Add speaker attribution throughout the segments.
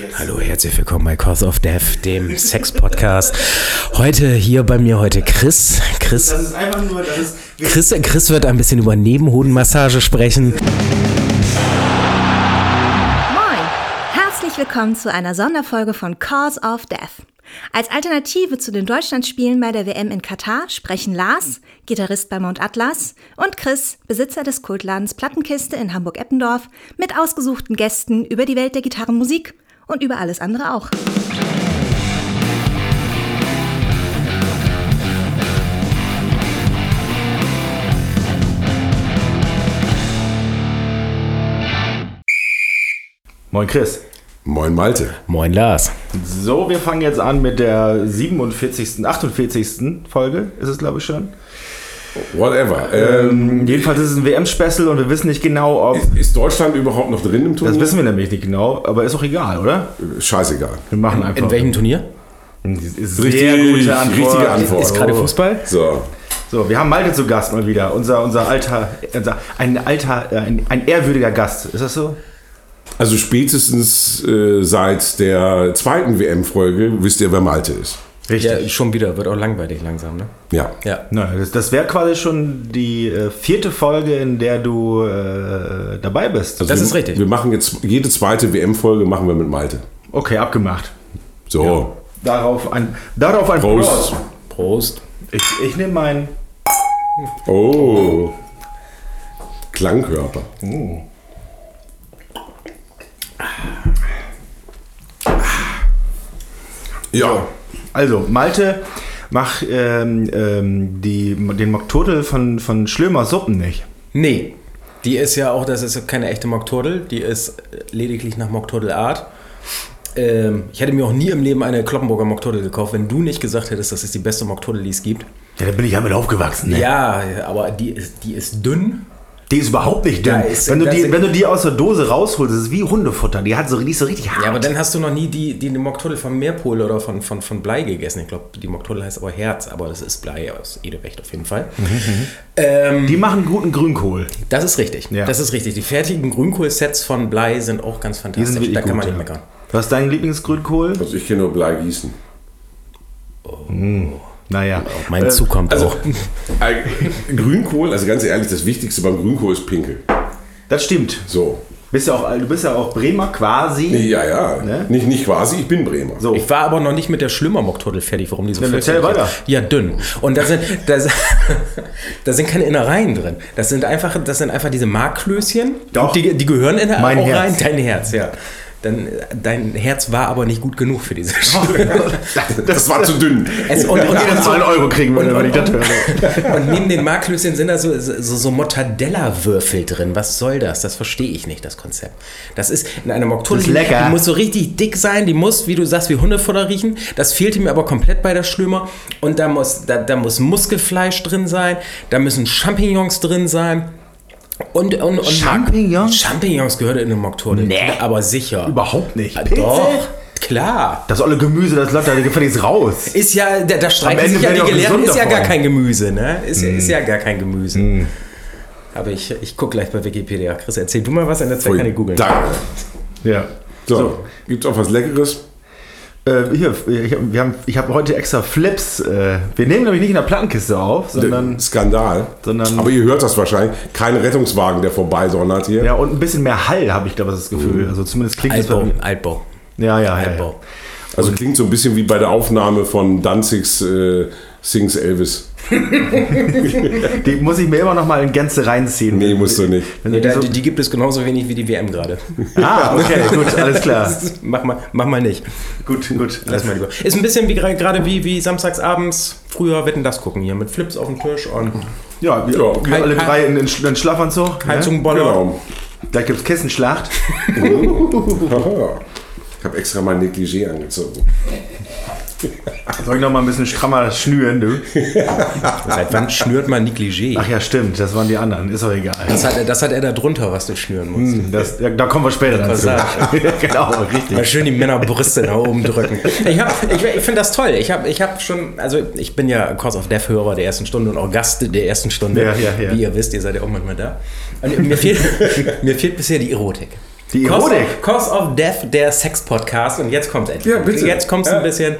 Speaker 1: Jetzt. Hallo, herzlich willkommen bei Cause of Death, dem Sex-Podcast. Heute hier bei mir heute Chris. Chris.
Speaker 2: Das ist einfach nur, das ist.
Speaker 1: Chris, Chris wird ein bisschen über Nebenhodenmassage sprechen.
Speaker 3: Moin! Herzlich willkommen zu einer Sonderfolge von Cause of Death. Als Alternative zu den Deutschlandspielen bei der WM in Katar sprechen Lars, Gitarrist bei Mount Atlas, und Chris, Besitzer des Kultladens Plattenkiste in Hamburg-Eppendorf, mit ausgesuchten Gästen über die Welt der Gitarrenmusik und über alles andere auch.
Speaker 2: Moin Chris.
Speaker 4: Moin Malte.
Speaker 1: Moin Lars.
Speaker 2: So, wir fangen jetzt an mit der 47., 48. Folge, ist es glaube ich schon.
Speaker 4: Whatever. Ähm,
Speaker 2: Jedenfalls ist es ein WM-Special und wir wissen nicht genau, ob.
Speaker 4: ist Deutschland überhaupt noch drin im
Speaker 2: Das
Speaker 4: Turnier?
Speaker 2: wissen wir nämlich nicht genau, aber ist auch egal, oder?
Speaker 4: Scheißegal.
Speaker 2: Wir machen einfach.
Speaker 1: In welchem Turnier?
Speaker 2: Ist
Speaker 4: Richtig- richtige Antwort.
Speaker 2: Ist gerade
Speaker 4: Oh.
Speaker 2: Fußball?
Speaker 4: So.
Speaker 2: So, wir haben Malte zu Gast mal wieder. Unser, unser alter, unser, ein alter, äh, ein, ein ehrwürdiger Gast. Ist das so?
Speaker 4: Also spätestens äh, seit der zweiten WM-Folge wisst ihr, wer Malte ist.
Speaker 1: Ja, schon wieder. Wird auch langweilig langsam, ne?
Speaker 4: Ja.
Speaker 1: Ja.
Speaker 2: Nein, das, das wäre quasi schon die äh, vierte Folge, in der du äh, dabei bist.
Speaker 4: Also
Speaker 1: Das
Speaker 4: wir,
Speaker 1: ist richtig.
Speaker 4: Wir machen jetzt jede zweite WM-Folge machen wir mit Malte.
Speaker 2: okay, abgemacht.
Speaker 4: So.
Speaker 2: Darauf ein, darauf ein
Speaker 4: Prost.
Speaker 1: Prost.
Speaker 2: Ich, ich nehme meinen.
Speaker 4: Oh. Klangkörper. Ja.
Speaker 2: Also, Malte, mach ähm, ähm, die, den Mockturtel von, von Schlömer Suppen nicht.
Speaker 1: Nee. Die ist ja auch, das ist ja keine echte Mockturtle. Die ist lediglich nach Mockturtle-Art. Ähm, ich hätte mir auch nie im Leben eine Kloppenburger Mockturtle gekauft, wenn du nicht gesagt hättest, das ist die beste Mockturtle, die es gibt.
Speaker 2: Ja, da bin ich ja mit aufgewachsen. Ne?
Speaker 1: Ja, aber die ist, die ist dünn.
Speaker 2: Die ist überhaupt nicht dünn.
Speaker 1: Ja, ist-
Speaker 2: wenn, du
Speaker 1: das-
Speaker 2: die, wenn du die aus der Dose rausholst, ist es wie Hundefutter. Die, hat so, die ist so richtig hart.
Speaker 1: Ja, aber dann hast du noch nie die, die, die Mockturtle von Meerpol oder von, von, von Blei gegessen. Ich glaube, die Mockturtle heißt aber Herz, aber das ist Blei aus Edelrecht auf jeden Fall.
Speaker 2: Mhm,
Speaker 1: ähm,
Speaker 2: die machen guten Grünkohl.
Speaker 1: das ist richtig.
Speaker 2: Ja.
Speaker 1: Das ist richtig. Die fertigen Grünkohl-Sets von Blei sind auch ganz fantastisch.
Speaker 2: wirklich
Speaker 1: da kann man
Speaker 2: gut,
Speaker 1: nicht
Speaker 2: ja.
Speaker 1: meckern.
Speaker 2: Was ist dein Lieblingsgrünkohl?
Speaker 4: Also ich kenne nur Blei gießen.
Speaker 2: Naja.
Speaker 1: Mein Zug kommt auch.
Speaker 4: Äh, Grünkohl, also ganz ehrlich, das Wichtigste beim Grünkohl ist Pinkel.
Speaker 2: Das stimmt.
Speaker 4: So.
Speaker 2: Bist ja auch, du bist ja auch Bremer quasi.
Speaker 4: Ja, ja.
Speaker 2: Ne?
Speaker 4: Nicht, nicht quasi, ich bin Bremer.
Speaker 2: So.
Speaker 1: Ich war aber noch nicht mit der Schlimmer-Mockturtle fertig, warum die so
Speaker 2: Dann
Speaker 1: fürchterlich
Speaker 2: erzähl
Speaker 1: ist. Ja, dünn. Und da sind, da, sind- da sind keine Innereien drin. Das sind einfach, das sind einfach diese Markklößchen.
Speaker 2: Doch.
Speaker 1: Und Die, die gehören in der
Speaker 2: Mein
Speaker 1: auch
Speaker 2: Herz.
Speaker 1: rein. Dein Herz, ja. Dann, dein Herz war aber nicht gut genug für diese Stimme.
Speaker 4: Das, war zu dünn.
Speaker 1: Es- und, und,
Speaker 2: Jedes Mal einen Euro kriegen würde,
Speaker 1: und-
Speaker 2: wenn ich das
Speaker 1: und-
Speaker 2: höre.
Speaker 1: und neben den Marklöschen sind da so, so, so Mortadella-Würfel drin. Was soll das? Das verstehe ich nicht, das Konzept. Das ist in einer Mocktulle,
Speaker 2: Das
Speaker 1: die,
Speaker 2: ist lecker.
Speaker 1: die muss so richtig dick sein, die muss, wie du sagst, wie Hundefutter riechen. Das fehlte mir aber komplett bei der Schlömer. Und da muss, da, da muss Muskelfleisch drin sein, da müssen Champignons drin sein. Und, und, und
Speaker 2: Champignons?
Speaker 1: Champignons gehört in eine Mocktulle.
Speaker 2: Nee.
Speaker 1: Aber sicher.
Speaker 2: Überhaupt nicht.
Speaker 1: Ah,
Speaker 2: Pilze?
Speaker 1: Doch, klar.
Speaker 2: Das olle Gemüse, das läuft da gefälligst raus.
Speaker 1: Ist ja, da, da
Speaker 2: Am
Speaker 1: streiten
Speaker 2: Ende
Speaker 1: sich ja
Speaker 2: werden
Speaker 1: die
Speaker 2: wir auch
Speaker 1: Gelehrten,
Speaker 2: gesund
Speaker 1: ist ja gar
Speaker 2: davon. Hm.
Speaker 1: kein Gemüse, ne? Ist, ja- ist ja gar kein Gemüse. Aber ich, ich gucke gleich bei Wikipedia. Chris, erzähl du mal was, in der Zeit kann ich googeln.
Speaker 4: Danke.
Speaker 2: Ja.
Speaker 4: So,
Speaker 2: So.
Speaker 4: gibt's auch was Leckeres?
Speaker 2: Äh, hier, ich hab- wir haben- ich habe heute extra Flips. Äh, wir nehmen nämlich nicht in der Plattenkiste auf, sondern
Speaker 4: Skandal.
Speaker 2: sondern-
Speaker 4: Aber ihr hört das wahrscheinlich. Kein Rettungswagen, der vorbeisondert hier.
Speaker 2: ja und ein bisschen mehr Hall habe ich da was das Gefühl. Also zumindest klingt es
Speaker 1: Altbau,
Speaker 2: bei mir-
Speaker 1: Altbau,
Speaker 2: Ja, ja, ja. ja.
Speaker 1: Altbau.
Speaker 4: Also klingt so ein bisschen wie bei der Aufnahme von Danzigs äh, Sings Elvis.
Speaker 2: Die muss ich mir immer noch mal in Gänze reinziehen.
Speaker 4: Nee, musst du nicht.
Speaker 2: Wenn
Speaker 1: Nee,
Speaker 2: du
Speaker 1: da,
Speaker 2: die
Speaker 1: die, die gibt es genauso wenig wie die WM gerade.
Speaker 2: so, ah, okay, gut, alles klar.
Speaker 1: mach, mal, mach mal nicht.
Speaker 2: Gut, gut.
Speaker 1: Lass mal lieber. Ist ein bisschen wie gra- gerade wie, wie samstags abends früher Wetten das gucken hier mit Flips auf dem Tisch und
Speaker 2: Ja, wir,
Speaker 4: Ja.
Speaker 2: wir
Speaker 1: Heil-
Speaker 2: alle drei in den Sch- in Schlafanzug. Ne?
Speaker 1: Heizungboller.
Speaker 4: Genau.
Speaker 2: Da gibt es Kissenschlacht.
Speaker 4: Haha. ich habe extra mein Negligé angezogen.
Speaker 2: Soll ich noch mal ein bisschen strammer schnüren, du?
Speaker 1: Seit wann schnürt man Negligé?
Speaker 2: Ach ja, stimmt, das waren die anderen. Ist doch egal.
Speaker 1: Das hat, er- das hat er da drunter, was du schnüren musst.
Speaker 2: Das, ja, da kommen wir später dazu.
Speaker 1: Passage.
Speaker 2: genau, richtig.
Speaker 1: Mal schön die Männerbrüste nach oben drücken. Ich, hab- ich, ich finde das toll. Ich habe ich hab schon, also ich bin ja Cause of Death-Hörer der ersten Stunde und auch Gast der ersten Stunde.
Speaker 2: Ja, ja, ja.
Speaker 1: Wie ihr wisst, ihr seid ja auch manchmal da. Und mir fehlt, mir fehlt bisher die Erotik.
Speaker 2: Die
Speaker 1: Cause,
Speaker 2: Erotik.
Speaker 1: Cause of Death, der Sex-Podcast. Und jetzt kommt endlich.
Speaker 4: Ja, bitte.
Speaker 1: Jetzt kommt es
Speaker 4: Ja.
Speaker 1: ein bisschen.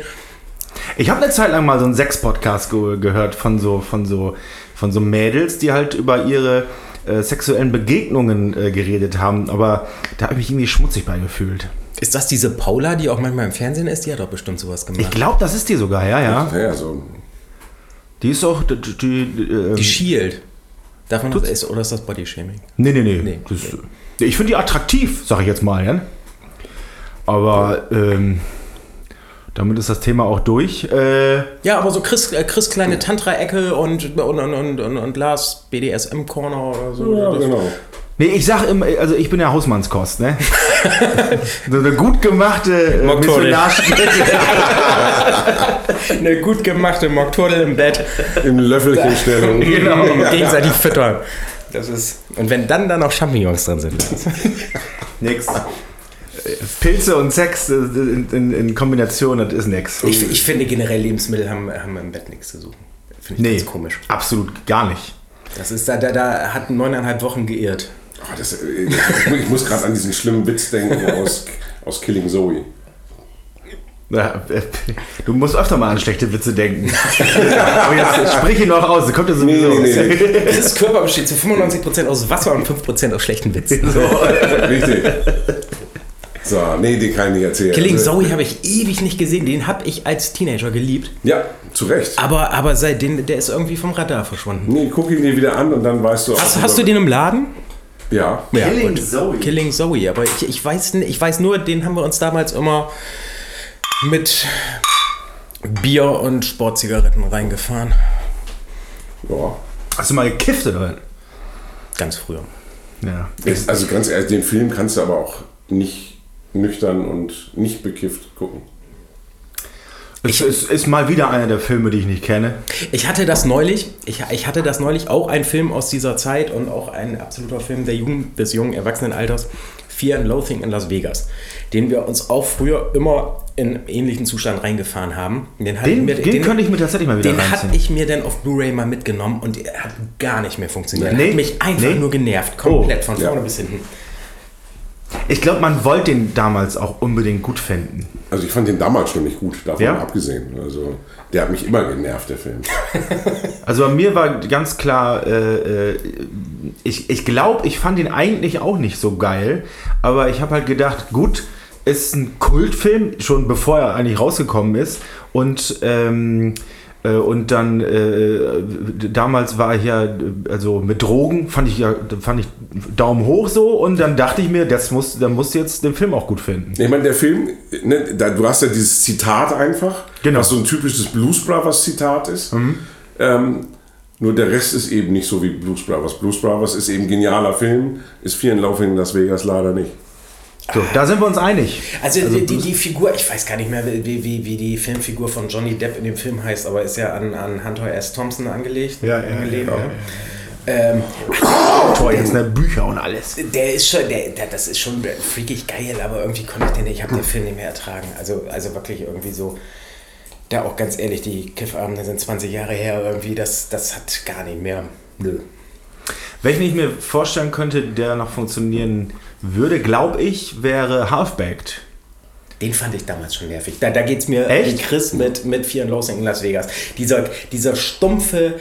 Speaker 2: Ich habe eine Zeit lang mal so einen Sex-Podcast ge gehört von so, von, so, von so Mädels, die halt über ihre äh, sexuellen Begegnungen äh, geredet haben. Aber da habe ich mich irgendwie schmutzig bei gefühlt.
Speaker 1: Ist das diese Paula, die auch manchmal im Fernsehen ist? Die hat doch bestimmt sowas
Speaker 2: Ich
Speaker 1: gemacht.
Speaker 2: glaube, das ist die sogar, ja, ja.
Speaker 4: Ja, ja, so.
Speaker 2: Die ist auch. Die, die, äh,
Speaker 1: Die Shield. Darf man das ist, oder ist das Bodyshaming?
Speaker 2: nee, nee, nee.
Speaker 1: Nee.
Speaker 2: Das, ich finde die attraktiv, sage ich jetzt mal, ja. Aber ähm, damit ist das Thema auch durch. Äh,
Speaker 1: Ja, aber so Chris, äh, Chris kleine Tantra-Ecke und, und, und, und, und, und Lars BDSM-Corner oder so.
Speaker 4: Ja,
Speaker 1: Das-
Speaker 4: genau.
Speaker 2: Nee, ich sag immer, also ich bin ja Hausmannskost, ne? so eine gut gemachte äh,
Speaker 1: Mock-Turtle.
Speaker 2: Missionarschnitte.
Speaker 1: Eine gut gemachte Mockturtle im Bett.
Speaker 4: Im Löffelchenstellung.
Speaker 1: Genau. Gegenseitig füttern. Das ist. Und wenn dann da noch Champignons drin sind.
Speaker 2: nix. Pilze und Sex äh, in, in, in Kombination, das ist nix.
Speaker 1: Ich, ich finde generell Lebensmittel haben, haben im Bett nichts zu suchen. Finde ich
Speaker 2: nee,
Speaker 1: ganz komisch.
Speaker 2: absolut gar nicht.
Speaker 1: Das ist, da, da, da hat neuneinhalb Wochen geirrt.
Speaker 4: Ah, das, äh, ich muss gerade an diesen schlimmen Witz denken aus, aus Killing Zoe.
Speaker 2: Ja, äh, Du musst öfter mal an schlechte Witze denken. Aber jetzt sprich ihn noch aus, das kommt ja sowieso.
Speaker 4: Nee, nee,
Speaker 1: Chris Körper besteht zu 95% aus Wasser und 5% aus schlechten Witzen.
Speaker 2: So.
Speaker 4: Richtig. So, nee, den kann ich nicht erzählen.
Speaker 1: Killing
Speaker 4: Also-
Speaker 1: Zoe habe ich ewig nicht gesehen. Den habe ich als Teenager geliebt.
Speaker 4: Ja, zu Recht.
Speaker 1: Aber, aber seitdem, der ist irgendwie vom Radar verschwunden.
Speaker 4: Nee, guck ihn dir wieder an und dann weißt du auch.
Speaker 1: Hast, hast du den im Laden?
Speaker 4: Ja.
Speaker 1: Ja,
Speaker 2: Killing
Speaker 1: gut.
Speaker 2: Zoe.
Speaker 1: Killing Zoe, aber ich, ich, weiß, n- ich weiß nur, den haben wir uns damals immer mit Bier und Sportzigaretten reingefahren.
Speaker 4: ja.
Speaker 2: Hast du mal gekifft oder?
Speaker 1: Ganz früher.
Speaker 2: Ja.
Speaker 4: Ist, also ganz ehrlich, den Film kannst du aber auch nicht nüchtern und nicht bekifft gucken.
Speaker 2: Es ist, ist mal wieder einer der Filme, die ich nicht kenne.
Speaker 1: Ich hatte das neulich, ich, ich hatte das neulich, auch ein Film aus dieser Zeit und auch ein absoluter Film der Jugend, des jungen Erwachsenenalters, Fear and Loathing in Las Vegas, den wir uns auch früher immer in ähnlichen Zustand reingefahren haben. Den, hatte
Speaker 2: Den,
Speaker 1: ich
Speaker 2: den,
Speaker 1: mir, den,
Speaker 2: könnte ich mir tatsächlich mal wieder
Speaker 1: den
Speaker 2: reinziehen.
Speaker 1: hatte ich mir dann auf Blu-ray mal mitgenommen und er hat gar nicht mehr funktioniert.
Speaker 2: Nee.
Speaker 1: Hat mich einfach
Speaker 2: Nee.
Speaker 1: nur genervt, komplett
Speaker 2: Oh,
Speaker 1: von
Speaker 4: ja.
Speaker 1: vorne bis hinten.
Speaker 2: Ich glaube, man wollte den damals auch unbedingt gut finden.
Speaker 4: Also ich fand den damals schon nicht gut, davon
Speaker 2: Ja?
Speaker 4: abgesehen. Also der hat mich immer genervt, der Film.
Speaker 2: Also bei mir war ganz klar, äh, äh, ich, ich glaube, ich fand ihn eigentlich auch nicht so geil, aber ich habe halt gedacht, gut, ist ein Kultfilm, schon bevor er eigentlich rausgekommen ist. Und, ähm, äh, und dann, äh, damals war ich ja, äh, also mit Drogen fand ich ja, fand ich Daumen hoch so und dann dachte ich mir, das muss, dann musst du jetzt den Film auch gut finden.
Speaker 4: Ich meine, der Film, ne, da, du hast ja dieses Zitat einfach,
Speaker 2: Genau. Mhm.
Speaker 4: was so ein typisches Blues Brothers Zitat ist. Ähm, nur der Rest ist eben nicht so wie Blues Brothers. Blues Brothers ist eben genialer Film, ist viel in Laufe in Las Vegas leider nicht.
Speaker 2: So, da sind wir uns einig.
Speaker 1: Also, die, die, die Figur, ich weiß gar nicht mehr, wie, wie, wie die Filmfigur von Johnny Depp in dem Film heißt, aber ist ja an, an Hunter S. Thompson angelegt.
Speaker 2: Ja, genau. ja,
Speaker 1: angelehnt,
Speaker 2: ja,
Speaker 1: ne?
Speaker 2: ja,
Speaker 1: Ähm,
Speaker 2: Toll, jetzt ne Bücher und alles.
Speaker 1: der ist schon, der, der, das ist schon freakig geil, aber irgendwie konnte ich den nicht, ich habe den Film nicht mehr ertragen. Also, also wirklich irgendwie so, da auch ganz ehrlich, die Kiffabende sind 20 Jahre her, irgendwie, das, das hat gar nicht mehr. Nö.
Speaker 2: Welchen ich mir vorstellen könnte, der noch funktionieren würde, glaube ich, wäre Half-Baked.
Speaker 1: Den fand ich damals schon nervig. Da, da geht es mir
Speaker 2: Echt?
Speaker 1: wie Chris mit, mit Fear and Losing in Las Vegas. Dieser, dieser stumpfe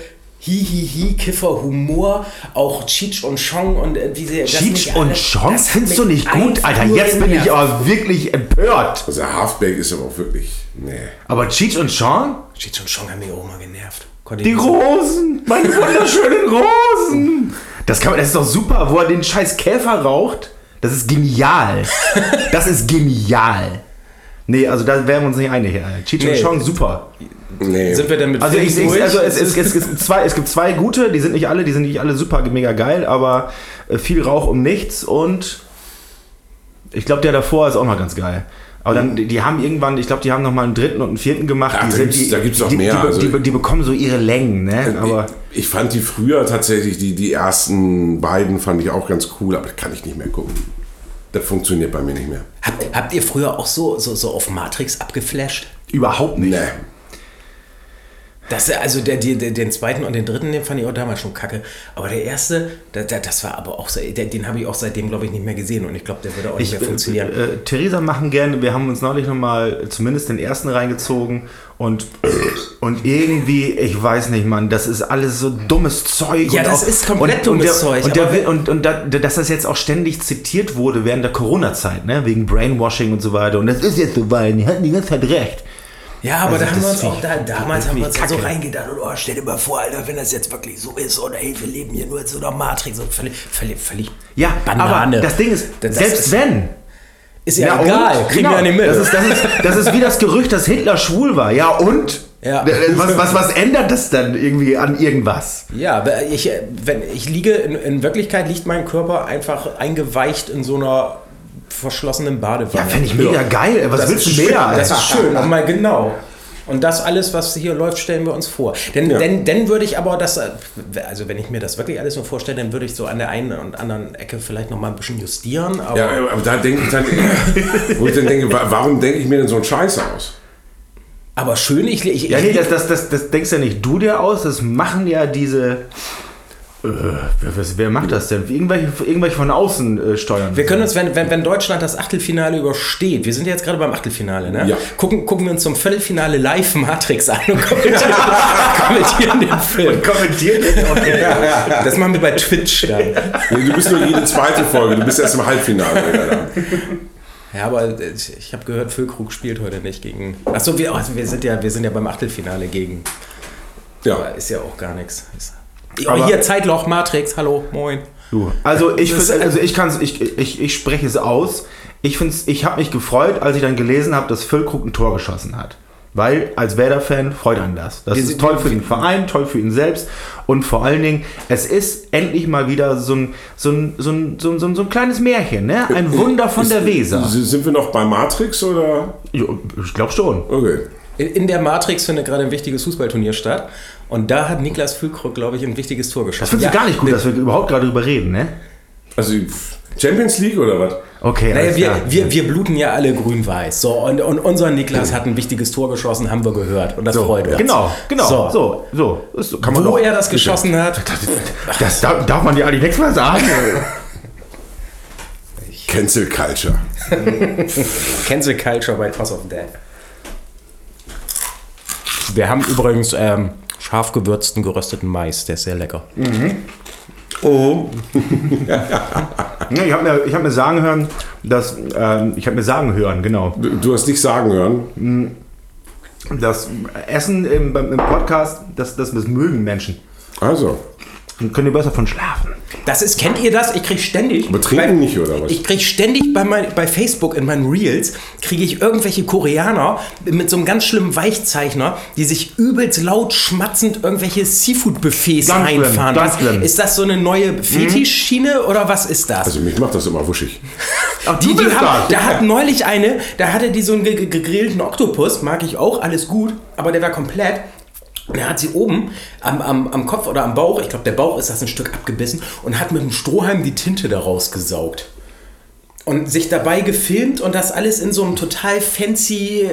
Speaker 1: Hihihi-Kiffer-Humor, auch Cheech und Chong und äh, wie sie. das
Speaker 2: Cheech
Speaker 1: nicht
Speaker 2: und
Speaker 1: alles-
Speaker 2: Chong
Speaker 1: das hat
Speaker 2: findest du
Speaker 1: mich
Speaker 2: nicht gut?
Speaker 1: einfach
Speaker 2: Alter,
Speaker 1: nur
Speaker 2: jetzt bin ich
Speaker 1: genervt.
Speaker 2: aber wirklich empört.
Speaker 4: Also Halfback ist aber auch wirklich, nee.
Speaker 2: Aber Cheech und Sean?
Speaker 1: Cheech und Chong haben mich auch mal genervt. Konnte
Speaker 2: Die
Speaker 1: ich nicht-
Speaker 2: Rosen! Meine wunderschönen Rosen! Das, kann man, das ist doch super, wo er den scheiß Käfer raucht. Das ist genial. Das ist genial. Nee, also da wären wir uns nicht einig. äh, Cheech und
Speaker 1: Nee.
Speaker 2: Sean, super.
Speaker 4: nee.
Speaker 1: Sind wir denn mit
Speaker 2: Also,
Speaker 1: Filmen
Speaker 2: ich, ich,
Speaker 1: durch?
Speaker 2: also es, es, es, es, gibt zwei, es gibt zwei gute, die sind nicht alle, die sind nicht alle super mega geil, aber äh, viel Rauch um nichts und ich glaube, der davor ist auch noch ganz geil. Aber dann, die, die haben irgendwann, ich glaube, die haben noch mal einen dritten und einen vierten gemacht.
Speaker 4: Ach,
Speaker 2: die
Speaker 4: da
Speaker 2: sind-
Speaker 4: gibt's-
Speaker 2: die-
Speaker 4: da gibt's noch
Speaker 2: die,
Speaker 4: mehr,
Speaker 2: Die, die,
Speaker 4: also- Äh,
Speaker 2: die, die bekommen so ihre Längen, ne? Aber
Speaker 4: ich, ich fand die früher tatsächlich, die, die ersten beiden fand ich auch ganz cool, aber das kann ich nicht mehr gucken. Das funktioniert bei mir nicht mehr.
Speaker 1: habt, habt ihr
Speaker 4: äh,
Speaker 1: früher auch so, so, so auf Matrix abgeflasht?
Speaker 2: überhaupt nicht.
Speaker 4: Nee.
Speaker 1: Das, also der, die- der, den zweiten und den dritten, den fand ich auch damals schon kacke. Aber der erste, da, da, das war aber auch, so- der, den habe ich auch seitdem, glaube ich, nicht mehr gesehen. Und ich glaube, der würde auch nicht
Speaker 2: Ich,
Speaker 1: mehr funktionieren.
Speaker 2: Äh, Theresa machen gerne, wir haben uns neulich nochmal zumindest den ersten reingezogen und, und irgendwie, ich weiß nicht, Mann, das ist alles so dummes Zeug.
Speaker 1: Ja,
Speaker 2: und
Speaker 1: das ist komplett dummes
Speaker 2: der,
Speaker 1: Zeug,
Speaker 2: Und, der,
Speaker 1: aber-
Speaker 2: will- und, und da, dass das jetzt auch ständig zitiert wurde während der Corona-Zeit, ne? wegen Brainwashing und so weiter. Und das ist jetzt so weit, die hatten die ganze Zeit recht.
Speaker 1: Ja, aber
Speaker 2: Also
Speaker 1: da haben wir
Speaker 2: das
Speaker 1: uns
Speaker 2: find
Speaker 1: auch,
Speaker 2: ich-
Speaker 1: da, damals
Speaker 2: find
Speaker 1: haben wir
Speaker 2: ich
Speaker 1: uns da so
Speaker 2: kacke.
Speaker 1: reingedacht und oh, stell dir mal vor, Alter, wenn das jetzt wirklich so ist oder hey, wir leben hier nur in so einer Matrix und völlig, völlig, völlig
Speaker 2: Ja,
Speaker 1: Banane.
Speaker 2: aber das Ding ist,
Speaker 1: Das- das
Speaker 2: selbst
Speaker 1: ist-
Speaker 2: wenn,
Speaker 1: ist ja,
Speaker 2: und? Genau.
Speaker 1: egal, kriegen wir ja nicht mit.
Speaker 2: Das ist, das, ist, das ist wie das Gerücht, dass Hitler schwul war. Ja, und? Äh,
Speaker 1: Ja.
Speaker 2: Was, was, was ändert das dann irgendwie an irgendwas?
Speaker 1: ja, aber ich, äh, wenn, ich liege, in, in Wirklichkeit liegt mein Körper einfach eingeweicht in so einer verschlossenen Badewanne.
Speaker 2: Ja, fände ich mega geil. Was
Speaker 1: Das
Speaker 2: willst
Speaker 1: ist
Speaker 2: du mehr?
Speaker 1: Schön, das
Speaker 2: Alter?
Speaker 1: ist schön, aber mal genau. Und das alles, was hier läuft, stellen wir uns vor. Denn,
Speaker 4: Ja.
Speaker 1: denn, denn würde ich aber das, äh, also wenn ich mir das wirklich alles nur vorstelle, dann würde ich so an der einen und anderen Ecke vielleicht noch mal ein bisschen justieren. Aber
Speaker 4: Ja, aber da denke ich dann, wo ich dann denke, wa- warum denke ich mir denn so einen Scheiß aus?
Speaker 1: Aber schön, ich, ich,
Speaker 2: Ja,
Speaker 1: ich
Speaker 2: nee, das, das, das, das denkst ja nicht du dir aus, das machen ja diese. Äh, wer, wer- wer macht das denn? Irgendwelche, irgendwelche von außen äh, steuern.
Speaker 1: wir können uns, wenn, wenn, wenn Deutschland das Achtelfinale übersteht, wir sind ja jetzt gerade beim Achtelfinale, ne?
Speaker 4: Ja.
Speaker 1: Gucken, gucken wir uns zum Viertelfinale live Matrix an und kommentieren, kommentieren den Film.
Speaker 2: kommentieren.
Speaker 1: Das machen wir bei Twitch dann.
Speaker 4: Nee, du bist nur jede zweite Folge, du bist erst im Halbfinale. Alter.
Speaker 1: Ja, aber äh, ich, ich habe gehört, Füllkrug spielt heute nicht gegen. Achso, wir, also wir, sind ja, wir sind ja beim Achtelfinale gegen.
Speaker 4: Ja,
Speaker 1: Aber ist ja auch gar nichts. Ist- oh,
Speaker 2: Aber-
Speaker 1: hier, Zeitloch, Matrix, hallo, moin.
Speaker 2: Du. Also ich,
Speaker 1: Das-
Speaker 2: find- also ich kann's, ich, ich, ich spreche es aus. Ich find's, ich habe mich gefreut, als ich dann gelesen habe, dass Füllkrug ein Tor geschossen hat. Weil als Werder-Fan freut einen das. Das
Speaker 1: Wir
Speaker 2: ist
Speaker 1: sind-
Speaker 2: toll für den Verein, toll für ihn selbst und vor allen Dingen, es ist endlich mal wieder so ein, so ein, so ein, so ein, so ein, so ein kleines Märchen, ne? Ein Wunder von der Weser.
Speaker 4: sind wir noch bei Matrix oder?
Speaker 2: Jo, Ich glaube schon.
Speaker 4: Okay.
Speaker 1: In, in der Matrix findet gerade ein wichtiges Fußballturnier statt. Und da hat Niklas Füllkrug, glaube ich, ein wichtiges Tor
Speaker 2: Das
Speaker 1: geschossen.
Speaker 2: findest du gar nicht gut, dass wir überhaupt gerade drüber reden, ne?
Speaker 4: Also Champions League oder was?
Speaker 2: Okay,
Speaker 1: Naja,
Speaker 2: alles
Speaker 1: wir,
Speaker 2: klar.
Speaker 1: wir, wir bluten ja alle grün-weiß. So, und, und unser Niklas hat ein wichtiges Tor geschossen, haben wir gehört. Und das freut uns.
Speaker 2: Genau, genau.
Speaker 1: So.
Speaker 2: So, so, Ist so. Kann man
Speaker 1: Wo
Speaker 2: doch-
Speaker 1: er das geschossen hat,
Speaker 2: Das darf, darf man ja eigentlich nichts mehr sagen.
Speaker 4: Cancel Culture.
Speaker 1: Cancel Culture bei Cause of Death. Wir haben übrigens ähm, scharf gewürzten gerösteten Mais, der ist sehr lecker.
Speaker 2: Oh. ich habe mir, ich hab mir sagen hören, dass ähm, ich habe mir sagen hören, genau,
Speaker 4: Du, du hast nicht sagen hören.
Speaker 2: dass Essen im, beim, im Podcast, das, das mögen Menschen.
Speaker 4: Also,
Speaker 2: Dann können die besser von schlafen.
Speaker 1: Das ist, kennt ihr das? Ich krieg ständig.
Speaker 4: aber trinken nicht oder was?
Speaker 1: Ich krieg ständig bei, mein, bei Facebook in meinen Reels, kriege ich irgendwelche Koreaner mit so einem ganz schlimmen Weichzeichner, die sich übelst laut schmatzend irgendwelche Seafood-Buffets
Speaker 2: Ganz schlimm,
Speaker 1: einfahren.
Speaker 2: ganz
Speaker 1: was,
Speaker 2: schlimm.
Speaker 1: Ist das so eine neue Fetischschiene oder was ist das?
Speaker 4: Also mich macht das immer wuschig.
Speaker 2: Ach,
Speaker 1: Die, die haben, da
Speaker 2: da.
Speaker 1: hat neulich eine, da hatte die so einen ge- ge- gegrillten Oktopus, mag ich auch, alles gut, aber der war komplett. Und er hat sie oben am, am, am Kopf oder am Bauch, ich glaube, der Bauch ist das ein Stück abgebissen, und hat mit dem Strohhalm die Tinte daraus gesaugt. Und sich dabei gefilmt und das alles in so einem total fancy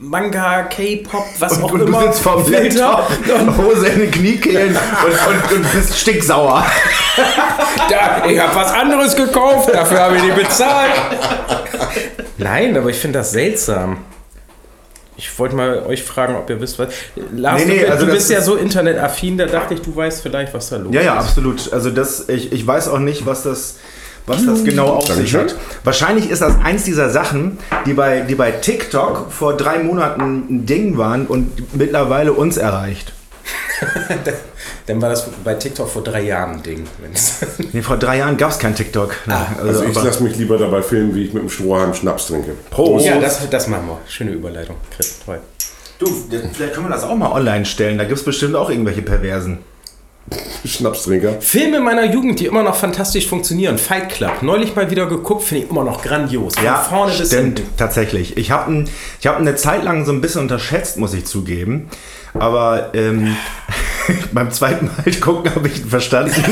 Speaker 1: Manga, K-Pop, was
Speaker 2: Und,
Speaker 1: auch
Speaker 2: und
Speaker 1: immer.
Speaker 2: du sitzt vorm
Speaker 1: Filter.
Speaker 2: Laptop,
Speaker 1: Und
Speaker 2: Hose in den Kniekehlen und, und, und bist stinksauer.
Speaker 1: da, ich habe was anderes gekauft, dafür habe ich die bezahlt. Nein, aber ich finde das seltsam. Ich wollte mal euch fragen, ob ihr wisst, was. Lars,
Speaker 2: Nee, nee,
Speaker 1: du, bi- du
Speaker 2: also das
Speaker 1: bist ja
Speaker 2: ist-
Speaker 1: so internetaffin, da dachte ich, du weißt vielleicht, was da los
Speaker 2: Ja, ja,
Speaker 1: ist.
Speaker 2: absolut. Also das, ich, ich weiß auch nicht, was das, was das genau auf sich
Speaker 4: Dankeschön.
Speaker 2: hat. Wahrscheinlich ist das eins dieser Sachen, die bei, die bei TikTok vor drei Monaten ein Ding waren und mittlerweile uns erreicht.
Speaker 1: Dann war das bei TikTok vor drei Jahren ein Ding. wenn's-
Speaker 2: Nee, vor drei Jahren gab es kein TikTok.
Speaker 1: Ah,
Speaker 2: Ne?
Speaker 4: Also ich
Speaker 2: aber-
Speaker 4: lasse mich lieber dabei filmen, wie ich mit dem Strohhalm Schnaps trinke.
Speaker 2: Prost.
Speaker 1: ja, das, das machen wir. Schöne Überleitung. Chris, toll.
Speaker 2: du, vielleicht können wir das auch mal online stellen. Da gibt es bestimmt auch irgendwelche Perversen.
Speaker 4: Schnapstrinker.
Speaker 1: Filme meiner Jugend, die immer noch fantastisch funktionieren. Fight Club. Neulich mal wieder geguckt, finde ich immer noch grandios. Von
Speaker 2: Ja,
Speaker 1: vorne bis
Speaker 2: stimmt,
Speaker 1: hinten.
Speaker 2: tatsächlich. Ich habe ich hab eine Zeit lang so ein bisschen unterschätzt, muss ich zugeben. Aber ähm, beim zweiten Mal gucken habe ich ihn verstanden.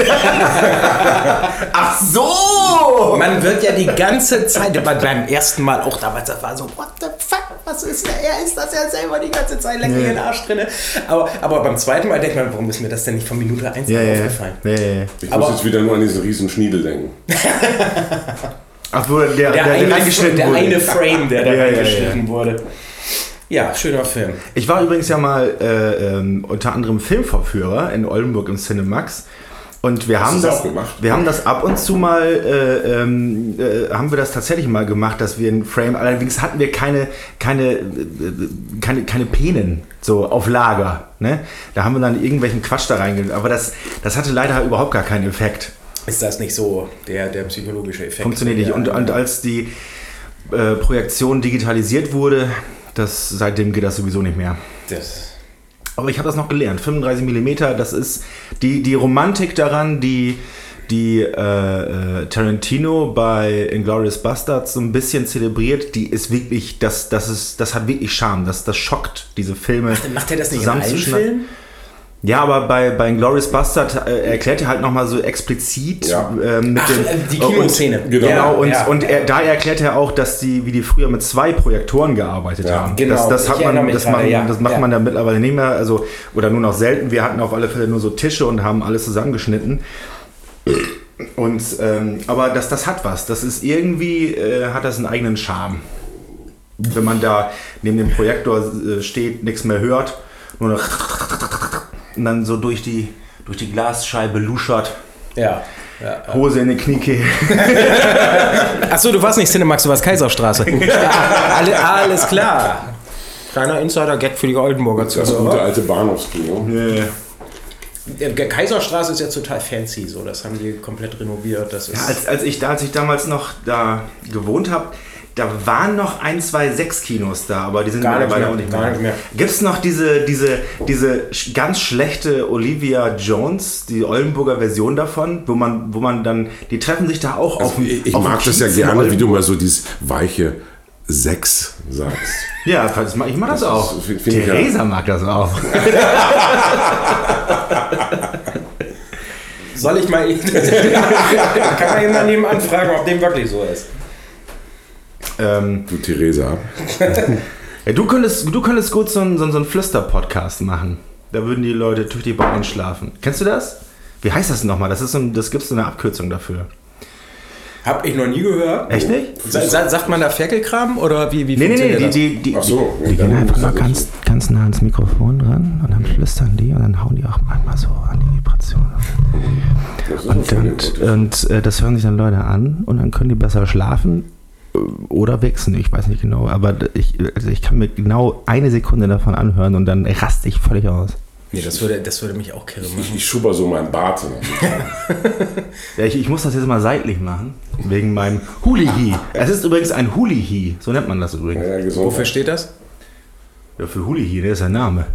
Speaker 2: Ach so!
Speaker 1: Man wird ja die ganze Zeit, aber beim ersten Mal auch damals, das war so, what the fuck? was ist der? Er ist das ja selber die ganze Zeit, leck mir den Arsch drinne. Aber, aber beim zweiten Mal denkt man, warum ist mir das denn nicht von Minute 1
Speaker 2: Ja, ja, ja.
Speaker 1: aufgefallen?
Speaker 2: ja, ja, ja.
Speaker 4: Ich
Speaker 1: Aber-
Speaker 4: muss jetzt wieder nur an diesen riesen Schniedel denken.
Speaker 2: Ach, wo der, der,
Speaker 1: Der,
Speaker 2: der,
Speaker 1: eine,
Speaker 2: reingeschnitten
Speaker 1: der
Speaker 2: wurde.
Speaker 1: eine Frame, der da
Speaker 2: Ja, ja, ja.
Speaker 1: reingeschnitten wurde. Ja, schöner Film.
Speaker 2: Ich war übrigens ja mal äh, ähm, unter anderem Filmvorführer in Oldenburg im Cinemax. Und wir haben
Speaker 4: du
Speaker 2: das,
Speaker 4: auch gemacht?
Speaker 2: wir haben das ab und zu mal, äh, ähm, äh, haben wir das tatsächlich mal gemacht, dass wir einen Frame, allerdings hatten wir keine, keine, äh, keine, keine Penen so auf Lager. Ne? Da haben wir dann irgendwelchen Quatsch da reingelegt. Aber das, das hatte leider überhaupt gar keinen Effekt.
Speaker 1: Ist das nicht so der, der psychologische Effekt?
Speaker 2: Funktioniert nicht.
Speaker 1: Ja.
Speaker 2: Und, und als die äh, Projektion digitalisiert wurde, das, seitdem geht das sowieso nicht mehr.
Speaker 1: das,
Speaker 2: Aber ich habe das noch gelernt. 35 mm, das ist die, die Romantik daran, die, die äh, äh, Tarantino bei Inglourious Bastards so ein bisschen zelebriert, die ist wirklich, das, das, ist, das hat wirklich Charme. Das, das schockt diese Filme.
Speaker 1: macht er das nicht in allen
Speaker 2: zusammenzuschneiden.
Speaker 1: Filmen?
Speaker 2: Ja, aber bei, bei Inglourious Bastard äh, erklärt er halt nochmal so explizit
Speaker 4: Ja.
Speaker 2: äh, mit
Speaker 1: Ach,
Speaker 2: dem.
Speaker 1: äh, die Kinoszene.
Speaker 2: Und,
Speaker 4: Genau.
Speaker 2: genau, und,
Speaker 1: Ja.
Speaker 2: und er, da erklärt er auch, dass die, wie die früher mit zwei Projektoren gearbeitet
Speaker 4: Ja,
Speaker 2: haben.
Speaker 1: genau.
Speaker 2: Das, das,
Speaker 1: Ich
Speaker 2: hat
Speaker 1: erinnere
Speaker 2: man,
Speaker 1: mich
Speaker 2: das,
Speaker 1: gerade,
Speaker 2: man,
Speaker 1: ja.
Speaker 2: das macht
Speaker 1: Ja.
Speaker 2: man da mittlerweile nicht mehr, also, oder nur noch selten. Wir hatten auf alle Fälle nur so Tische und haben alles zusammengeschnitten. Und, ähm, aber das, das hat was. Das ist irgendwie, äh, hat das einen eigenen Charme. Wenn man da neben dem Projektor äh, steht, nichts mehr hört, nur noch und dann so durch die, durch die Glasscheibe luschert,
Speaker 1: Ja. ja.
Speaker 2: Hose in den Knieke.
Speaker 1: Achso, du warst nicht Cinemax, du warst Kaiserstraße. Alle, alles klar. Also, Kleiner Insider-Gag für die Oldenburger
Speaker 2: Also,
Speaker 4: Das gute alte Bahnhofskino.
Speaker 2: Äh,
Speaker 1: Der Kaiserstraße ist ja total fancy, so. Das haben die komplett renoviert. Das ist
Speaker 2: Als, als, ich da, als ich damals noch da gewohnt habe, da waren noch ein, zwei, sechs Kinos da, aber die sind
Speaker 1: Gar nicht
Speaker 2: mittlerweile
Speaker 1: mehr,
Speaker 2: auch nicht
Speaker 1: gar
Speaker 2: mehr.
Speaker 1: nicht mehr.
Speaker 2: Gibt es noch diese, diese, diese sch- ganz schlechte Olivia Jones, die Oldenburger Version davon, wo man, wo man dann, die treffen sich da auch auf dem
Speaker 4: Also Ich, ich
Speaker 2: auf dem
Speaker 4: mag das ja
Speaker 2: Kiez in
Speaker 4: gerne, wie du
Speaker 2: Oldenburg.
Speaker 4: mal so dieses weiche Sechs sagst.
Speaker 2: Ja, das mag, ich mag das, auch.
Speaker 4: ist- find- find ich ja.
Speaker 2: Theresa mag das auch.
Speaker 1: Soll ich mal. kann man ihn daneben anfragen, ob dem wirklich so ist.
Speaker 2: ähm,
Speaker 4: Du Theresa.
Speaker 2: ja, du, könntest, du könntest gut so einen, so einen, so einen Flüster-Podcast machen. Da würden die Leute durch die Bahn schlafen. Kennst du das? Wie heißt das nochmal? Das, ist so ein, das gibt so eine Abkürzung dafür.
Speaker 1: Hab ich noch nie gehört.
Speaker 2: Echt nicht?
Speaker 1: Sa sa sagt man da Ferkelkram oder wie, wie
Speaker 2: Nee, nee, nee,
Speaker 1: funktioniert das?
Speaker 2: die, die, die,
Speaker 4: Ach so, nee,
Speaker 2: die
Speaker 4: dann
Speaker 2: gehen einfach
Speaker 4: ist
Speaker 2: mal
Speaker 4: das Mhm.
Speaker 2: ganz, ganz nah ans Mikrofon ran und dann flüstern die und dann hauen die auch manchmal so an die Vibration.
Speaker 4: Das ist
Speaker 2: Und,
Speaker 4: ein
Speaker 2: und,
Speaker 4: Fernsehprodukt.
Speaker 2: und äh, das hören sich dann Leute an und dann können die besser schlafen äh, oder wechseln, ich weiß nicht genau, aber d- ich, also ich kann mir genau eine Sekunde davon anhören und dann raste ich völlig aus.
Speaker 1: Nee, das würde, das würde mich auch kirre machen.
Speaker 4: Ich, ich schubber so meinen Bart.
Speaker 2: Ja, ich, ich muss das jetzt mal seitlich machen, wegen meinem Hulihi. Es ist übrigens ein Hulihi, so nennt man das übrigens.
Speaker 4: Ja,
Speaker 1: Wofür
Speaker 4: Gesundheit.
Speaker 1: steht das?
Speaker 2: Ja, für Hulihi, der ist der Name.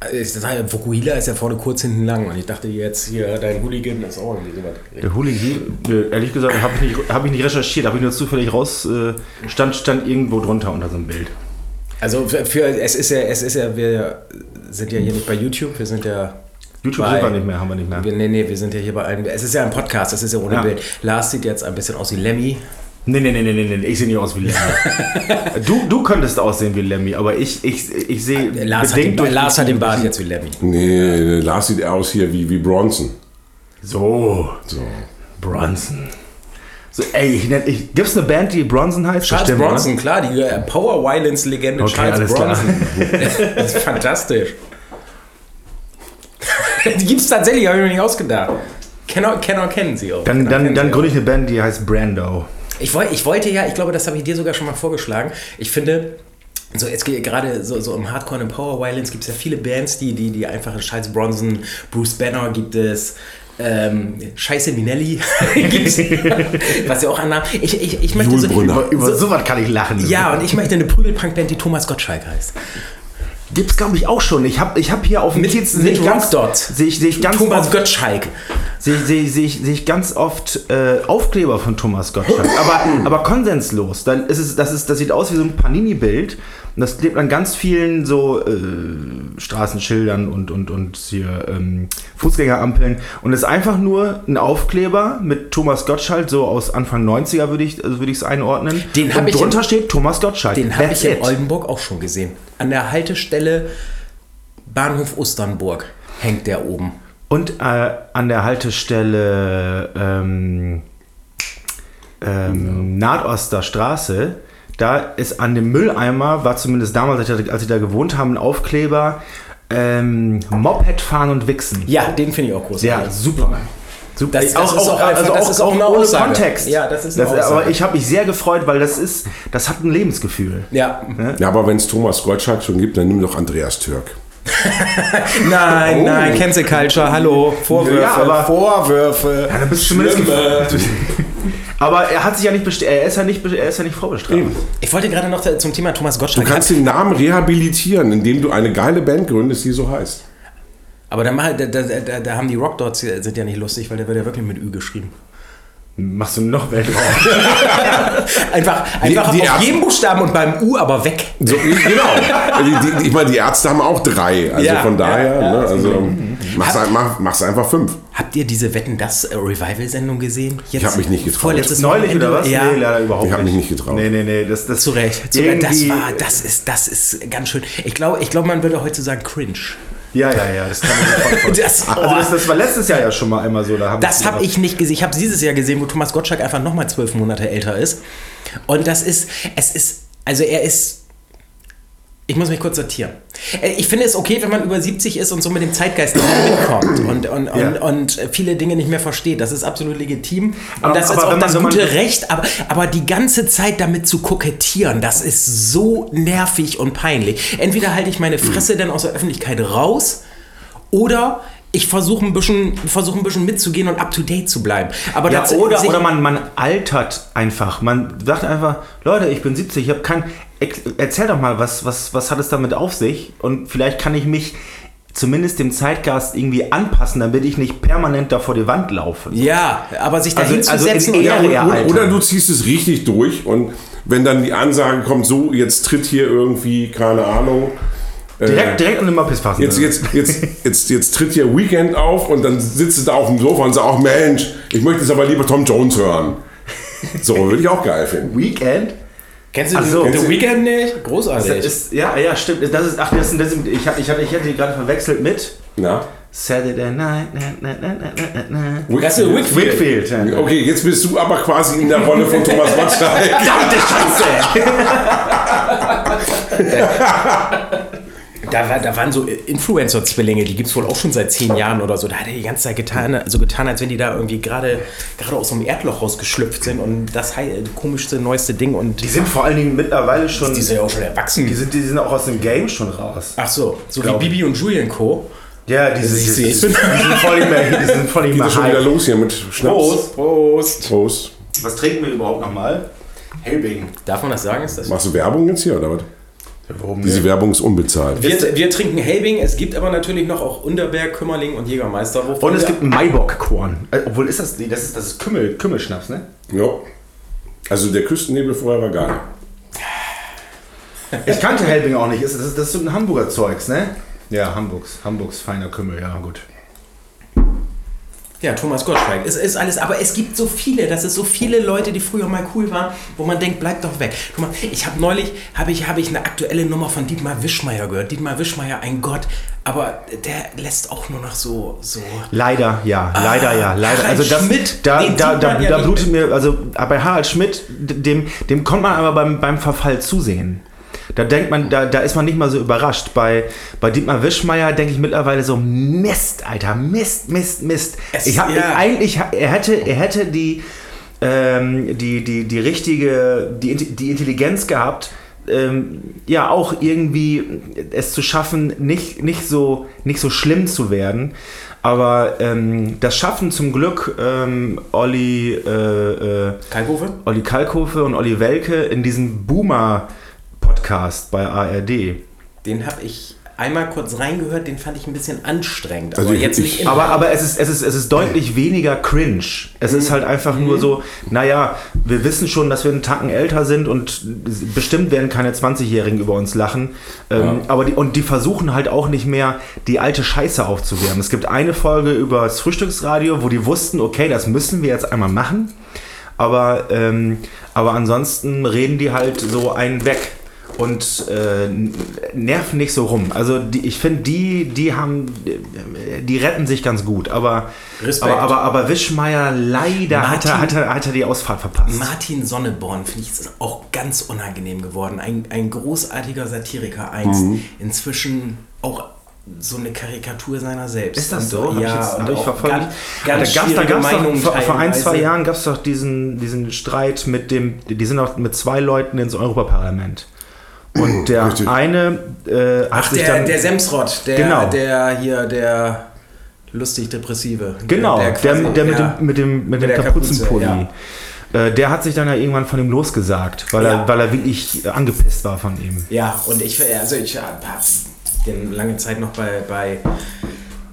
Speaker 1: Äh, Ich sage, Vokuhila ist ja vorne kurz hinten lang und ich dachte jetzt hier, dein Hooligan ist auch irgendwie sowas.
Speaker 2: Der Hooligan, äh, ehrlich gesagt, habe ich, nicht- hab ich nicht recherchiert, habe ich nur zufällig raus, äh, stand, stand irgendwo drunter unter so einem Bild.
Speaker 1: Also für, für es ist ja, es ist ja, wir sind ja hier nicht bei YouTube, wir sind ja.
Speaker 2: YouTube
Speaker 1: bei,
Speaker 2: sind wir nicht mehr, haben wir nicht mehr.
Speaker 1: Wir, nee, nee, wir sind ja hier bei einem. Es ist ja ein Podcast, es ist ja ohne
Speaker 2: Ne? Ja.
Speaker 1: Bild. Lars sieht jetzt ein bisschen aus wie Lemmy.
Speaker 2: Nee, nee, nee, nee, nee, nee ich sehe nicht aus wie Lemmy. du, du könntest aussehen wie Lemmy, aber ich, ich, ich sehe
Speaker 1: Äh, Lars, hat den,
Speaker 2: durch-
Speaker 1: Lars hat den Bart jetzt wie Lemmy.
Speaker 4: Nee, Lars sieht aus hier wie, wie Bronson.
Speaker 2: So,
Speaker 4: So.
Speaker 2: Bronson. So, ey, ich nenn, ich, gibt's eine Band, die Bronson heißt?
Speaker 1: Charles
Speaker 2: Bestimmt,
Speaker 1: Bronson, klar, die äh, Power Violence Legende
Speaker 2: Okay,
Speaker 1: Charles
Speaker 2: alles
Speaker 1: Bronson. das ist fantastisch. die gibt es tatsächlich, habe ich mir nicht ausgedacht. Kenner, Kenner kennen sie auch.
Speaker 2: Oder? Dann,
Speaker 1: Kenner
Speaker 2: dann,
Speaker 1: kennen
Speaker 2: dann
Speaker 1: sie auch.
Speaker 2: gründe ich eine Band, die heißt Brando.
Speaker 1: Ich, woll, ich wollte ja, ich glaube, das habe ich dir sogar schon mal vorgeschlagen. Ich finde, so jetzt geht gerade so, so im Hardcore und im Power Violence gibt es ja viele Bands, die, die, die einfach Charles Bronson, Bruce Banner gibt es. Ähm, Scheiße Minelli gibt's, was ja auch annahm. Ich, ich, ich möchte
Speaker 4: Jule
Speaker 1: so,
Speaker 4: Brunner.
Speaker 2: Über, über sowas kann ich lachen.
Speaker 1: ja, und ich möchte eine Prügelpunk-Band, die Thomas Gottschalk heißt.
Speaker 2: Gibt's glaube ich auch schon. Ich habe ich hab hier auf dem
Speaker 1: Mit-
Speaker 2: Kiez
Speaker 1: mit Rockdot.
Speaker 2: sehe ich, seh ich ganz
Speaker 1: Thomas
Speaker 2: oft-
Speaker 1: Gottschalk.
Speaker 2: sehe sehe- sehe ich, sehe ich ganz oft äh, Aufkleber von Thomas Gottschalk, aber, aber konsenslos. Dann ist es, das, ist, das sieht aus wie so ein Panini-Bild und das klebt an ganz vielen so äh, Straßenschildern und, und, und hier ähm, Fußgängerampeln und ist einfach nur ein Aufkleber mit Thomas Gottschalk, so aus Anfang 90er würde ich es würde ich's einordnen.
Speaker 1: Den hab
Speaker 2: und
Speaker 1: ich im-
Speaker 2: drunter steht Thomas Gottschalk.
Speaker 1: Den habe
Speaker 2: That's
Speaker 1: ich in
Speaker 2: it.
Speaker 1: Oldenburg auch schon gesehen. An der Haltestelle Bahnhof Osternburg hängt der oben.
Speaker 2: Und äh, an der Haltestelle ähm, ähm, Nordoster Straße, da ist an dem Mülleimer, war zumindest damals, als ich da, als ich da gewohnt habe, ein Aufkleber, ähm, Moped fahren und wichsen.
Speaker 1: Ja, den finde ich auch großartig.
Speaker 2: Ja, super. Super.
Speaker 1: Das- das ist auch einfach- das ist auch eine
Speaker 2: also ohne
Speaker 1: Aussage.
Speaker 2: Kontext.
Speaker 1: Ja, das ist eine
Speaker 2: Aber
Speaker 1: Aussage.
Speaker 2: ich habe mich sehr gefreut, weil das ist, das hat ein Lebensgefühl.
Speaker 1: Ja.
Speaker 4: Ja, aber wenn es Thomas Gottschalk schon gibt, dann nimm doch Andreas Türk.
Speaker 1: Nein, nein, Cancel Culture, hallo. Vorwürfe,
Speaker 2: Ja, aber-
Speaker 1: Vorwürfe.
Speaker 2: Ja, dann bist du zumindest gefreut. Aber er hat sich ja nicht, best- er ist ja nicht, er ist ja nicht vorbestraft.
Speaker 1: Ich wollte gerade noch zum Thema Thomas
Speaker 4: Du
Speaker 1: Gottschalk.
Speaker 4: kannst den Namen rehabilitieren, indem du eine geile Band gründest, die so heißt.
Speaker 1: aber da, mach- halt, da, da, da, da haben die Rock Dots äh, sind ja nicht lustig, weil der wird ja wirklich mit Ü geschrieben.
Speaker 2: Machst du noch mehr drauf?
Speaker 1: Einfach, einfach
Speaker 4: die
Speaker 1: auf
Speaker 4: Ärzte-
Speaker 1: jedem Buchstaben und beim U aber weg.
Speaker 4: So, genau. die, die, ich meine, die Ärzte haben auch drei. Also
Speaker 1: Ja,
Speaker 4: von daher,
Speaker 1: ja, ja.
Speaker 4: ne, also mach's, ein, mach, mach's einfach fünf.
Speaker 1: Habt ihr diese Wetten das äh, Revival-Sendung gesehen? Jetzt-
Speaker 4: hab mich nicht getraut.
Speaker 1: Vorletztes
Speaker 2: Neulich
Speaker 1: Wochenende?
Speaker 2: oder was?
Speaker 1: Ja.
Speaker 2: Nee, leider überhaupt
Speaker 4: Ich hab mich nicht getraut.
Speaker 2: Nee, nee, nee. Das, das
Speaker 1: Zu Recht. Zu Recht. Das
Speaker 2: irgendwie-
Speaker 1: war, das ist, das ist ganz schön. Ich glaube, ich glaube, man würde heute sagen cringe.
Speaker 2: Ja, ja, ja. Das, kann man sofort voll-
Speaker 1: Das-
Speaker 2: also das, das war letztes Jahr ja schon mal einmal so. Da haben
Speaker 1: Das habe ich nicht gesehen. Ich habe dieses Jahr gesehen, wo Thomas Gottschalk einfach nochmal zwölf Monate älter ist. Und das ist, es ist, also er ist, ich muss mich kurz sortieren. Äh, Ich finde es okay, wenn man über 70 ist und so mit dem Zeitgeist nicht mehr mitkommt und, und, und,
Speaker 2: Ja.
Speaker 1: und viele Dinge nicht mehr versteht. Das ist absolut legitim. Und
Speaker 2: Aber-
Speaker 1: das ist
Speaker 2: aber
Speaker 1: auch
Speaker 2: wenn man-
Speaker 1: das
Speaker 2: wenn man-
Speaker 1: gute Recht. Aber, aber die ganze Zeit damit zu kokettieren, das ist so nervig und peinlich. Entweder halte ich meine Fresse dann aus der Öffentlichkeit raus oder ich versuche ein bisschen, versuche ein bisschen mitzugehen und up to date zu bleiben. Aber
Speaker 2: Ja,
Speaker 1: das-
Speaker 2: oder
Speaker 1: sich-
Speaker 2: oder man, man altert einfach. Man sagt einfach, Leute, ich bin 70, ich habe kein. Ex- Erzähl doch mal, was, was, was hat es damit auf sich? Und vielleicht kann ich mich zumindest dem Zeitgeist irgendwie anpassen, damit ich nicht permanent da vor die Wand laufe.
Speaker 1: ja, aber sich dahin
Speaker 2: Also-
Speaker 1: zu
Speaker 2: also in
Speaker 1: setzen
Speaker 2: Ehren-
Speaker 1: und,
Speaker 2: Ja,
Speaker 4: oder,
Speaker 2: Alter.
Speaker 4: oder du ziehst es richtig durch und wenn dann die Ansage kommt, so, jetzt tritt hier irgendwie, keine Ahnung,
Speaker 2: Direkt, direkt an den Moppis fassen.
Speaker 4: Jetzt, jetzt, jetzt, jetzt, jetzt tritt hier Weekend auf und dann sitzt du da auf dem Sofa und sagst auch, Mensch, ich möchte jetzt aber lieber Tom Jones hören. So, würde ich auch geil finden.
Speaker 2: Weekend?
Speaker 1: Kennst du
Speaker 2: Ach
Speaker 1: den-
Speaker 2: so.
Speaker 1: The Weeknd nicht? Großartig.
Speaker 2: Das Also, ist, ja, ja, stimmt. Das ist, ach, das ist, das ist, ich, hab- ich, hab- ich hätte die gerade verwechselt mit
Speaker 4: Na?
Speaker 2: Saturday Night. Na, na, na, na, na, na.
Speaker 1: Russell Whitfield.
Speaker 2: Whitfield. ja.
Speaker 4: Okay, jetzt bist du aber quasi in der Rolle von Thomas Gottschalk.
Speaker 2: Verdammte Scheiße!
Speaker 1: Da, war, da waren so Influencer-Zwillinge, die gibt es wohl auch schon seit zehn Jahren oder so. Da hat er die ganze Zeit getan, so getan, als wenn die da irgendwie gerade gerade aus so einem Erdloch rausgeschlüpft sind und das hei- komischste, neueste Ding und
Speaker 2: Die sind vor allen Dingen mittlerweile schon.
Speaker 1: die sind ja auch schon erwachsen.
Speaker 2: Die sind, die sind auch aus dem Game schon raus.
Speaker 1: Ach so, so wie
Speaker 2: Glaub ich.
Speaker 1: Bibi und Julian Co.
Speaker 2: Ja, die
Speaker 1: Siehst du,
Speaker 2: sind, die,
Speaker 1: ich bin-
Speaker 2: sind voll im Die sind voll im
Speaker 4: Geht das schon wieder los hier mit Schnaps?
Speaker 2: halt. Prost, Prost.
Speaker 4: Prost.
Speaker 2: Was trinken wir überhaupt nochmal? Helbing.
Speaker 1: Darf man das sagen? Ist das
Speaker 4: Machst du Werbung jetzt hier oder was?
Speaker 2: Warum
Speaker 4: Diese
Speaker 2: nicht?
Speaker 4: Werbung ist unbezahlt.
Speaker 1: wir, wir trinken Helbing, es gibt aber natürlich noch auch Unterberg, Kümmerling und Jägermeister.
Speaker 2: Und es gibt einen Maibock-Korn. Äh, Obwohl, ist das, nee, das ist, das ist Kümmel, Kümmelschnaps, ne?
Speaker 4: Ja. Also der Küstennebel vorher war geil.
Speaker 2: Ich kannte Helbing auch nicht. Das ist, das ist so ein Hamburger Zeugs, ne? Ja, Hamburgs. Hamburgs feiner Kümmel, ja, gut.
Speaker 1: Ja, Thomas Gottschalk. Es ist alles, aber es gibt so viele, das ist so viele Leute, die früher mal cool waren, wo man denkt, bleib doch weg. Guck mal, ich habe neulich habe ich, hab ich eine aktuelle Nummer von Dietmar Wischmeier gehört. Dietmar Wischmeier, ein Gott, aber der lässt auch nur noch so so
Speaker 2: Leider, ja, leider, ja,
Speaker 1: Ah,
Speaker 2: leider.
Speaker 1: Harald
Speaker 2: Also das,
Speaker 1: Schmidt,
Speaker 2: da,
Speaker 1: den
Speaker 2: da,
Speaker 1: sieht
Speaker 2: da,
Speaker 1: man ja
Speaker 2: da
Speaker 1: nicht.
Speaker 2: blutet mir, also bei Harald Schmidt, dem, dem kommt man aber beim, beim Verfall zusehen. Da denkt man, da, da ist man nicht mal so überrascht. Bei, bei Dietmar Wischmeier denke ich mittlerweile so, Mist, Alter, Mist, Mist, Mist.
Speaker 1: Es-
Speaker 2: ich habe
Speaker 1: ja.
Speaker 2: eigentlich, er hätte, er hätte die, ähm, die, die, die richtige, die, Int- die Intelligenz gehabt, ähm, ja auch irgendwie es zu schaffen, nicht, nicht, so, nicht so schlimm zu werden. Aber ähm, das schaffen zum Glück ähm, Olli, äh, äh,
Speaker 1: Kalkofe.
Speaker 2: Olli Kalkofe und Olli Welke in diesem Boomer-Podcast bei ARD.
Speaker 1: Den habe ich einmal kurz reingehört, den fand ich ein bisschen anstrengend.
Speaker 4: Also
Speaker 1: aber
Speaker 4: ich-
Speaker 1: jetzt
Speaker 4: ich-
Speaker 1: nicht immer.
Speaker 2: Aber, aber es, ist, es, ist, es ist deutlich weniger cringe. Es ist halt einfach nur so, naja, wir wissen schon, dass wir einen Tacken älter sind und bestimmt werden keine 20-Jährigen über uns lachen. Ähm, aber die, und die versuchen halt auch nicht mehr, die alte Scheiße aufzuwärmen. Es gibt eine Folge über das Frühstücksradio, wo die wussten, okay, das müssen wir jetzt einmal machen. Aber, ähm, aber ansonsten reden die halt so einen weg und äh, n- nerven nicht so rum. Also die, ich finde, die, die haben, äh, die retten sich ganz gut. Aber,
Speaker 1: Respekt.
Speaker 2: aber, aber, aber Wischmeier leider hat er, hat,
Speaker 1: Martin-
Speaker 2: er, hat er die Ausfahrt verpasst.
Speaker 1: Martin Sonneborn finde ich ist auch ganz unangenehm geworden. Ein, ein großartiger Satiriker einst. Inzwischen auch so eine Karikatur seiner selbst.
Speaker 2: ist das
Speaker 1: Und,
Speaker 2: so? Hab
Speaker 1: Ja,
Speaker 2: ich, jetzt,
Speaker 1: und
Speaker 2: hab ich
Speaker 1: auch
Speaker 2: verfolgt.
Speaker 1: Ganz, ganz
Speaker 2: da gab's, da
Speaker 1: schwierige
Speaker 2: gab's doch,
Speaker 1: Meinungen
Speaker 2: vor, vor ein, zwei
Speaker 1: teilweise.
Speaker 2: Jahren gab es doch diesen, diesen Streit mit dem, die sind auch mit zwei Leuten ins Europaparlament. Und der
Speaker 4: Richtig.
Speaker 2: eine äh, hat
Speaker 1: Ach,
Speaker 2: sich
Speaker 1: der,
Speaker 2: dann...
Speaker 1: der Semsrott, der,
Speaker 2: Genau.
Speaker 1: der hier, der lustig-depressive.
Speaker 2: Genau, der, der,
Speaker 1: quasi-
Speaker 2: mit
Speaker 1: ja.
Speaker 2: dem, mit dem, mit dem
Speaker 1: der Kapuze,
Speaker 2: Kapuzenpulli.
Speaker 1: ja.
Speaker 2: Äh, Der hat sich dann ja irgendwann von ihm losgesagt, weil,
Speaker 1: Ja.
Speaker 2: er, weil er wirklich angepisst war von ihm.
Speaker 1: Ja, und ich, also ich hab den lange Zeit noch bei, bei,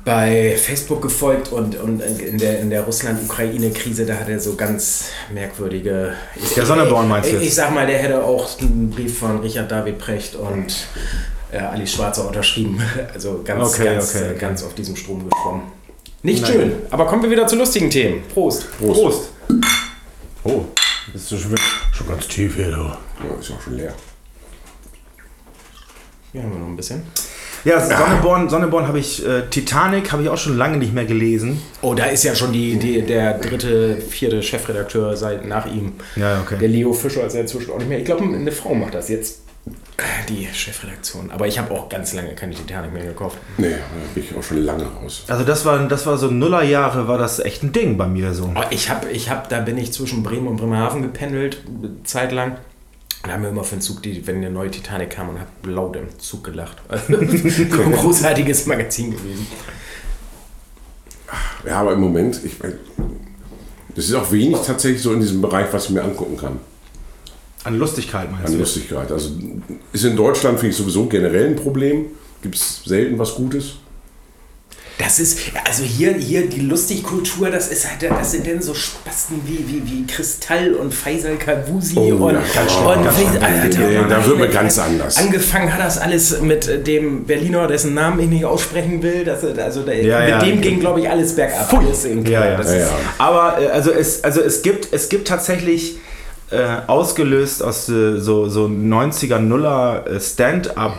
Speaker 1: bei Facebook gefolgt und, und in der, in der Russland-Ukraine-Krise, da hat er so ganz merkwürdige. Ich,
Speaker 2: Der Sonneborn meinst du
Speaker 1: ich,
Speaker 2: jetzt?
Speaker 1: ich sag mal, der hätte auch einen Brief von Richard David Precht und äh, Ali Schwarzer unterschrieben. Also ganz,
Speaker 2: Okay,
Speaker 1: ganz,
Speaker 2: okay,
Speaker 1: äh,
Speaker 2: okay.
Speaker 1: ganz auf diesem Strom geschwommen. Nicht schön, aber kommen wir wieder zu lustigen Themen. Prost.
Speaker 4: Prost.
Speaker 2: Oh.
Speaker 4: Bist du schon, weg?
Speaker 2: Schon ganz tief hier, du.
Speaker 4: Ja, ist auch schon leer.
Speaker 1: Hier haben wir noch ein bisschen.
Speaker 2: Ja, also Sonneborn, Sonneborn habe ich, äh, Titanic habe ich auch schon lange nicht mehr gelesen.
Speaker 1: Oh, da ist ja schon die, die, der dritte, vierte Chefredakteur seit nach ihm.
Speaker 2: Ja, ja, okay.
Speaker 1: Der Leo Fischer ist ja inzwischen auch nicht mehr. Ich glaube, eine Frau macht das jetzt. Die Chefredaktion. Aber ich habe auch ganz lange keine Titanic mehr gekauft.
Speaker 4: Nee, da bin ich auch schon lange raus.
Speaker 2: Also das war, das war so Nullerjahre, war das echt ein Ding bei mir so.
Speaker 1: Aber Oh, ich habe, ich hab, da bin ich zwischen Bremen und Bremerhaven gependelt, eine Zeit lang. Und da haben wir immer für den Zug, die, wenn eine neue Titanic kam, und habe laut im Zug gelacht. ein großartiges Magazin gewesen.
Speaker 4: Ja, aber im Moment, ich mein, das ist auch wenig tatsächlich so in diesem Bereich, was ich mir angucken kann.
Speaker 2: An Lustigkeit meinst
Speaker 4: An
Speaker 2: du?
Speaker 4: Lustigkeit. Also ist in Deutschland, finde ich, sowieso generell ein Problem. Gibt es selten was Gutes.
Speaker 1: Das ist, also hier, hier die Lustigkultur, das ist halt, das sind denn so Spasten wie, wie, wie Kristall und Faisal Kavusi
Speaker 4: Oh,
Speaker 1: und,
Speaker 4: ja, ganz schlimm,
Speaker 1: und
Speaker 4: ganz schlimm.
Speaker 1: Alter,
Speaker 4: Nee, da wird man
Speaker 1: meine
Speaker 4: ganz
Speaker 1: Fresse.
Speaker 4: anders.
Speaker 1: Angefangen hat das alles mit äh, dem Berliner, dessen Namen ich nicht aussprechen will. Das, äh, also der,
Speaker 2: Ja,
Speaker 1: mit
Speaker 2: ja.
Speaker 1: dem ging, glaube ich, alles bergab. Alles in
Speaker 2: Ja, ja.
Speaker 1: Das
Speaker 4: Ja,
Speaker 1: ist,
Speaker 4: ja.
Speaker 2: Aber äh, also es, also es, gibt, es gibt tatsächlich äh, ausgelöst aus äh, so, so 90er Nuller äh,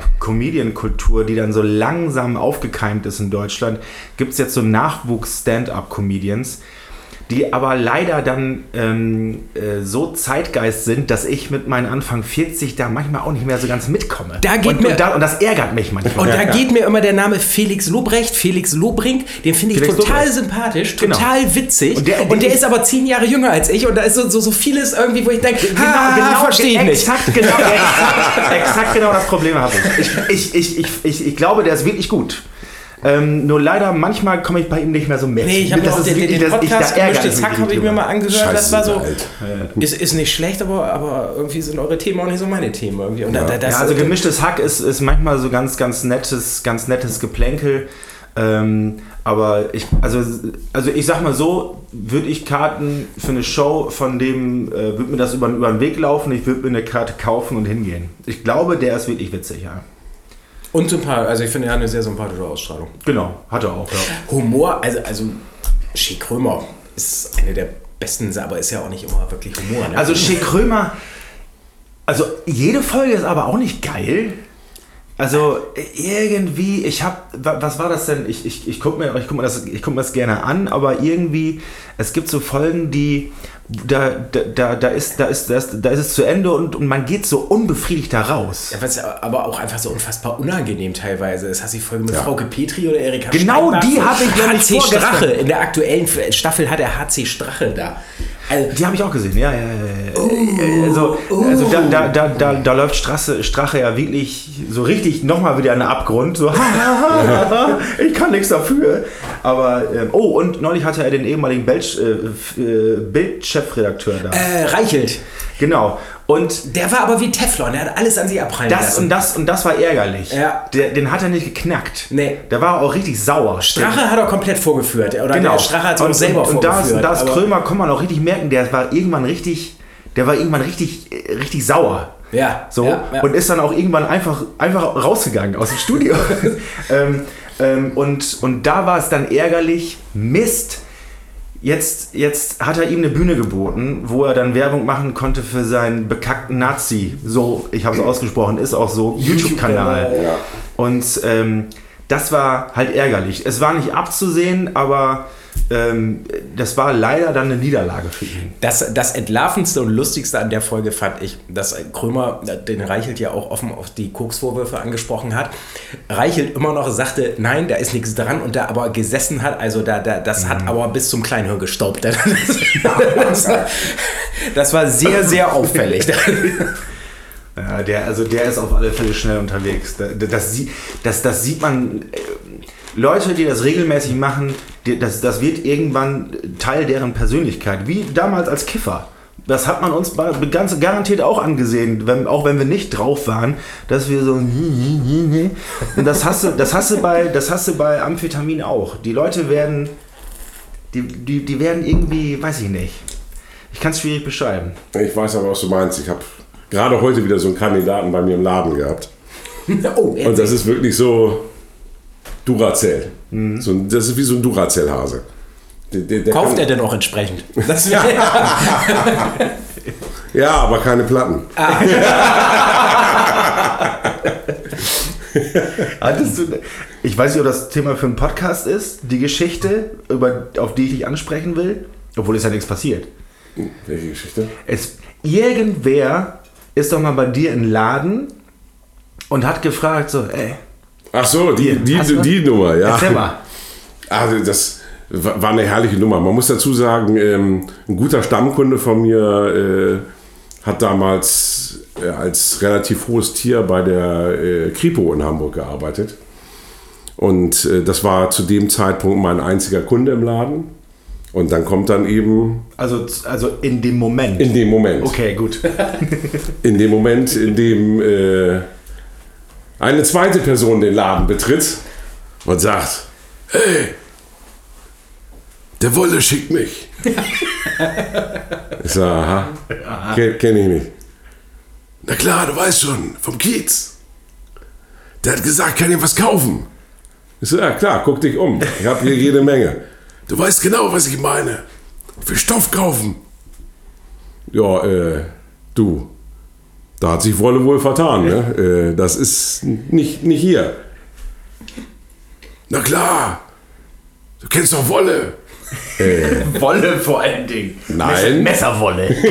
Speaker 2: Stand-up-Comedian-Kultur, die dann so langsam aufgekeimt ist in Deutschland, gibt es jetzt so Nachwuchs-Stand-up-Comedians, die aber leider dann ähm, äh, so Zeitgeist sind, dass ich mit meinen Anfang 40 da manchmal auch nicht mehr so ganz mitkomme.
Speaker 1: Da geht
Speaker 2: und,
Speaker 1: mir-
Speaker 2: und, da, und das ärgert mich manchmal.
Speaker 1: Und da geht mir immer der Name Felix Lobrecht, Felix Lobrink, den finde ich
Speaker 2: Felix
Speaker 1: total
Speaker 2: Lobrecht.
Speaker 1: sympathisch,
Speaker 2: Genau.
Speaker 1: total witzig.
Speaker 2: Und der- den-
Speaker 1: ist aber zehn Jahre jünger als ich und da ist so, so, so vieles irgendwie, wo ich denke, genau, ah, verstehe ich nicht.
Speaker 2: exakt, Genau, exakt, exakt genau das Problem habe ich. Ich, ich, ich, ich, ich. ich glaube, der ist wirklich gut. Ähm, nur leider, manchmal komme ich bei ihm nicht mehr so mit.
Speaker 1: Nee, ich habe mir
Speaker 2: Das
Speaker 1: auch
Speaker 2: ist
Speaker 1: den, den,
Speaker 2: wirklich-
Speaker 1: den
Speaker 2: das- ich- da
Speaker 1: Podcast
Speaker 2: ärgere
Speaker 1: Gemischtes
Speaker 2: mich
Speaker 1: Hack habe ich
Speaker 2: wirklich
Speaker 1: mir mal
Speaker 2: drüber.
Speaker 1: angehört. das
Speaker 4: Scheiße,
Speaker 1: war so,
Speaker 4: sind wir alt.
Speaker 1: ist, ist nicht schlecht, aber, aber irgendwie sind eure Themen auch nicht so meine Themen. Irgendwie. Und da- da- das,
Speaker 2: Ja, also gemischtes Hack ist, ist manchmal so ganz, ganz nettes, ganz nettes Geplänkel. Ähm, aber ich, also, also ich sag mal so, würde ich Karten für eine Show von dem, äh, würde mir das über, über den Weg laufen, ich würde mir eine Karte kaufen und hingehen. Ich glaube, der ist wirklich witzig, ja.
Speaker 1: und sympathisch, also ich finde, er hat eine sehr sympathische Ausstrahlung.
Speaker 2: Genau, hat er auch, ja.
Speaker 1: Humor, also, also Schick Krömer ist eine der besten, aber ist ja auch nicht immer wirklich Humor. Ne?
Speaker 2: Also Schick Krömer, also jede Folge ist aber auch nicht geil. Also irgendwie, ich hab, wa- was war das denn? Ich, ich, ich guck mir, ich guck mir das, ich guck mir das gerne an, aber irgendwie, es gibt so Folgen, die, da, da, da, da ist, da ist, da ist, da ist es zu Ende und, und man geht so unbefriedigt da raus.
Speaker 1: Ja, was aber auch einfach so unfassbar unangenehm teilweise ist. Hast du die Folge mit
Speaker 4: Ja.
Speaker 1: Frauke Petri oder Erika
Speaker 2: Genau
Speaker 1: Steinbach?
Speaker 2: die habe ich nämlich
Speaker 1: HC
Speaker 2: vorgestern.
Speaker 1: Strache. In der aktuellen F- Staffel hat er HC Strache da. Also,
Speaker 2: Die habe ich auch gesehen, ja, ja, ja, ja. Äh, Also,
Speaker 1: Oh.
Speaker 2: also da, da, da, da, da läuft Straße, Strache ja wirklich so richtig nochmal wieder in den Abgrund. So, ich kann nichts dafür. Aber, ähm, oh, und neulich hatte er den ehemaligen Bild- äh, F- äh, Bild-Chefredakteur da.
Speaker 1: äh, Reichelt.
Speaker 2: Genau. Und
Speaker 1: Der war aber wie Teflon, der hat alles an sich abprallen
Speaker 2: das
Speaker 1: lassen.
Speaker 2: und das und das war ärgerlich.
Speaker 1: Ja.
Speaker 2: Der, den hat er nicht geknackt.
Speaker 1: Nee.
Speaker 2: Der war auch richtig sauer.
Speaker 1: Strache hat er komplett vorgeführt. Oder
Speaker 2: Genau.
Speaker 1: der Strache hat es auch
Speaker 2: und,
Speaker 1: selber
Speaker 2: und, und da ist,
Speaker 1: vorgeführt.
Speaker 2: da ist
Speaker 1: aber-
Speaker 2: Krömer, kann man auch richtig merken, der war irgendwann richtig, der war irgendwann richtig, äh, richtig sauer.
Speaker 1: Ja,
Speaker 2: So.
Speaker 1: ja, ja.
Speaker 2: Und ist dann auch irgendwann einfach, einfach rausgegangen aus dem Studio. ähm, ähm, und, und da war es dann ärgerlich, Mist. Jetzt, jetzt hat er ihm eine Bühne geboten, wo er dann Werbung machen konnte für seinen bekackten Nazi. So, ich habe es ausgesprochen, ist auch so. YouTube-Kanal.
Speaker 1: YouTube-Kanal,
Speaker 4: ja.
Speaker 2: Und ähm, das war halt ärgerlich. Es war nicht abzusehen, aber ähm, das war leider dann eine Niederlage für ihn.
Speaker 1: Das, das Entlarvendste und Lustigste an der Folge fand ich, dass Krömer, den Reichelt ja auch offen auf die Koksvorwürfe angesprochen hat, Reichelt immer noch sagte, nein, da ist nichts dran und da aber gesessen hat, also da, da, das
Speaker 2: Mhm.
Speaker 1: hat aber bis zum Kleinhirn gestaubt. Das, war- das war sehr, sehr auffällig.
Speaker 2: Ja, der, also der ist auf alle Fälle schnell unterwegs. Da- da- Das, sie- das, das sieht man. äh, Leute, die das regelmäßig machen, die, das, das wird irgendwann Teil deren Persönlichkeit. Wie damals als Kiffer. Das hat man uns bei- ganz garantiert auch angesehen, wenn, auch wenn wir nicht drauf waren, dass wir so. Und das hast du, das hast du, bei, das hast du bei Amphetamin auch. Die Leute werden. Die, die, die werden irgendwie, weiß ich nicht. Ich kann es schwierig beschreiben.
Speaker 4: Ich weiß aber, was du meinst. Ich habe gerade heute wieder so einen Kandidaten bei mir im Laden gehabt.
Speaker 1: oh, erzähl.
Speaker 4: Und das ist wirklich so Duracell.
Speaker 2: Mhm.
Speaker 4: So, ein- das ist wie so ein Duracell-Hase. Der- der- der
Speaker 1: Kauft
Speaker 4: kann-
Speaker 1: er denn auch entsprechend? Das
Speaker 4: Ja, aber keine Platten.
Speaker 2: Ah. Hattest du, ich weiß nicht, ob das Thema für einen Podcast ist, die Geschichte, über, auf die ich dich ansprechen will, obwohl ist ja nichts passiert.
Speaker 4: Welche Geschichte?
Speaker 2: Es, irgendwer ist doch mal bei dir im Laden und hat gefragt, so, ey,
Speaker 4: Ach so, die, die,
Speaker 2: Hast du
Speaker 4: die,
Speaker 2: was?
Speaker 4: Nummer, ja.
Speaker 2: erzähl mal.
Speaker 4: Also das wa- war eine herrliche Nummer. Man muss dazu sagen, ähm, ein guter Stammkunde von mir äh, hat damals äh, als relativ hohes Tier bei der äh, Kripo in Hamburg gearbeitet. Und äh, das war zu dem Zeitpunkt mein einziger Kunde im Laden. Und dann kommt dann eben
Speaker 2: Also, also in dem Moment.
Speaker 4: in dem Moment.
Speaker 2: okay, gut.
Speaker 4: In dem Moment, in dem äh, eine zweite Person den Laden betritt und sagt, hey, der Wolle schickt mich. ich sage, aha, kenne kenn ich nicht. Na klar, du weißt schon, vom Kiez. Der hat gesagt, kann ihm was kaufen. Ich sage, ja klar, guck dich um. Ich habe hier jede Menge. Du weißt genau, was ich meine. Für Stoff kaufen. Ja, äh, du, da hat sich Wolle wohl vertan. Ne? Äh, das ist nicht, nicht hier. Na klar, du kennst doch Wolle.
Speaker 2: Wolle vor allen Dingen.
Speaker 4: Nein.
Speaker 2: Mess- Messerwolle.
Speaker 1: ich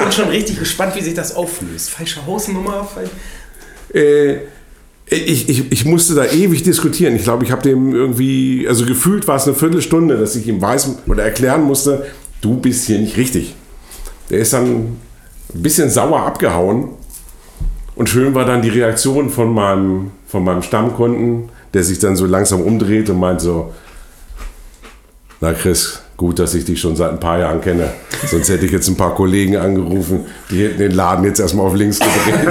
Speaker 1: bin schon richtig gespannt, wie sich das auflöst. Falsche Hausnummer. Falsch
Speaker 4: Äh, ich, ich, ich musste da ewig diskutieren. Ich glaube, ich habe dem irgendwie, also gefühlt war es eine Viertelstunde, dass ich ihm weiß oder erklären musste, du bist hier nicht richtig. Der ist dann ein bisschen sauer abgehauen. Und schön war dann die Reaktion von meinem, von meinem Stammkunden, der sich dann so langsam umdreht und meint so, na Chris, gut, dass ich dich schon seit ein paar Jahren kenne. Sonst hätte ich jetzt ein paar Kollegen angerufen, die hätten den Laden jetzt erstmal auf links gedreht.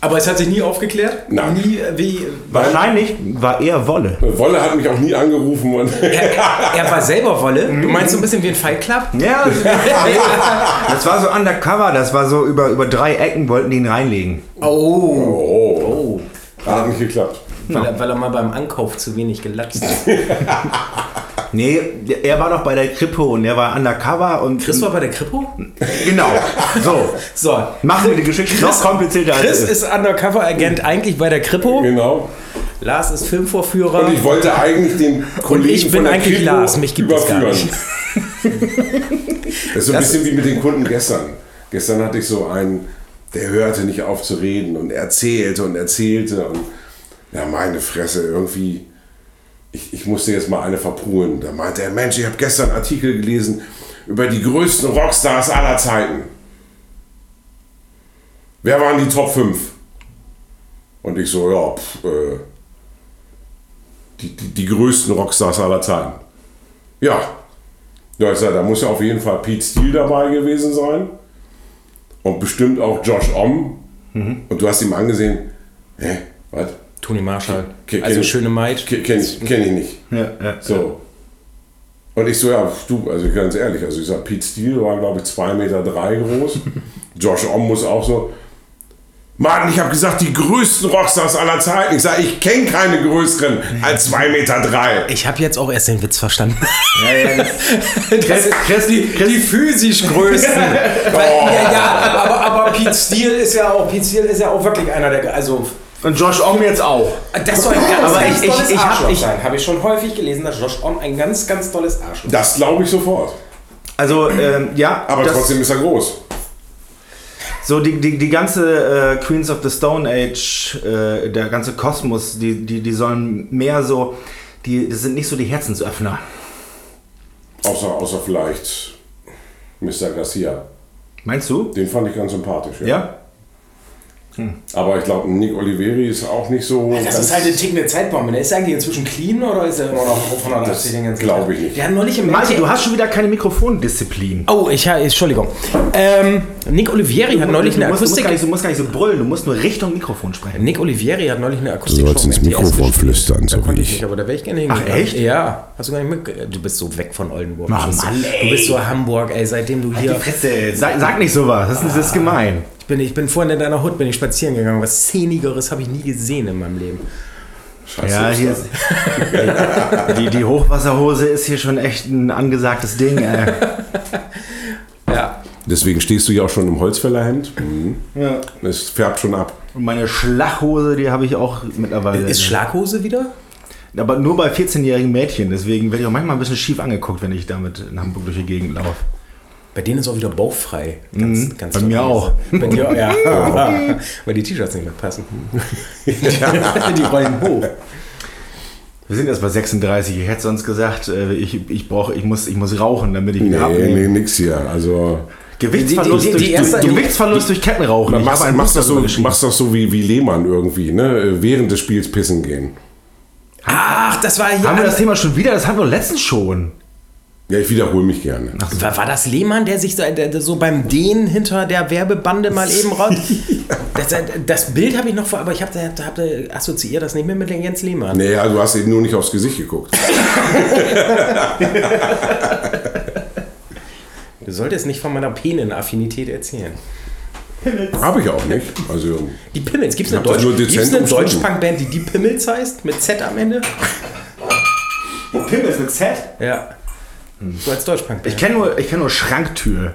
Speaker 1: Aber es hat sich nie aufgeklärt?
Speaker 4: Nein.
Speaker 1: Nie, äh, wie,
Speaker 2: Nein, nicht. War eher Wolle.
Speaker 4: Wolle hat mich auch nie angerufen und
Speaker 1: er war selber Wolle?
Speaker 4: Mhm.
Speaker 1: Du meinst so ein bisschen wie ein Fight Club?
Speaker 2: Ja, das war so undercover, das war so über, über drei Ecken wollten die ihn reinlegen.
Speaker 1: Oh,
Speaker 4: oh, hat nicht geklappt.
Speaker 1: Weil, er, weil er mal beim Ankauf zu wenig gelatzt hat.
Speaker 2: Nee, er war noch bei der Krippe und er war undercover und.
Speaker 1: Chris war bei der Kripo?
Speaker 2: Genau. So.
Speaker 1: So.
Speaker 2: Machen wir die Geschichte noch komplizierter als
Speaker 1: Chris
Speaker 2: es ist.
Speaker 1: ist Undercover-Agent eigentlich bei der Kripo.
Speaker 4: Genau.
Speaker 1: Lars ist Filmvorführer.
Speaker 4: Und ich wollte eigentlich den Kollegen
Speaker 1: ich bin
Speaker 4: von der
Speaker 1: eigentlich
Speaker 4: Kripo
Speaker 1: Lars, mich gibt es gar
Speaker 4: überführen.
Speaker 1: nicht.
Speaker 4: das ist so ein bisschen wie mit den Kunden gestern. Gestern hatte ich so einen, der hörte nicht auf zu reden und erzählte und erzählte und ja, meine Fresse, irgendwie, ich, ich musste jetzt mal eine verpulen. Da meinte er, Mensch, ich habe gestern einen Artikel gelesen über die größten Rockstars aller Zeiten. Wer waren die Top 5? Und ich so, ja, pff, äh, die, die, die größten Rockstars aller Zeiten. Ja, Ja, ich sag, da muss ja auf jeden Fall Pete Steele dabei gewesen sein. Und bestimmt auch Josh Om.
Speaker 2: Mhm.
Speaker 4: Und du hast ihm angesehen, hä, was?
Speaker 1: Tony Marshall.
Speaker 4: Ke- kenn
Speaker 1: also
Speaker 4: ich-
Speaker 1: schöne Maid.
Speaker 4: Ke- Kenn ich, kenn ich nicht.
Speaker 2: Ja, ja.
Speaker 4: So. Und ich so, ja, du, also ganz ehrlich, also ich sag, Pete Steele war, glaube ich, 2,3 Meter drei groß. Josh Om muss auch so. Mann, ich habe gesagt, die größten Rockstars aller Zeiten. Ich sage, ich kenne keine größeren als 2,3 Meter. Drei.
Speaker 1: Ich habe jetzt auch erst den Witz verstanden.
Speaker 2: Ja, ja, das, Chris, Chris, Chris,
Speaker 1: Die physisch größten.
Speaker 4: Oh.
Speaker 1: Ja, ja, aber, aber Pete Steele ist ja auch, Pete Steele ist ja auch wirklich einer der, also
Speaker 2: und Josh Om jetzt auch.
Speaker 1: das soll ein ganz,
Speaker 2: Aber
Speaker 1: ganz
Speaker 2: ich- ich-
Speaker 1: tolles
Speaker 2: ich hab-
Speaker 1: Arschloch
Speaker 2: ich-
Speaker 1: sein. Habe ich schon häufig gelesen, dass Josh Om ein ganz, ganz tolles Arschloch ist.
Speaker 4: Das glaube ich sofort.
Speaker 2: Also, ähm, ja.
Speaker 4: Aber
Speaker 2: das-
Speaker 4: trotzdem ist er groß.
Speaker 2: So, die, die, die ganze äh, Queens of the Stone Age, äh, der ganze Kosmos, die, die, die sollen mehr so, die das sind nicht so die Herzensöffner.
Speaker 4: Außer, außer vielleicht Mr. Garcia.
Speaker 2: Meinst du?
Speaker 4: Den fand ich ganz sympathisch.
Speaker 2: Ja?
Speaker 4: Aber ich glaube, Nick Oliveri ist auch nicht so.
Speaker 1: Das ist halt eine tickende Zeitbombe. Der ist eigentlich inzwischen clean oder ist er immer noch auf 180 den ganzen
Speaker 4: glaub
Speaker 1: Tag?
Speaker 4: ich nicht.
Speaker 1: Der hat neulich im
Speaker 2: Martin, du hast schon wieder keine Mikrofondisziplin.
Speaker 1: Oh, ich habe, Entschuldigung. Ähm, Nick Olivieri hat neulich
Speaker 2: du,
Speaker 1: eine
Speaker 2: musst, du, musst
Speaker 1: Akustik...
Speaker 2: gar nicht, du musst gar nicht so brüllen, du musst nur Richtung Mikrofon sprechen.
Speaker 1: Nick Olivieri hat neulich eine Akustik.
Speaker 4: Du sollst ins Mikrofon flüstern, so wie ich.
Speaker 1: Nicht, aber da wäre ich gerne hingegangen.
Speaker 2: Ach, echt?
Speaker 1: Ja. Hast du gar nicht mitge- Du bist so weg von Oldenburg.
Speaker 2: Ach,
Speaker 1: du, bist
Speaker 2: Mann,
Speaker 1: so,
Speaker 2: ey.
Speaker 1: du bist so Hamburg, ey, seitdem du
Speaker 2: Die
Speaker 1: hier.
Speaker 2: Fresse, sag, sag nicht sowas, das ist, das ist gemein.
Speaker 1: Ich bin, ich bin vorhin in deiner Hut, bin ich spazieren gegangen. Was Szenigeres habe ich nie gesehen in meinem Leben.
Speaker 4: Scheiße.
Speaker 2: Ja, hier ist, die, die Hochwasserhose ist hier schon echt ein angesagtes Ding. Ey.
Speaker 1: Ja.
Speaker 4: Deswegen stehst du ja auch schon im Holzfällerhemd. Mhm.
Speaker 2: Ja.
Speaker 4: Es färbt schon ab.
Speaker 2: Und meine Schlachhose, die habe ich auch mittlerweile.
Speaker 1: Ist Schlaghose wieder?
Speaker 2: Aber nur bei 14-jährigen Mädchen, deswegen werde ich auch manchmal ein bisschen schief angeguckt, wenn ich damit in Hamburg durch die Gegend laufe.
Speaker 1: Bei denen ist auch wieder bauchfrei. Ganz, ganz
Speaker 2: Mhm. bei
Speaker 1: toll.
Speaker 2: mir auch.
Speaker 1: Bei dir auch, ja. Weil die T-Shirts nicht mehr passen. die rollen hoch.
Speaker 2: Wir sind erst bei 36. Ich hätte sonst gesagt, äh, ich, ich, brauch, ich, muss, ich muss rauchen, damit ich wieder abnehme.
Speaker 4: nix hier. Also.
Speaker 2: Gewichtsverlust,
Speaker 1: Die- die- die- die
Speaker 2: durch,
Speaker 1: erste-
Speaker 2: Gewichtsverlust durch Kettenrauchen. Ich
Speaker 4: Machst,
Speaker 2: habe ein
Speaker 4: machst,
Speaker 2: Buch
Speaker 4: das so,
Speaker 2: darüber geschrieben.
Speaker 4: machst das so wie, wie Lehmann irgendwie, ne? Äh, Während des Spiels pissen gehen.
Speaker 1: Ach, das war hier.
Speaker 2: Haben wir
Speaker 1: alles-
Speaker 2: das Thema schon wieder? Das hatten wir letztens schon.
Speaker 4: Ja, ich wiederhole mich gerne.
Speaker 1: War, war das Lehmann, der sich so, der, der so beim Dehnen hinter der Werbebande mal eben raus? Das, äh, das Bild habe ich noch vor, aber ich habe hab, hab, assoziiert das nicht mehr mit dem Jens Lehmann.
Speaker 4: Naja, du hast eben nur nicht aufs Gesicht geguckt.
Speaker 1: Du solltest nicht von meiner Penen-Affinität erzählen.
Speaker 4: Habe ich auch nicht. Also,
Speaker 1: Die Pimmels. Gibt es eine,
Speaker 4: hab das
Speaker 1: Deutsch,
Speaker 4: nur dezent
Speaker 1: gibt's eine
Speaker 4: umstritten.
Speaker 1: Deutsch-Punk-Band, die die Pimmels heißt? Mit Z am Ende?
Speaker 4: Oh,
Speaker 2: Pimmels mit Z?
Speaker 1: Ja.
Speaker 4: Hm.
Speaker 1: So als Deutsch-Punk-Band.
Speaker 2: Ich kenne nur, ich kenn nur Schranktür.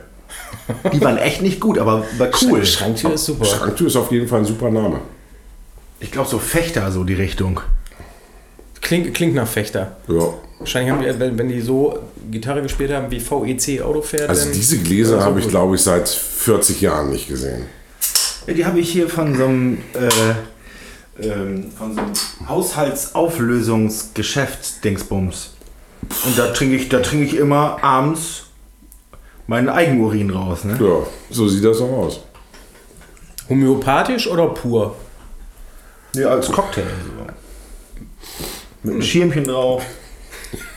Speaker 2: Die waren echt nicht gut, aber war cool.
Speaker 1: Schranktür ist super.
Speaker 4: Schranktür ist auf jeden Fall ein super Name.
Speaker 2: Ich glaube, so Fechter, so die Richtung.
Speaker 1: Klingt, klingt nach Fechter.
Speaker 4: Ja.
Speaker 1: Wahrscheinlich haben die, wenn, wenn die so Gitarre gespielt haben, wie VEC Auto fährt.
Speaker 4: Also
Speaker 1: dann-
Speaker 4: diese Gläser
Speaker 1: Also
Speaker 4: habe ich,
Speaker 1: gut.
Speaker 4: glaube ich, seit 40 Jahren nicht gesehen.
Speaker 2: Ja, Die habe ich hier von so einem, äh, ähm, von so einem Haushaltsauflösungsgeschäft-Dingsbums. Und da trinke ich, da trinke ich immer abends meinen Eigenurin raus. Ne?
Speaker 4: Ja, so sieht das auch aus.
Speaker 1: Homöopathisch oder pur?
Speaker 2: Ja, als Cocktail. also. So. Mit einem Schirmchen drauf.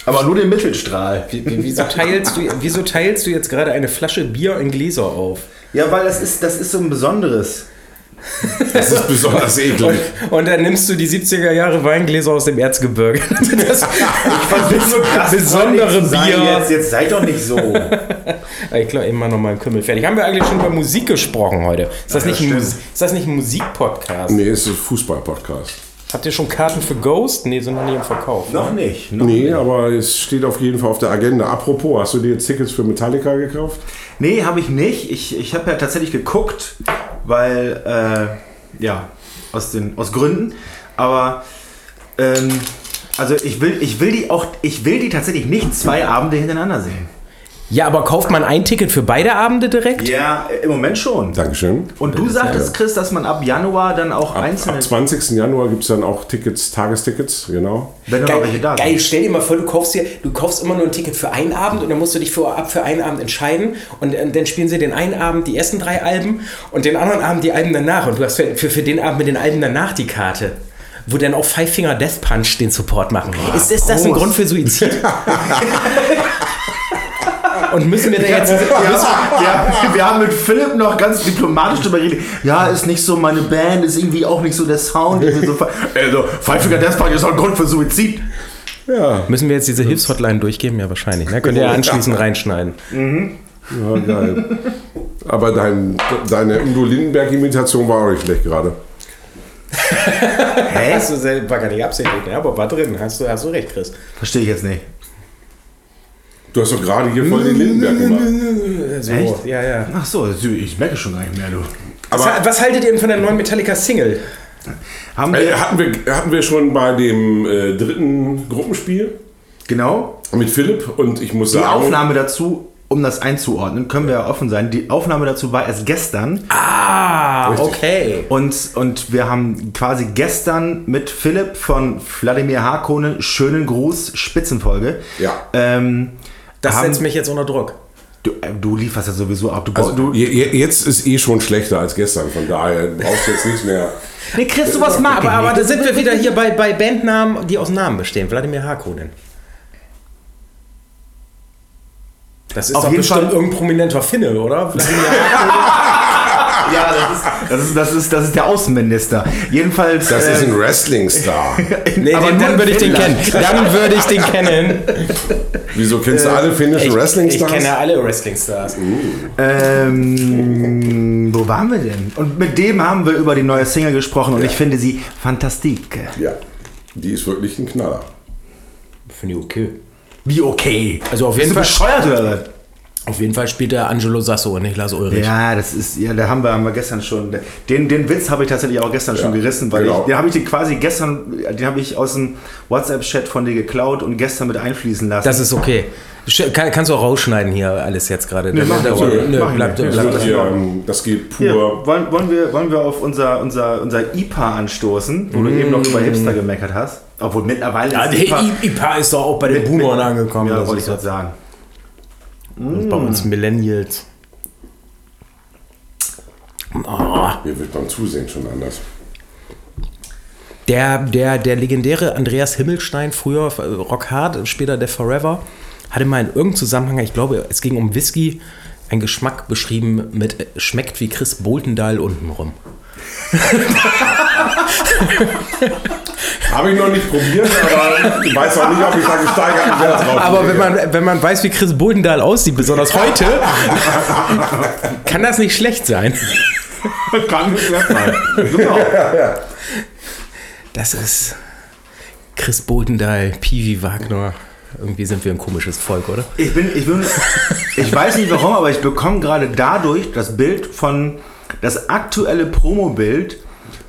Speaker 2: Aber nur den Mittelstrahl.
Speaker 1: Wie- wie- Wieso teilst, du, wieso teilst du jetzt gerade eine Flasche Bier in Gläser auf?
Speaker 2: Ja, weil das ist, das ist so ein besonderes.
Speaker 4: Das ist besonders eklig.
Speaker 1: Und dann nimmst du die 70er Jahre Weingläser aus dem Erzgebirge. Das besondere
Speaker 2: Freundlich zu sein
Speaker 1: Bier.
Speaker 2: Jetzt, jetzt seid doch nicht so.
Speaker 1: Ich glaube, immer noch mal einen Kümmel fertig. Haben wir eigentlich schon über Musik gesprochen heute? Ist das,
Speaker 2: Ja,
Speaker 1: nicht, ein
Speaker 2: stimmt.
Speaker 1: Mus ist das nicht ein Musikpodcast?
Speaker 4: Nee, es ist ein Fußball-Podcast.
Speaker 1: Habt ihr schon Karten für Ghost? Nee, sind noch nie im Verkauf.
Speaker 2: noch nicht. Noch
Speaker 4: Nee, aber es steht auf jeden Fall auf der Agenda. Apropos, hast du dir jetzt Tickets für Metallica gekauft?
Speaker 2: Nee, habe ich nicht. Ich, ich habe ja tatsächlich geguckt, weil, äh, ja, aus, den, aus Gründen. Aber, ähm, also ich will, ich will die auch, ich will die tatsächlich nicht zwei Abende hintereinander sehen.
Speaker 1: Ja, aber kauft man ein Ticket für beide Abende direkt?
Speaker 2: Ja, im Moment schon.
Speaker 4: Dankeschön.
Speaker 2: Und du sagtest, Chris, dass man ab Januar dann auch
Speaker 4: Ab,
Speaker 2: einzelne,
Speaker 4: ab 20. Januar gibt es dann auch Tickets, Tagestickets, genau.
Speaker 2: wenn dann noch welche
Speaker 1: Geil,
Speaker 2: da
Speaker 1: geil,
Speaker 2: sind.
Speaker 1: stell dir mal vor, du kaufst dir, du kaufst immer nur ein Ticket für einen Abend und dann musst du dich vorab für einen Abend entscheiden und, äh, dann spielen sie den einen Abend die ersten drei Alben und den anderen Abend die Alben danach und du hast für, für, für den Abend mit den Alben danach die Karte. Wo dann auch Five Finger Death Punch den Support machen. ist, ist das ein
Speaker 2: groß.
Speaker 1: Grund für Suizid? und müssen wir da jetzt.
Speaker 2: Wir, wir haben mit Philipp noch ganz diplomatisch drüber geredet. Ja, ist nicht so meine Band, ist irgendwie auch nicht so der Sound. Ich bin so, also, Five Finger Death Punch ist auch ein Grund für Suizid.
Speaker 4: Ja,
Speaker 1: Müssen wir jetzt diese Hilfshotline durchgeben? Ja, wahrscheinlich. Ne? Könnt ihr ja anschließend reinschneiden.
Speaker 4: ja geil. Aber dein, deine Udo Lindenberg-Imitation war auch nicht schlecht gerade.
Speaker 2: Hä?
Speaker 1: du selber gar nicht absichtlich, ne? aber war drin. Hast du, hast du recht, Chris.
Speaker 2: Verstehe ich jetzt nicht.
Speaker 4: Du hast doch gerade hier voll den Lindenberg gemacht.
Speaker 1: So,
Speaker 2: Echt?
Speaker 1: Ja, ja.
Speaker 2: Ach so, ich merke schon gar nicht mehr, du.
Speaker 1: was, was haltet ihr denn von der neuen Metallica-Single?
Speaker 2: Haben
Speaker 4: Äh,
Speaker 2: wir,
Speaker 4: hatten, wir, hatten wir schon bei dem äh, dritten Gruppenspiel
Speaker 2: genau,
Speaker 4: mit Philipp und ich muss
Speaker 2: die
Speaker 4: sagen.
Speaker 2: Aufnahme dazu, um das einzuordnen, können wir ja offen sein. Die Aufnahme dazu war erst gestern.
Speaker 1: Ah,
Speaker 4: Richtig.
Speaker 1: okay.
Speaker 2: Und, und wir haben quasi gestern mit Philipp von Wladimir Harkonnen, schönen Gruß, Spitzenfolge.
Speaker 4: Ja.
Speaker 2: Ähm,
Speaker 1: Das
Speaker 2: haben-
Speaker 1: setzt mich jetzt unter Druck.
Speaker 2: du, äh, du lieferst ja sowieso ab. Du,
Speaker 4: Also,
Speaker 2: brauchst du,
Speaker 4: je- je- jetzt ist eh schon schlechter als gestern, von daher brauchst du jetzt nichts mehr.
Speaker 2: nee, Chris, du was mag.
Speaker 1: Aber, aber da sind wir wieder hier bei, bei Bandnamen, die aus Namen bestehen. Wladimir Harkonnen. Das ist
Speaker 2: Auf
Speaker 1: doch
Speaker 2: jeden
Speaker 1: bestimmt
Speaker 2: Fall-
Speaker 1: irgendein prominenter Finne, oder? Wladimir Harkonnen.
Speaker 2: Ja, das ist, das ist, das ist, das ist der Außenminister. Jedenfalls.
Speaker 4: Das
Speaker 2: äh,
Speaker 4: ist ein Wrestling-Star.
Speaker 1: Nee,
Speaker 2: Aber
Speaker 1: den,
Speaker 2: nur
Speaker 1: dann würde ich den kennen.
Speaker 2: Finnland.
Speaker 1: Dann würde ich den kennen.
Speaker 4: Wieso kennst du alle finnischen
Speaker 1: Ich kenne
Speaker 4: Wrestling-Stars?
Speaker 1: alle Wrestling-Stars.
Speaker 2: Ähm, wo waren wir denn? Und mit dem haben wir über die neue Single gesprochen und ich finde sie fantastik.
Speaker 4: Ja, die ist wirklich ein Knaller.
Speaker 1: Finde ich okay.
Speaker 2: Wie okay.
Speaker 1: Also auf jeden
Speaker 2: Bist du
Speaker 1: Fall-
Speaker 2: bescheuert oder was?
Speaker 1: Auf jeden Fall spielt er Angelo Sasso und Niklas Ulrich.
Speaker 2: Ja, das ist, ja, da haben wir, haben wir gestern schon, den, den Witz habe ich tatsächlich auch gestern schon gerissen, weil
Speaker 4: genau.
Speaker 2: ich, den habe ich dir quasi gestern, den habe ich aus dem WhatsApp-Chat von dir geklaut und gestern mit einfließen lassen.
Speaker 1: Das ist okay. Sch- Kann, kannst du auch rausschneiden hier alles jetzt gerade.
Speaker 2: Nee, mach ich nicht. Mach ich
Speaker 1: bleibt-
Speaker 2: nicht.
Speaker 1: bleibt-
Speaker 4: Das, hier, ähm, das geht
Speaker 2: Hier,
Speaker 4: pur.
Speaker 2: wollen, wollen, wir, wollen wir auf unser, unser, unser IPA anstoßen, wo du eben noch über Hipster gemeckert hast? Obwohl mittlerweile
Speaker 1: Mm. Ja,
Speaker 2: ist
Speaker 1: der I- IPA ist doch auch bei den Boomern angekommen.
Speaker 2: Ja,
Speaker 1: das
Speaker 2: wollte ich
Speaker 1: ist
Speaker 2: gerade sagen.
Speaker 1: Und bei uns Millennials. Oh,
Speaker 4: Mir wird beim Zusehen schon anders.
Speaker 1: der, der, der legendäre Andreas Himmelstein, früher äh, Rockhard, später der Forever, hatte mal in irgendeinem Zusammenhang, ich glaube, es ging um Whisky, einen Geschmack beschrieben mit äh, schmeckt wie Chris Boltendahl untenrum.
Speaker 4: Habe ich noch nicht probiert, aber ich weiß auch nicht, ob ich da gesteigerten Wert drauf
Speaker 1: Aber wenn
Speaker 4: lege.
Speaker 1: man, wenn man weiß, wie Chris Bodendahl aussieht, besonders heute, kann das nicht schlecht sein.
Speaker 2: Kann nicht mehr sein. Super.
Speaker 1: Das ist Chris Bodendahl, Piwi Wagner. Irgendwie sind wir ein komisches Volk, oder?
Speaker 2: Ich bin, ich bin, ich weiß nicht warum, aber ich bekomme gerade dadurch das Bild von, das aktuelle Promo-Bild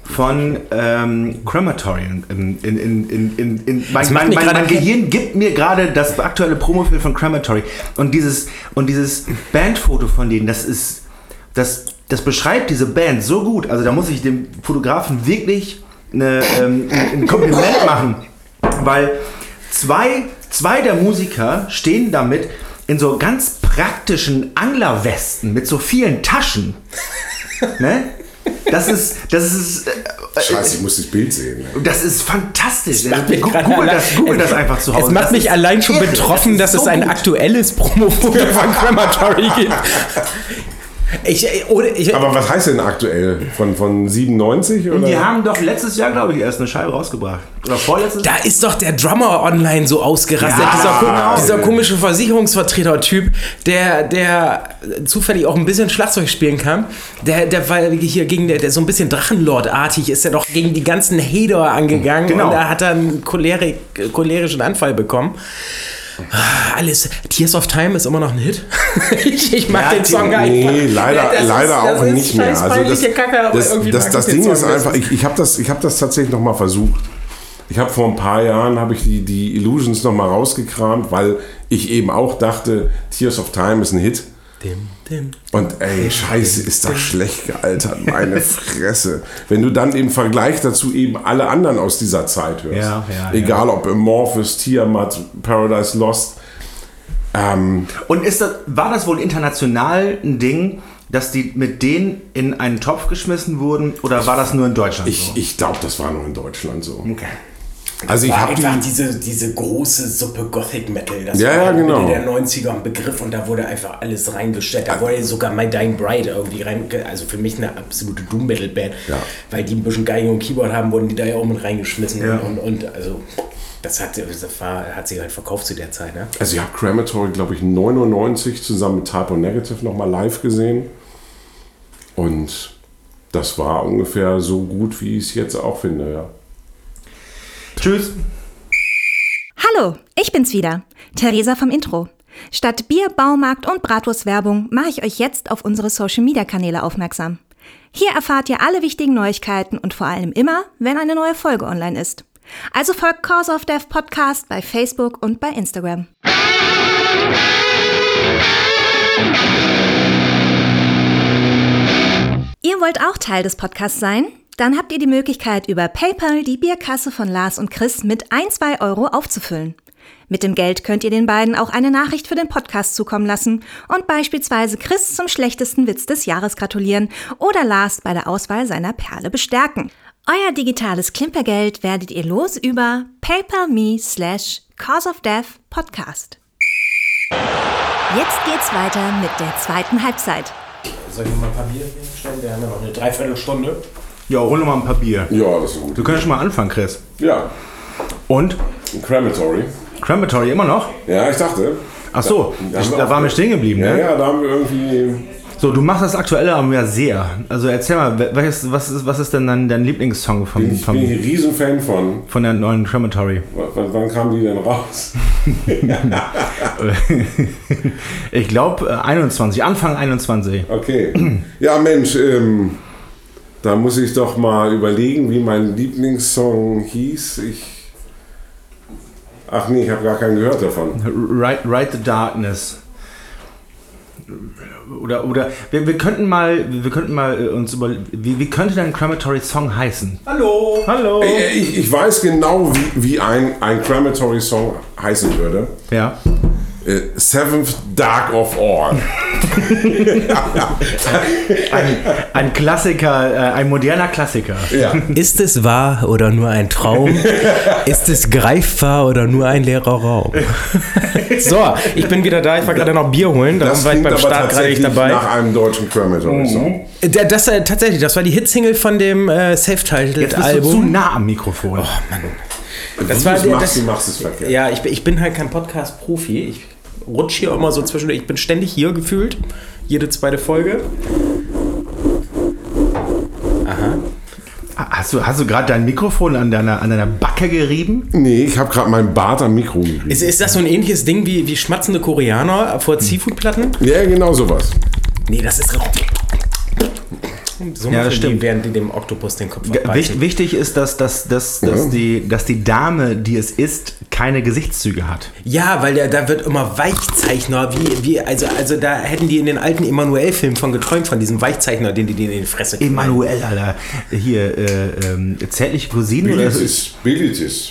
Speaker 2: von ähm, Crematorium. In, in, in, in, in, in, mein,
Speaker 1: macht
Speaker 2: mein,
Speaker 1: mir
Speaker 2: mein,
Speaker 1: gerade
Speaker 2: mein
Speaker 1: kein-
Speaker 2: Gehirn gibt mir gerade das aktuelle Promo-Bild von Crematory und dieses und dieses Bandfoto von denen. Das ist, das, das beschreibt diese Band so gut. Also da muss ich dem Fotografen wirklich eine, ähm, ein Kompliment machen, weil zwei, zwei der Musiker stehen damit in so ganz praktischen Anglerwesten mit so vielen Taschen. Ne? Das ist, das ist, äh,
Speaker 4: Scheiße, ich muss das Bild sehen. ey.
Speaker 2: das ist fantastisch.
Speaker 1: macht mich
Speaker 2: Gu-
Speaker 1: gerade
Speaker 2: Google
Speaker 1: allein-
Speaker 2: das, Google
Speaker 1: es-
Speaker 2: das einfach zu Hause.
Speaker 1: Es macht
Speaker 2: das
Speaker 1: mich
Speaker 2: ist
Speaker 1: allein schon
Speaker 2: irre.
Speaker 1: betroffen,
Speaker 2: Das
Speaker 1: dass
Speaker 2: ist
Speaker 1: es
Speaker 2: so
Speaker 1: ein
Speaker 2: gut.
Speaker 1: aktuelles Promofoto von Crematory gibt. Ich, äh, ohne, ich,
Speaker 4: Aber was heißt denn aktuell? Von, von 97? Oder?
Speaker 2: Die haben doch letztes Jahr, glaube ich, erst eine Scheibe rausgebracht. Oder vorletztes
Speaker 1: da ist doch der Drummer online so ausgerastet.
Speaker 2: Ja,
Speaker 1: dieser,
Speaker 2: genau.
Speaker 1: dieser komische Versicherungsvertreter-Typ, der, der zufällig auch ein bisschen Schlagzeug spielen kann. Der, der war hier gegen der, der so ein bisschen Drachenlord-artig ist, der doch gegen die ganzen Hater angegangen.
Speaker 2: Genau.
Speaker 1: Und da hat er einen cholerik, cholerischen Anfall bekommen. Ah, Alles. Tears of Time ist immer noch ein Hit. ich, ich mag
Speaker 2: Ja,
Speaker 1: den Song
Speaker 2: die-
Speaker 1: einfach.
Speaker 4: Nee, leider,
Speaker 1: Das ist-
Speaker 4: leider
Speaker 1: das
Speaker 4: auch
Speaker 1: ist
Speaker 4: nicht mehr.
Speaker 1: scheiß
Speaker 4: Also das,
Speaker 1: peinliche Kacke, aber
Speaker 4: das,
Speaker 1: irgendwie
Speaker 4: das,
Speaker 1: mag
Speaker 4: das
Speaker 1: ich den
Speaker 4: Ding ist
Speaker 1: Song, das
Speaker 4: einfach, ich, ich habe das, ich hab das tatsächlich nochmal versucht. Ich habe vor ein paar Jahren habe ich die, die Illusions nochmal rausgekramt, weil ich eben auch dachte, Tears of Time ist ein Hit.
Speaker 1: Dim, dim.
Speaker 4: Und ey, scheiße, ist das schlecht gealtert, meine Fresse. Wenn du dann im Vergleich dazu eben alle anderen aus dieser Zeit hörst.
Speaker 2: Ja, ja,
Speaker 4: Egal ob Amorphis, Tiamat, Paradise Lost. Ähm,
Speaker 2: Und ist das, war das wohl international ein Ding, dass die mit denen in einen Topf geschmissen wurden? Oder war das nur in Deutschland
Speaker 4: ich ich glaube, das war nur in Deutschland so.
Speaker 2: so? Okay.
Speaker 4: Also ich
Speaker 1: war
Speaker 4: habe die.
Speaker 1: einfach diese, diese große Suppe Gothic Metal. Das
Speaker 4: Ja,
Speaker 1: war
Speaker 4: ja,
Speaker 1: halt
Speaker 4: genau. Ah.
Speaker 1: Mitte der 90er ein Begriff und da wurde einfach alles reingestellt. Da wurde sogar My Dying Bride irgendwie rein. Also für mich eine absolute Doom Metal Band.
Speaker 4: Ja.
Speaker 1: Weil die ein bisschen Geige und Keyboard haben, wurden die da ja auch mit reingeschmissen.
Speaker 2: Ja.
Speaker 1: Und, und also das hat, das war, hat sie halt verkauft zu der Zeit. Ne?
Speaker 4: Also ich habe Crematory, glaube ich, 99 zusammen mit Typo Negative nochmal live gesehen. Und das war ungefähr so gut, wie ich es jetzt auch finde, ja.
Speaker 2: Tschüss.
Speaker 3: Hallo, ich bin's wieder, Theresa vom Intro. Statt Bier, Baumarkt und Bratwurstwerbung mache ich euch jetzt auf unsere Social Media Kanäle aufmerksam. Hier erfahrt ihr alle wichtigen Neuigkeiten und vor allem immer, wenn eine neue Folge online ist. Also folgt Cause of Death Podcast bei Facebook und bei Instagram. Ihr wollt auch Teil des Podcasts sein? Dann habt ihr die Möglichkeit, über PayPal die Bierkasse von Lars und Chris mit ein, zwei Euro aufzufüllen. Mit dem Geld könnt ihr den beiden auch eine Nachricht für den Podcast zukommen lassen und beispielsweise Chris zum schlechtesten Witz des Jahres gratulieren oder Lars bei der Auswahl seiner Perle bestärken. Euer digitales Klimpergeld werdet ihr los über paypal.me slash causeofdeath podcast. Jetzt geht's weiter mit der zweiten Halbzeit.
Speaker 1: Soll ich noch mal ein paar Bier stellen? Wir haben ja noch eine Dreiviertelstunde.
Speaker 2: Ja, hol doch mal ein paar Bier.
Speaker 4: Ja, das ist gut.
Speaker 2: Du kannst schon mal anfangen, Chris.
Speaker 4: Ja,
Speaker 2: Und?
Speaker 4: Crematory.
Speaker 2: Crematory immer noch?
Speaker 4: Ja, ich dachte.
Speaker 2: Ach so,
Speaker 4: Da- da
Speaker 2: ich,
Speaker 4: haben wir
Speaker 2: da
Speaker 4: auch-
Speaker 2: waren wir stehen geblieben,
Speaker 4: Ja,
Speaker 2: ne?
Speaker 4: ja, da haben wir irgendwie.
Speaker 2: So, du machst das Aktuelle aber ja sehr. Also erzähl mal, wel- welches, was, ist, was ist denn dein, dein Lieblingssong von,
Speaker 4: Ich bin ich ein
Speaker 2: von,
Speaker 4: Riesenfan von.
Speaker 2: von der neuen Crematory?
Speaker 4: W wann kam die denn raus?
Speaker 2: ich glaube 21, Anfang 21.
Speaker 4: Okay. Ja, Mensch, ähm, da muss ich doch mal überlegen, wie mein Lieblingssong hieß. Ich. Ach nee, ich habe gar keinen gehört davon.
Speaker 2: Ride, Ride the Darkness. Oder, oder wir, wir könnten mal, wir könnten mal äh, uns über, wie, wie könnte dein Crematory Song heißen? Hallo! Hallo!
Speaker 4: Äh, Ich, ich weiß genau, wie, wie ein, ein Crematory-Song heißen würde.
Speaker 2: Ja.
Speaker 4: Äh, Seventh Dark of All.
Speaker 2: Ein, ein Klassiker, äh, ein moderner Klassiker.
Speaker 4: Ja.
Speaker 5: Ist es wahr oder nur ein Traum? Ist es greifbar oder nur ein leerer Raum?
Speaker 1: So, ich bin wieder da. Ich war gerade noch Bier holen. Darum
Speaker 4: Das
Speaker 1: war ich
Speaker 4: klingt
Speaker 1: beim
Speaker 4: aber
Speaker 1: Start gerade
Speaker 4: tatsächlich
Speaker 1: nicht dabei.
Speaker 4: nach einem deutschen Crematory-Song.
Speaker 1: Der, das äh, tatsächlich, das war die Hitsingle von dem äh,
Speaker 2: Jetzt bist du zu
Speaker 1: Self-Titled-Album.
Speaker 2: nah am Mikrofon.
Speaker 1: Oh, Das
Speaker 4: Wenn
Speaker 1: war
Speaker 4: du es machst,
Speaker 1: das,
Speaker 4: du machst es verkehrt.
Speaker 1: ja, ich, bin- ich bin halt kein Podcast-Profi. Ich rutsche hier immer so zwischen. Ich bin ständig hier gefühlt. Jede zweite Folge.
Speaker 2: Ah, Hast du, hast du gerade dein Mikrofon an deiner, an deiner Backe gerieben?
Speaker 4: Nee, ich habe gerade meinen Bart am Mikro gerieben.
Speaker 1: Ist, ist das so ein ähnliches Ding wie, wie schmatzende Koreaner vor
Speaker 2: Hm.
Speaker 1: Seafood-Platten?
Speaker 4: Ja, genau sowas.
Speaker 1: Nee, das ist. So
Speaker 2: Ja,
Speaker 1: machen
Speaker 2: das
Speaker 1: Die,
Speaker 2: stimmt.
Speaker 1: während die dem Oktopus den Kopf
Speaker 2: Wicht,
Speaker 1: abbeißen.
Speaker 2: wichtig ist, dass, dass, dass, dass,
Speaker 4: Ja.
Speaker 2: die, dass die Dame, die es ist, keine Gesichtszüge hat.
Speaker 1: Ja, weil der, da wird immer Weichzeichner, wie, wie, also, also da hätten die in den alten Emanuel-Filmen von geträumt, von diesem Weichzeichner, den die denen in die Fresse knallen.
Speaker 2: Emanuel, Alter. Hier, äh, ähm, zärtliche Cousine oder
Speaker 4: Bilitis, Bilitis.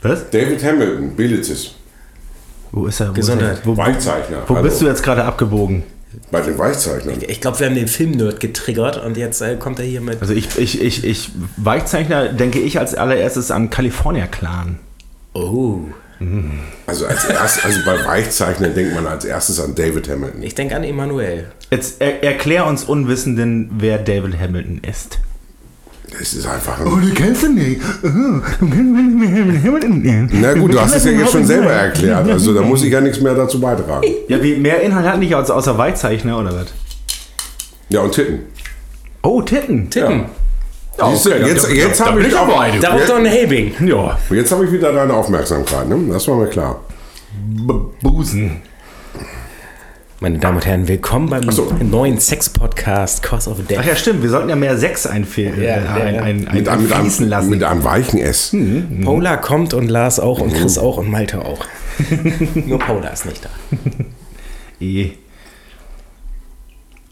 Speaker 2: was?
Speaker 4: David Hamilton, Bilitis.
Speaker 2: Wo ist er? Wo
Speaker 1: Gesundheit.
Speaker 2: Ist er? Wo,
Speaker 4: Weichzeichner.
Speaker 2: wo
Speaker 4: Hallo.
Speaker 2: bist du jetzt gerade abgebogen?
Speaker 4: Bei den Weichzeichnern.
Speaker 1: Ich glaube, wir haben den Film-Nerd getriggert und jetzt äh, kommt er hier mit.
Speaker 2: Also ich, ich, ich, ich, Weichzeichner denke ich als allererstes an California Clan.
Speaker 1: Oh.
Speaker 4: Also als erst, also bei Weichzeichnern denkt man als erstes an David Hamilton.
Speaker 1: Ich denke an Emanuel.
Speaker 2: Jetzt er, erklär uns Unwissenden, wer David Hamilton ist.
Speaker 4: Das ist einfach ein.
Speaker 2: du Oh, kennst ihn nicht. Äh,
Speaker 4: Na gut, du hast es ja jetzt schon selber erklärt. Also da muss ich ja nichts mehr dazu beitragen.
Speaker 2: Ja, wie, mehr Inhalt hat nicht als außer Weichzeichner oder was?
Speaker 4: Ja, und Titten.
Speaker 2: Oh, Titten.
Speaker 1: Titten.
Speaker 4: Siehst du, jetzt, jetzt habe ich, auch-
Speaker 1: Darauf doch ein Helbing.
Speaker 2: Ja,
Speaker 4: jetzt hab ich wieder deine Aufmerksamkeit. Ne? Das war mir klar.
Speaker 2: B- Busen.
Speaker 1: Meine Damen und Herren, willkommen beim
Speaker 4: so.
Speaker 1: neuen Sex-Podcast Cause of
Speaker 2: Ach
Speaker 1: Death.
Speaker 2: ja, stimmt, wir sollten ja mehr Sex einfehlen.
Speaker 1: Ja,
Speaker 2: äh,
Speaker 1: ja,
Speaker 2: ein,
Speaker 1: ja.
Speaker 2: ein, ein,
Speaker 4: Mit einem, mit
Speaker 2: fließen
Speaker 4: einem,
Speaker 2: lassen. Hm.
Speaker 4: mit einem weichen S.
Speaker 2: Mhm.
Speaker 1: Paula kommt und Lars auch und Chris auch und Malte auch. Nur Paula ist nicht da.
Speaker 2: Eh.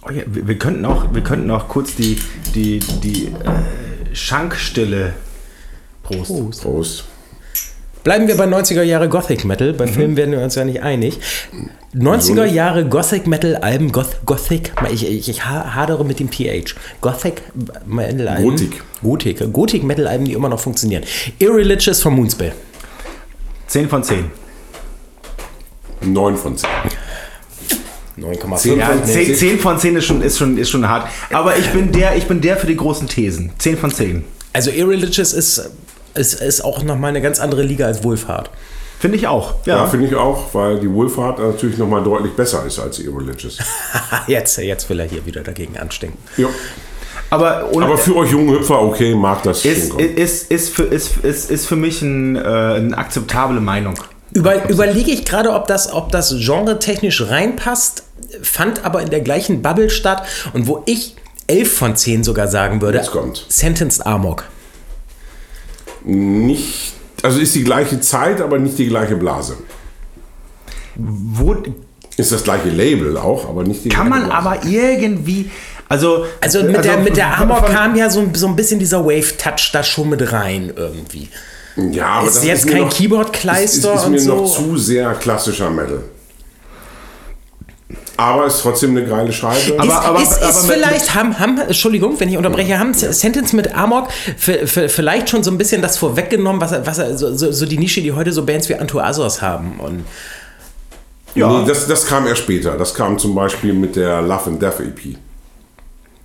Speaker 2: oh ja, wir, wir, könnten auch, wir könnten auch kurz die, die, die äh, Schankstille. Prost.
Speaker 4: Prost.
Speaker 1: Bleiben wir bei 90er Jahre Gothic Metal. Bei Filmen werden wir uns ja nicht einig. 90er Jahre Gothic Metal Alben, Goth, Gothic, ich, ich, ich ha- hadere mit dem TH. Gothic Metal Alben.
Speaker 4: Gotik.
Speaker 1: Gotik. Gothic Metal Alben, die immer noch funktionieren. Irreligious von Moonspell.
Speaker 2: 10 von 10.
Speaker 4: 9 von 10.
Speaker 1: 9,5.
Speaker 4: Ja,
Speaker 2: Ja,
Speaker 4: von
Speaker 2: 10,
Speaker 4: 10.
Speaker 2: 10 von 10 ist schon, ist, schon, ist schon hart. Aber ich bin, der, ich bin der für die großen Thesen. 10 von 10.
Speaker 1: Also Irreligious ist, ist, ist auch nochmal eine ganz andere Liga als Wohlfahrt.
Speaker 2: Finde ich auch.
Speaker 4: Ja,
Speaker 2: Ja.
Speaker 4: finde ich auch, weil die Wohlfahrt natürlich nochmal deutlich besser ist als die Irreligious.
Speaker 1: Ah, Jetzt, jetzt will er hier wieder dagegen anstinken.
Speaker 4: Ja.
Speaker 2: aber ohne,
Speaker 4: Aber für euch jungen Hüpfer, okay, mag das
Speaker 2: ist,
Speaker 4: hinkommen.
Speaker 2: ist, ist, für, ist, ist, ist für mich ein, äh, eine akzeptable Meinung.
Speaker 1: Über, überlege ich gerade, ob das, ob das Genre technisch reinpasst, fand aber in der gleichen Bubble statt und wo ich 11 von 10 sogar sagen würde.
Speaker 4: Jetzt kommt.
Speaker 1: Sentenced Amok.
Speaker 4: Nicht, also ist die gleiche Zeit, aber nicht die gleiche Blase.
Speaker 2: Wo,
Speaker 4: Ist das gleiche Label auch, aber nicht die
Speaker 2: kann
Speaker 4: gleiche
Speaker 2: man
Speaker 4: Blase.
Speaker 2: aber irgendwie. Also,
Speaker 1: Also mit der, mit der
Speaker 2: von-
Speaker 1: Amok
Speaker 2: von-
Speaker 1: kam ja so, ein- so ein bisschen dieser Wave-Touch da schon mit rein irgendwie.
Speaker 4: Ja, aber
Speaker 1: Ist
Speaker 4: das
Speaker 1: jetzt
Speaker 4: mir
Speaker 1: kein
Speaker 4: noch-
Speaker 1: Keyboard-Kleister
Speaker 4: ist, ist, ist
Speaker 1: und
Speaker 4: mir
Speaker 1: so.
Speaker 4: noch zu sehr klassischer Metal. Aber ist trotzdem eine geile Scheibe.
Speaker 2: Aber-
Speaker 1: ist, ist, ist
Speaker 2: aber mit-
Speaker 1: vielleicht, haben, haben, Entschuldigung, wenn ich unterbreche, haben Sentence mit Amok v- v- vielleicht schon so ein bisschen das vorweggenommen, was, er- was er- so, so, so die Nische, die heute so Bands wie Anto Azos haben. Und
Speaker 2: Ja.
Speaker 4: Nee, das, das kam erst später. Das kam zum Beispiel mit der Love and Death E EP.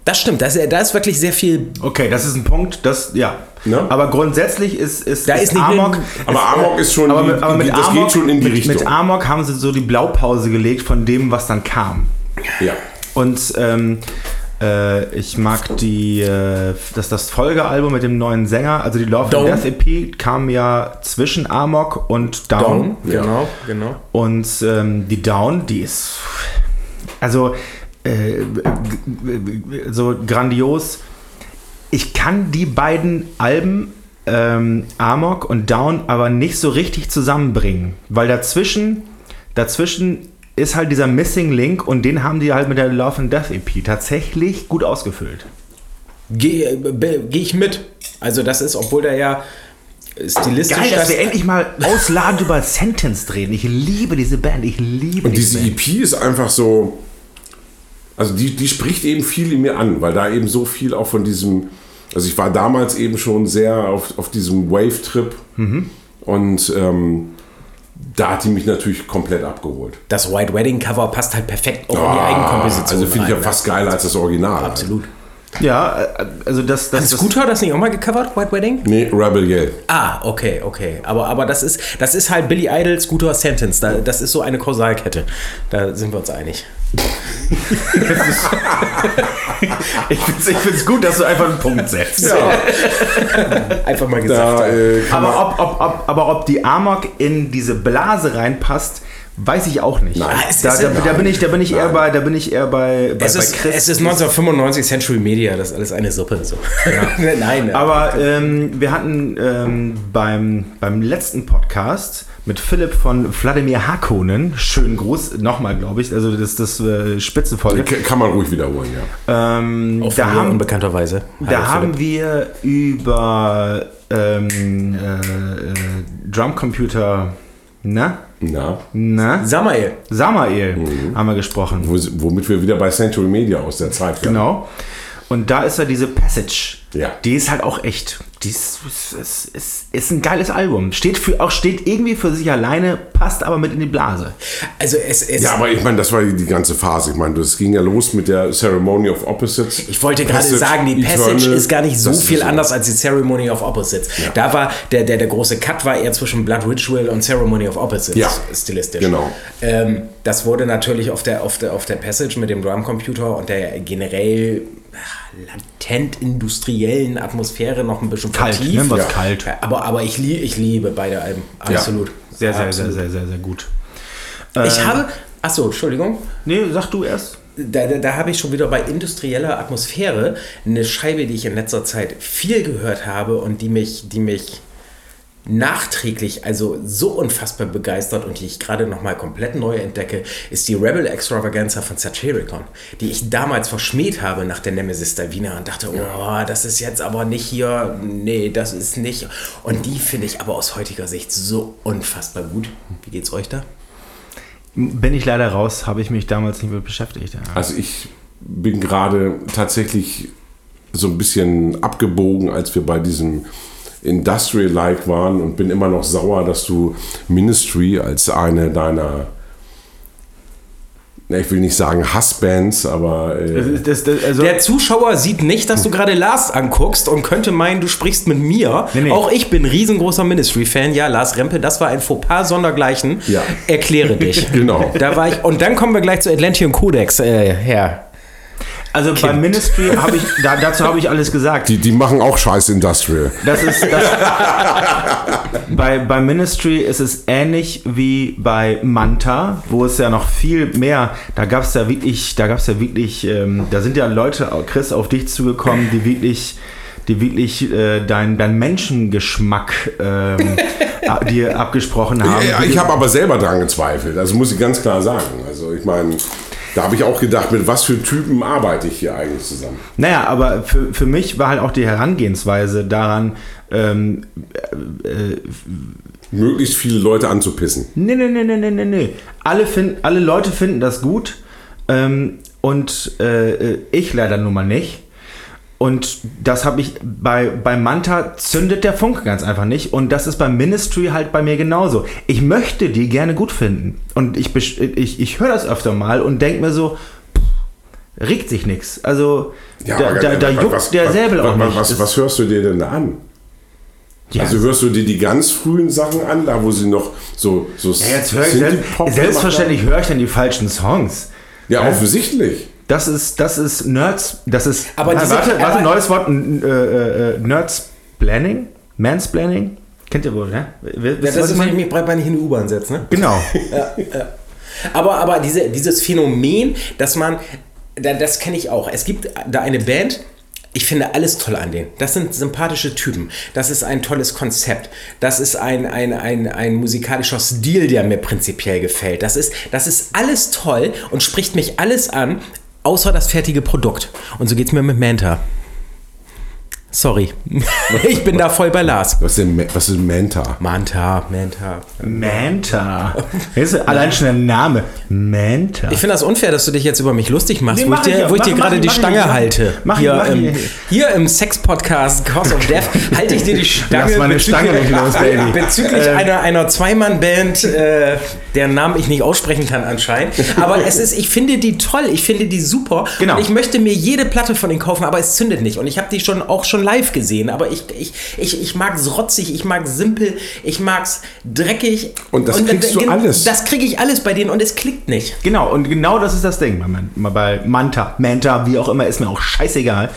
Speaker 1: das stimmt, das, da ist wirklich sehr viel.
Speaker 2: Okay, das ist ein Punkt, das, ja.
Speaker 4: Ne?
Speaker 2: Aber grundsätzlich ist, ist,
Speaker 1: Da ist nicht
Speaker 2: Amok.
Speaker 1: ein-
Speaker 4: Aber Amok ist schon,
Speaker 2: aber
Speaker 4: die-
Speaker 2: mit, aber mit
Speaker 4: die, das
Speaker 2: Amok,
Speaker 4: geht schon in die
Speaker 2: mit,
Speaker 4: Richtung.
Speaker 2: Mit Amok haben sie so die Blaupause gelegt von dem, was dann kam.
Speaker 4: ja.
Speaker 2: Und ähm, äh, ich mag die, äh, das, das Folgealbum mit dem neuen Sänger, also die Love
Speaker 1: Down.
Speaker 2: and Death EP kam ja zwischen Amok und Down.
Speaker 4: Ja.
Speaker 1: Genau, genau.
Speaker 2: Und ähm, die Down, die ist also äh, g- g- so grandios. Ich kann die beiden Alben ähm, Amok und Down aber nicht so richtig zusammenbringen, weil dazwischen dazwischen ist halt dieser Missing Link und den haben die halt mit der Love and Death EP tatsächlich gut ausgefüllt.
Speaker 1: Gehe geh ich mit. Also das ist, obwohl da ja stilistisch
Speaker 2: Geil, dass
Speaker 1: das,
Speaker 2: wir endlich mal ausladend über Sentence reden. Ich liebe diese Band, ich liebe
Speaker 4: Und diese E
Speaker 2: Band.
Speaker 4: EP ist einfach so. Also die, die spricht eben viel in mir an, weil da eben so viel auch von diesem. Also ich war damals eben schon sehr auf, auf diesem Wave-Trip
Speaker 1: Mhm.
Speaker 4: und ähm, da hat die mich natürlich komplett abgeholt.
Speaker 1: das White Wedding Cover passt halt perfekt auch in die
Speaker 4: Ah,
Speaker 1: Eigenkomposition.
Speaker 4: Also finde ich ja
Speaker 1: rein.
Speaker 4: fast geiler als das Original.
Speaker 1: Absolut.
Speaker 2: Ja, äh, also das, das,
Speaker 1: Hat
Speaker 2: das
Speaker 1: Scooter das nicht auch mal gecovert, White Wedding?
Speaker 4: Nee, Rebel Yell.
Speaker 1: Ah, okay, okay. Aber, aber das, ist, das ist halt Billy Idol, Scooter, Sentence. Da, das ist so eine Kausalkette. Da sind wir uns einig.
Speaker 2: Ich find's, ich find's gut, dass du einfach einen Punkt setzt.
Speaker 1: Einfach mal gesagt.
Speaker 4: Da, äh, kann man,
Speaker 2: Aber ob, ob, ob, aber ob die Amok in diese Blase reinpasst, weiß ich auch nicht.
Speaker 4: Nein.
Speaker 1: Es
Speaker 2: Da,
Speaker 1: ist-
Speaker 2: da, da bin ich, da bin ich eher
Speaker 4: Nein.
Speaker 2: bei, da bin ich eher bei, bei,
Speaker 1: es,
Speaker 2: bei
Speaker 1: ist, es ist 1995 Century Media, das ist alles eine Suppe. So. Nein,
Speaker 2: aber ähm, wir hatten ähm, beim, beim letzten Podcast mit Philipp von Wladimir Hakonen, schönen Gruß, nochmal glaube ich, also das das äh, Spitzenfolge.
Speaker 4: k- kann man ruhig wiederholen, ja.
Speaker 2: Ähm,
Speaker 1: auch
Speaker 2: da haben,
Speaker 1: unbekannterweise.
Speaker 2: Da haben wir über ähm, äh, äh, Drumcomputer, ne?
Speaker 4: Na,
Speaker 1: Mhm.
Speaker 2: Ne?
Speaker 1: Samael.
Speaker 2: Samael haben wir gesprochen.
Speaker 4: wo- womit wir wieder bei Century Media aus der Zeit werden.
Speaker 2: Genau. Und da ist ja diese Passage.
Speaker 4: Ja.
Speaker 2: Die ist halt auch echt. Die ist, ist, ist, ist ein geiles Album. Steht für, auch steht irgendwie für sich alleine, passt aber mit in die Blase.
Speaker 1: Also es, es
Speaker 4: Ja, aber ich meine, das war die ganze Phase. Ich meine, das ging ja los mit der Ceremony of Opposites.
Speaker 1: Ich wollte gerade
Speaker 4: Passage,
Speaker 1: sagen, die Passage
Speaker 4: Eternal.
Speaker 1: ist gar nicht so
Speaker 4: Das ist
Speaker 1: viel anders als die Ceremony of Opposites. Da war der, der, der große Cut war eher zwischen Blood Ritual und Ceremony of Opposites
Speaker 4: Ja,
Speaker 1: stilistisch.
Speaker 4: genau.
Speaker 1: Ähm, das wurde natürlich auf der, auf, der, auf der Passage mit dem Drumcomputer und der generell ah, latent industriellen Atmosphäre noch ein bisschen
Speaker 2: Kalt,
Speaker 1: vertieft.
Speaker 2: ne? Was
Speaker 1: ja. Äh,
Speaker 2: kalt.
Speaker 1: Aber, aber ich, lieb, ich liebe beide Alben. Absolut.
Speaker 2: Sehr, sehr, sehr,
Speaker 1: Absolut.
Speaker 2: sehr, sehr, sehr gut. Ähm,
Speaker 1: Ich habe. Achso, Entschuldigung.
Speaker 2: Nee, sag du erst.
Speaker 1: Da, da, da habe ich schon wieder bei industrieller Atmosphäre eine Scheibe, die ich in letzter Zeit viel gehört habe und die mich, die mich nachträglich also so unfassbar begeistert und die ich gerade nochmal komplett neu entdecke, ist die Rebel Extravaganza von Satyricon, die ich damals verschmäht habe nach der Nemesis der Wiener und dachte, oh, das ist jetzt aber nicht hier, nee, das ist nicht. Und die finde ich aber aus heutiger Sicht so unfassbar gut. Wie geht's euch da?
Speaker 2: Bin ich leider raus, habe ich mich damals nicht mit beschäftigt. Ja.
Speaker 4: Also ich bin gerade tatsächlich so ein bisschen abgebogen, als wir bei diesem Industrial Like waren und bin immer noch sauer, dass du Ministry als eine deiner, na, ich will nicht sagen Hassbands, aber
Speaker 2: Das
Speaker 4: äh,
Speaker 2: ist- das- das- also-
Speaker 1: Der Zuschauer sieht nicht, dass du gerade Lars anguckst und könnte meinen, du sprichst mit mir.
Speaker 2: Nee, nee.
Speaker 1: Auch ich bin riesengroßer Ministry-Fan. Ja, Lars Rempe, das war ein Fauxpas sondergleichen.
Speaker 4: Ja.
Speaker 1: Erkläre dich.
Speaker 4: Genau.
Speaker 1: Da war ich. Und dann kommen wir gleich zu Atlantean Codex. Äh, ja.
Speaker 2: also beim Ministry habe ich, da, dazu habe ich alles gesagt.
Speaker 4: die, die machen auch scheiß Industrial.
Speaker 2: Das ist, das, bei, bei Ministry ist es ähnlich wie bei Manta, wo es ja noch viel mehr, da gab es ja wirklich, da gab es ja wirklich, ähm, da sind ja Leute, Chris, auf dich zugekommen, die wirklich, die wirklich äh, deinen dein Menschengeschmack ähm, a- dir abgesprochen haben.
Speaker 4: Ja,
Speaker 2: Die-
Speaker 4: ich habe aber selber dran gezweifelt, also muss ich ganz klar sagen. Also ich meine, da habe ich auch gedacht, mit was für Typen arbeite ich hier eigentlich zusammen?
Speaker 2: Naja, aber für, für mich war halt auch die Herangehensweise daran, ähm,
Speaker 4: Möglichst viele Leute anzupissen.
Speaker 2: Nee, nee, nee, nee, nee, nee, nee. Alle, find, alle Leute finden das gut. Ähm, und äh, äh, ich leider nun mal nicht. Und das habe ich bei, bei Manta zündet der Funke ganz einfach nicht. Und das ist beim Ministry halt bei mir genauso. Ich möchte die gerne gut finden. Und ich, besch- ich, ich höre das öfter mal und denke mir so, pff, regt sich nichts. Also da,
Speaker 4: aber
Speaker 2: da,
Speaker 4: ganz-
Speaker 2: da
Speaker 4: was-
Speaker 2: juckt
Speaker 4: was-
Speaker 2: der
Speaker 4: was-
Speaker 2: Säbel
Speaker 4: was,
Speaker 2: auch nicht.
Speaker 4: Was,
Speaker 2: Das-
Speaker 4: was hörst du dir denn da an?
Speaker 2: ja.
Speaker 4: Also hörst du dir die ganz frühen Sachen an, da wo sie noch so so
Speaker 2: ja, jetzt höre ich selbst,
Speaker 4: Synthie-Pop
Speaker 2: selbstverständlich
Speaker 4: gemacht
Speaker 2: höre ich dann die falschen Songs.
Speaker 4: haben? Ja, offensichtlich.
Speaker 2: Das ist, das ist Nerds, das ist.
Speaker 1: Aber
Speaker 2: Ah,
Speaker 1: diese-
Speaker 2: warte, warte,
Speaker 1: aber-
Speaker 2: neues Wort, n- äh, äh, Nerds Planning, Mans Planning, kennt ihr wohl, ne? W-
Speaker 1: Ja,
Speaker 2: wisst ihr,
Speaker 1: das
Speaker 2: was
Speaker 1: ist, wenn
Speaker 2: ich
Speaker 1: ich
Speaker 2: meine?
Speaker 1: mich breitbeinig in die U-Bahn setze, ne?
Speaker 2: Genau.
Speaker 1: Aber, aber diese, dieses Phänomen, dass man, da, das kenne ich auch. Es gibt da eine Band, ich finde alles toll an denen. Das sind sympathische Typen. Das ist ein tolles Konzept. Das ist ein, ein, ein, ein musikalischer Stil, der mir prinzipiell gefällt. Das ist, das ist alles toll und spricht mich alles an, außer das fertige Produkt. Und so geht es mir mit Manta. Sorry. ich bin da voll bei Lars.
Speaker 4: Was ist denn, Ma- was ist Manta?
Speaker 1: Manta, Manta.
Speaker 2: Manta. Weißt du, allein schon der Name. Manta.
Speaker 1: Ich finde das unfair, dass du dich jetzt über mich lustig machst,
Speaker 2: Nee,
Speaker 1: wo ich
Speaker 2: mach ich
Speaker 1: dir,
Speaker 2: ja.
Speaker 1: wo ich dir
Speaker 2: Mach-
Speaker 1: gerade
Speaker 2: mach-
Speaker 1: die
Speaker 2: mach ich
Speaker 1: Stange
Speaker 2: ja.
Speaker 1: halte.
Speaker 2: Mach ich-
Speaker 1: hier,
Speaker 2: mach ich.
Speaker 1: im, hier im Sex-Podcast Cause of Death halte ich dir die Stange.
Speaker 2: Lass meine Stange nicht los, Baby. Äh.
Speaker 1: Bezüglich einer, einer Zwei-Mann-Band, äh, deren Namen ich nicht aussprechen kann anscheinend. Aber es ist, ich finde die toll, ich finde die super.
Speaker 2: Genau.
Speaker 1: Und ich möchte mir jede Platte von denen kaufen, aber es zündet nicht. Und ich habe die schon auch schon live gesehen. Aber ich, ich, ich, ich mag es rotzig, ich mag simpel, ich mag es dreckig.
Speaker 4: Und das kriegst du
Speaker 1: gen-
Speaker 4: alles.
Speaker 1: Das kriege ich alles bei denen und es klickt nicht.
Speaker 2: Genau, und genau das ist das Ding. Bei Man- Bei Manta, Manta, wie auch immer, ist mir auch scheißegal.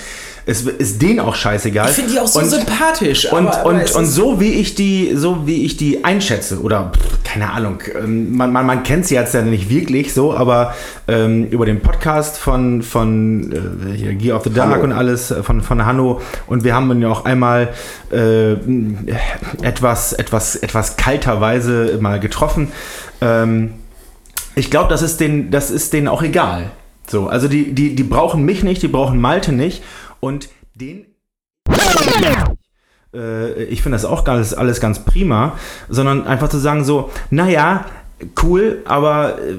Speaker 2: Es ist denen auch scheißegal.
Speaker 1: Ich finde die auch so
Speaker 2: Und-
Speaker 1: sympathisch.
Speaker 2: Und,
Speaker 1: aber, aber
Speaker 2: und,
Speaker 1: es
Speaker 2: und
Speaker 1: ist-
Speaker 2: so wie ich die, so wie ich die einschätze, oder pff, keine Ahnung, ähm, man, man, man kennt sie jetzt ja nicht wirklich so, aber ähm, über den Podcast von, von äh, hier, Gear of the Dark
Speaker 4: Hanno.
Speaker 2: und alles äh, von, von Hanno und wir haben ihn ja auch einmal äh, mh, etwas, etwas, etwas kalterweise mal getroffen. Ähm, ich glaube, das ist denen, das ist denen auch egal. So, also die, die, die brauchen mich nicht, die brauchen Malte nicht und den äh, ich finde das auch alles, alles ganz prima, sondern einfach zu sagen so, naja, cool, aber äh,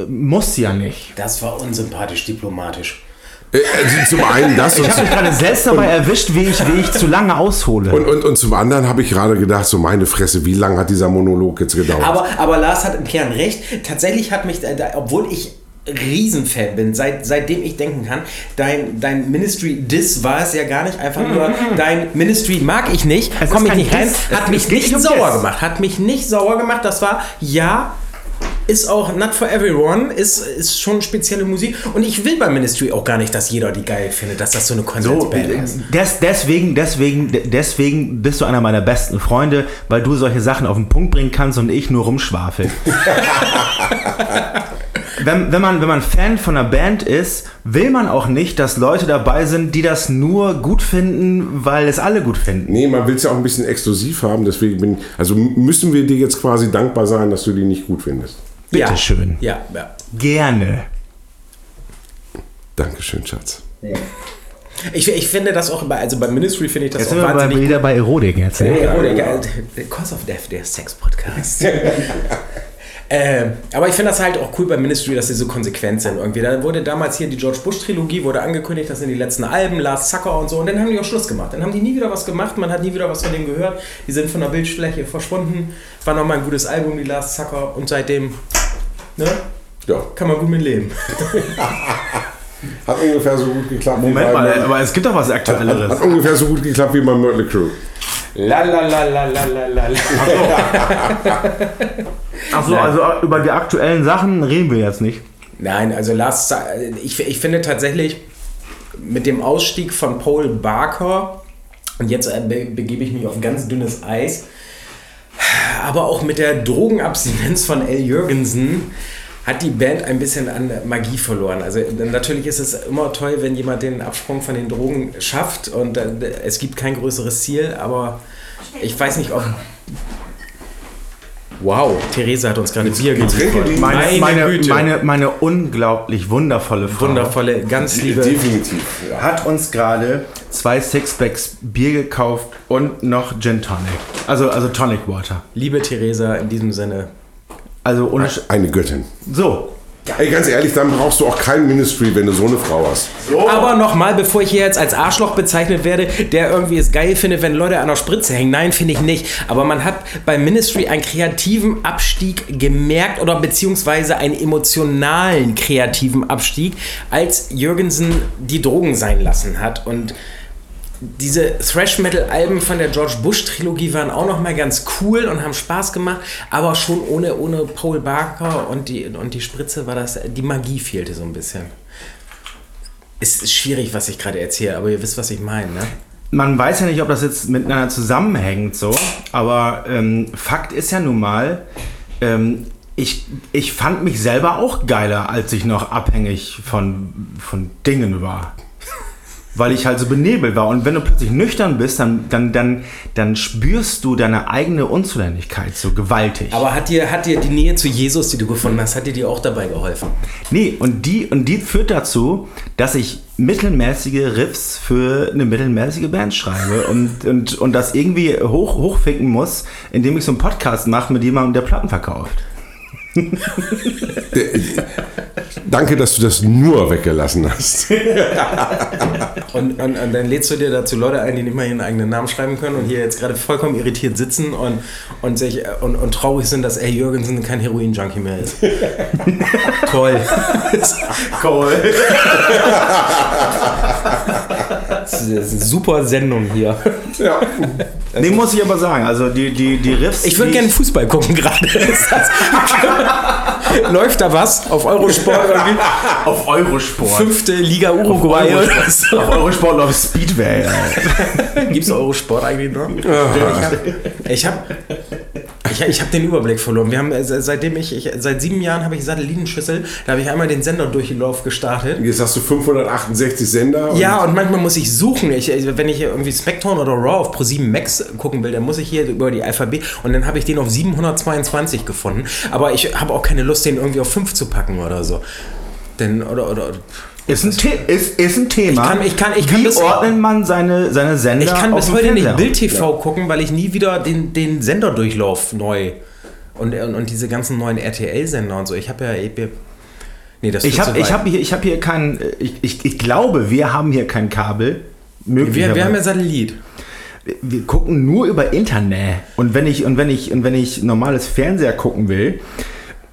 Speaker 2: äh, muss ja nicht.
Speaker 1: das war unsympathisch, diplomatisch.
Speaker 4: Äh, also zum einen das und
Speaker 2: Ich habe mich gerade selbst dabei erwischt, wie ich, wie ich zu lange aushole.
Speaker 4: Und, und, und zum anderen habe ich gerade gedacht, so meine Fresse, wie lange hat dieser Monolog jetzt gedauert?
Speaker 1: Aber, aber Lars hat im Kern recht. Tatsächlich hat mich, da, da- obwohl ich Riesenfan bin, seit, seitdem ich denken kann, dein, dein Ministry Diss war es ja gar nicht, einfach nur dein Ministry mag ich nicht,
Speaker 2: Mhm. Es
Speaker 1: komm
Speaker 2: ist
Speaker 1: ich
Speaker 2: kein
Speaker 1: nicht rein,
Speaker 2: Diss, es-
Speaker 1: hat
Speaker 2: es
Speaker 1: mich
Speaker 2: geht
Speaker 1: nicht
Speaker 2: nicht um
Speaker 1: sauer
Speaker 2: Diss.
Speaker 1: gemacht, hat mich nicht sauer gemacht, das war, ja, ist auch not for everyone, ist, ist schon spezielle Musik und ich will bei Ministry auch gar nicht, dass jeder die geil findet, dass das so eine
Speaker 2: so,
Speaker 1: Konsensband ist.
Speaker 2: des, deswegen, deswegen, deswegen bist du einer meiner besten Freunde, weil du solche Sachen auf den Punkt bringen kannst und ich nur rumschwafel. wenn, wenn, man, wenn man Fan von einer Band ist, will man auch nicht, dass Leute dabei sind, die das nur gut finden, weil es alle gut finden.
Speaker 4: Nee, man will es ja auch ein bisschen exklusiv haben, deswegen bin also müssen wir dir jetzt quasi dankbar sein, dass du die nicht gut findest.
Speaker 2: Bitteschön.
Speaker 1: Ja, ja.
Speaker 2: Gerne.
Speaker 4: Dankeschön, Schatz.
Speaker 1: Ich, ich finde das auch bei, also bei Ministry finde ich das
Speaker 2: Jetzt
Speaker 1: auch
Speaker 2: sind wir bei,
Speaker 1: wahnsinnig.
Speaker 2: wieder bei Erotik jetzt. Ne?
Speaker 1: Ja, oder egal. Der Cause of Death, der Sex-Podcast. Ähm, aber ich finde das halt auch cool bei Ministry, dass sie so konsequent sind irgendwie. Da wurde damals hier die George Bush-Trilogie wurde angekündigt, das sind die letzten Alben, Last Sucker und so. Und dann haben die auch Schluss gemacht. Dann haben die nie wieder was gemacht, man hat nie wieder was von denen gehört. Die sind von der Bildfläche verschwunden. War nochmal ein gutes Album, die Last Sucker. Und seitdem, ne,
Speaker 4: Ja,
Speaker 1: kann man gut mit leben.
Speaker 4: hat ungefähr so gut geklappt.
Speaker 2: Moment
Speaker 4: wie bei
Speaker 2: mal, äh, aber es gibt doch was
Speaker 4: hat, hat
Speaker 2: Aktuelleres.
Speaker 4: ungefähr so gut geklappt wie bei Myrtle Crew.
Speaker 1: La la la la la la la.
Speaker 2: Achso, also über die aktuellen Sachen reden wir jetzt nicht.
Speaker 1: Nein, also Last, Sa- ich, ich finde tatsächlich, mit dem Ausstieg von Paul Barker, und jetzt äh, be begebe ich mich auf ganz dünnes Eis, aber auch mit der Drogenabstinenz von L. Jürgensen hat die Band ein bisschen an Magie verloren. Also äh, natürlich ist es immer toll, wenn jemand den Absprung von den Drogen schafft und äh, es gibt kein größeres Ziel, aber ich weiß nicht, ob... Wow, Theresa hat uns gerade Bier geliefert.
Speaker 2: Meine,
Speaker 1: Meine
Speaker 2: meine,
Speaker 1: Güte.
Speaker 2: meine, meine unglaublich wundervolle Frau
Speaker 1: Wundervolle, ganz liebe.
Speaker 4: Definitiv. Ja.
Speaker 2: hat uns gerade zwei Sixpacks Bier gekauft und noch Gin Tonic. Also, also Tonic Water.
Speaker 1: Liebe Theresa, in diesem Sinne.
Speaker 2: Also ohne Sch
Speaker 4: Eine Göttin.
Speaker 2: So.
Speaker 4: Ey, ganz ehrlich, dann brauchst du auch kein Ministry, wenn du so eine Frau hast.
Speaker 1: Aber nochmal, bevor ich hier jetzt als Arschloch bezeichnet werde, der irgendwie es geil findet, wenn Leute an der Spritze hängen. Nein, finde ich nicht. Aber man hat bei Ministry einen kreativen Abstieg gemerkt oder beziehungsweise einen emotionalen kreativen Abstieg, als Jürgensen die Drogen sein lassen hat. Und diese Thrash-Metal-Alben von der George Bush-Trilogie waren auch noch mal ganz cool und haben Spaß gemacht, aber schon ohne, ohne Paul Barker und die, und die Spritze war das, die Magie fehlte so ein bisschen. Es ist schwierig, was ich gerade erzähle, aber ihr wisst, was ich meine, ne?
Speaker 2: Man weiß ja nicht, ob das jetzt miteinander zusammenhängt, so. Aber ähm, Fakt ist ja nun mal, ähm, ich, ich fand mich selber auch geiler, als ich noch abhängig von, von Dingen war. Weil ich halt so benebelt war. Und wenn du plötzlich nüchtern bist, dann, dann, dann, dann spürst du deine eigene Unzulänglichkeit so gewaltig.
Speaker 1: Aber hat dir, hat dir die Nähe zu Jesus, die du gefunden hast, hat dir die auch dabei geholfen?
Speaker 2: Nee, und die, und die führt dazu, dass ich mittelmäßige Riffs für eine mittelmäßige Band schreibe und, und, und das irgendwie hoch, hochficken muss, indem ich so einen Podcast mache mit jemandem, der Platten verkauft.
Speaker 4: Danke, dass du das nur weggelassen hast.
Speaker 1: Und, und, und dann lädst du dir dazu Leute ein, die nicht mal ihren eigenen Namen schreiben können und hier jetzt gerade vollkommen irritiert sitzen und, und, sich, äh, und, und traurig sind, dass er Jürgensen kein Heroin-Junkie mehr ist. Toll. Toll. Das ist eine super Sendung hier.
Speaker 4: Ja.
Speaker 2: Nee, muss ich aber sagen. Also die, die, die Riffs.
Speaker 1: Ich würde
Speaker 2: die
Speaker 1: gerne Fußball gucken gerade. Ist das- Läuft da was auf Eurosport? irgendwie?
Speaker 2: auf Eurosport.
Speaker 1: Fünfte Liga Uruguay oder so.
Speaker 2: Auf Eurosport auf Speedway. ey.
Speaker 1: Gibt es Eurosport eigentlich noch? Ich habe ich hab, ich hab den Überblick verloren. Wir haben, äh, se- seitdem ich, ich seit sieben Jahren habe ich Satellitenschüssel, da habe ich einmal den Sender durch den Lauf gestartet.
Speaker 4: Jetzt hast du 568 Sender. und-
Speaker 1: Ja, und manchmal muss ich suchen. Ich, ich- wenn ich hier irgendwie Spectron oder Raw auf Pro7 Max gucken will, dann muss ich hier über die Alphabet und dann habe ich den auf 722 gefunden. Aber ich habe auch keine Lust, den irgendwie auf 5 zu packen oder so. Denn, oder, oder,
Speaker 2: Ist ein, The ist, ist ein Thema.
Speaker 1: Ich kann- ich kann- ich kann
Speaker 2: Wie
Speaker 1: das-
Speaker 2: ordnet man seine, seine Sender
Speaker 1: ich kann
Speaker 2: auf
Speaker 1: bis
Speaker 2: dem
Speaker 1: heute
Speaker 2: Fernseher?
Speaker 1: nicht Bild TV gucken, weil ich nie wieder den, den Senderdurchlauf neu und, und, und diese ganzen neuen RTL-Sender und so. Ich habe ja. Ich, bin- nee, das
Speaker 2: Ich
Speaker 1: führt
Speaker 2: habe
Speaker 1: zu
Speaker 2: ich
Speaker 1: weit.
Speaker 2: hab hier, ich hab hier kein. äh, Ich, ich, ich glaube, wir haben hier kein Kabel.
Speaker 1: Wir,
Speaker 2: Möglicherweise.
Speaker 1: wir haben ja Satellit.
Speaker 2: wir gucken nur über Internet. Und wenn ich, und wenn ich, und wenn ich normales Fernseher gucken will,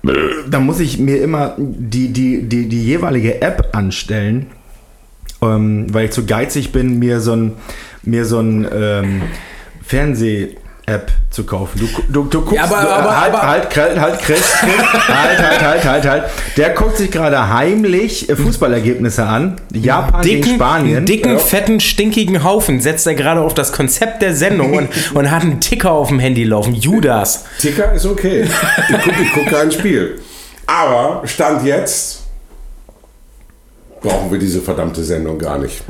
Speaker 2: äh, dann muss ich mir immer die, die, die, die jeweilige App anstellen, ähm, weil ich zu geizig bin, mir so ein, mir so ein ähm, Fernseh. App zu kaufen. Du, du, du guckst,
Speaker 1: Ja, aber-
Speaker 2: du, äh,
Speaker 1: aber-
Speaker 2: halt,
Speaker 1: aber-
Speaker 2: halt, halt, halt, Chris, Chris, halt, halt, halt, halt, halt. Der guckt sich gerade heimlich äh, Fußballergebnisse an. Japan gegen Spanien.
Speaker 1: einen dicken fetten, stinkigen Haufen setzt er gerade auf das Konzept der Sendung und, und hat einen Ticker auf dem Handy laufen. Judas.
Speaker 4: Ticker ist okay. Ich gucke guck kein Spiel. Aber Stand jetzt brauchen wir diese verdammte Sendung gar nicht.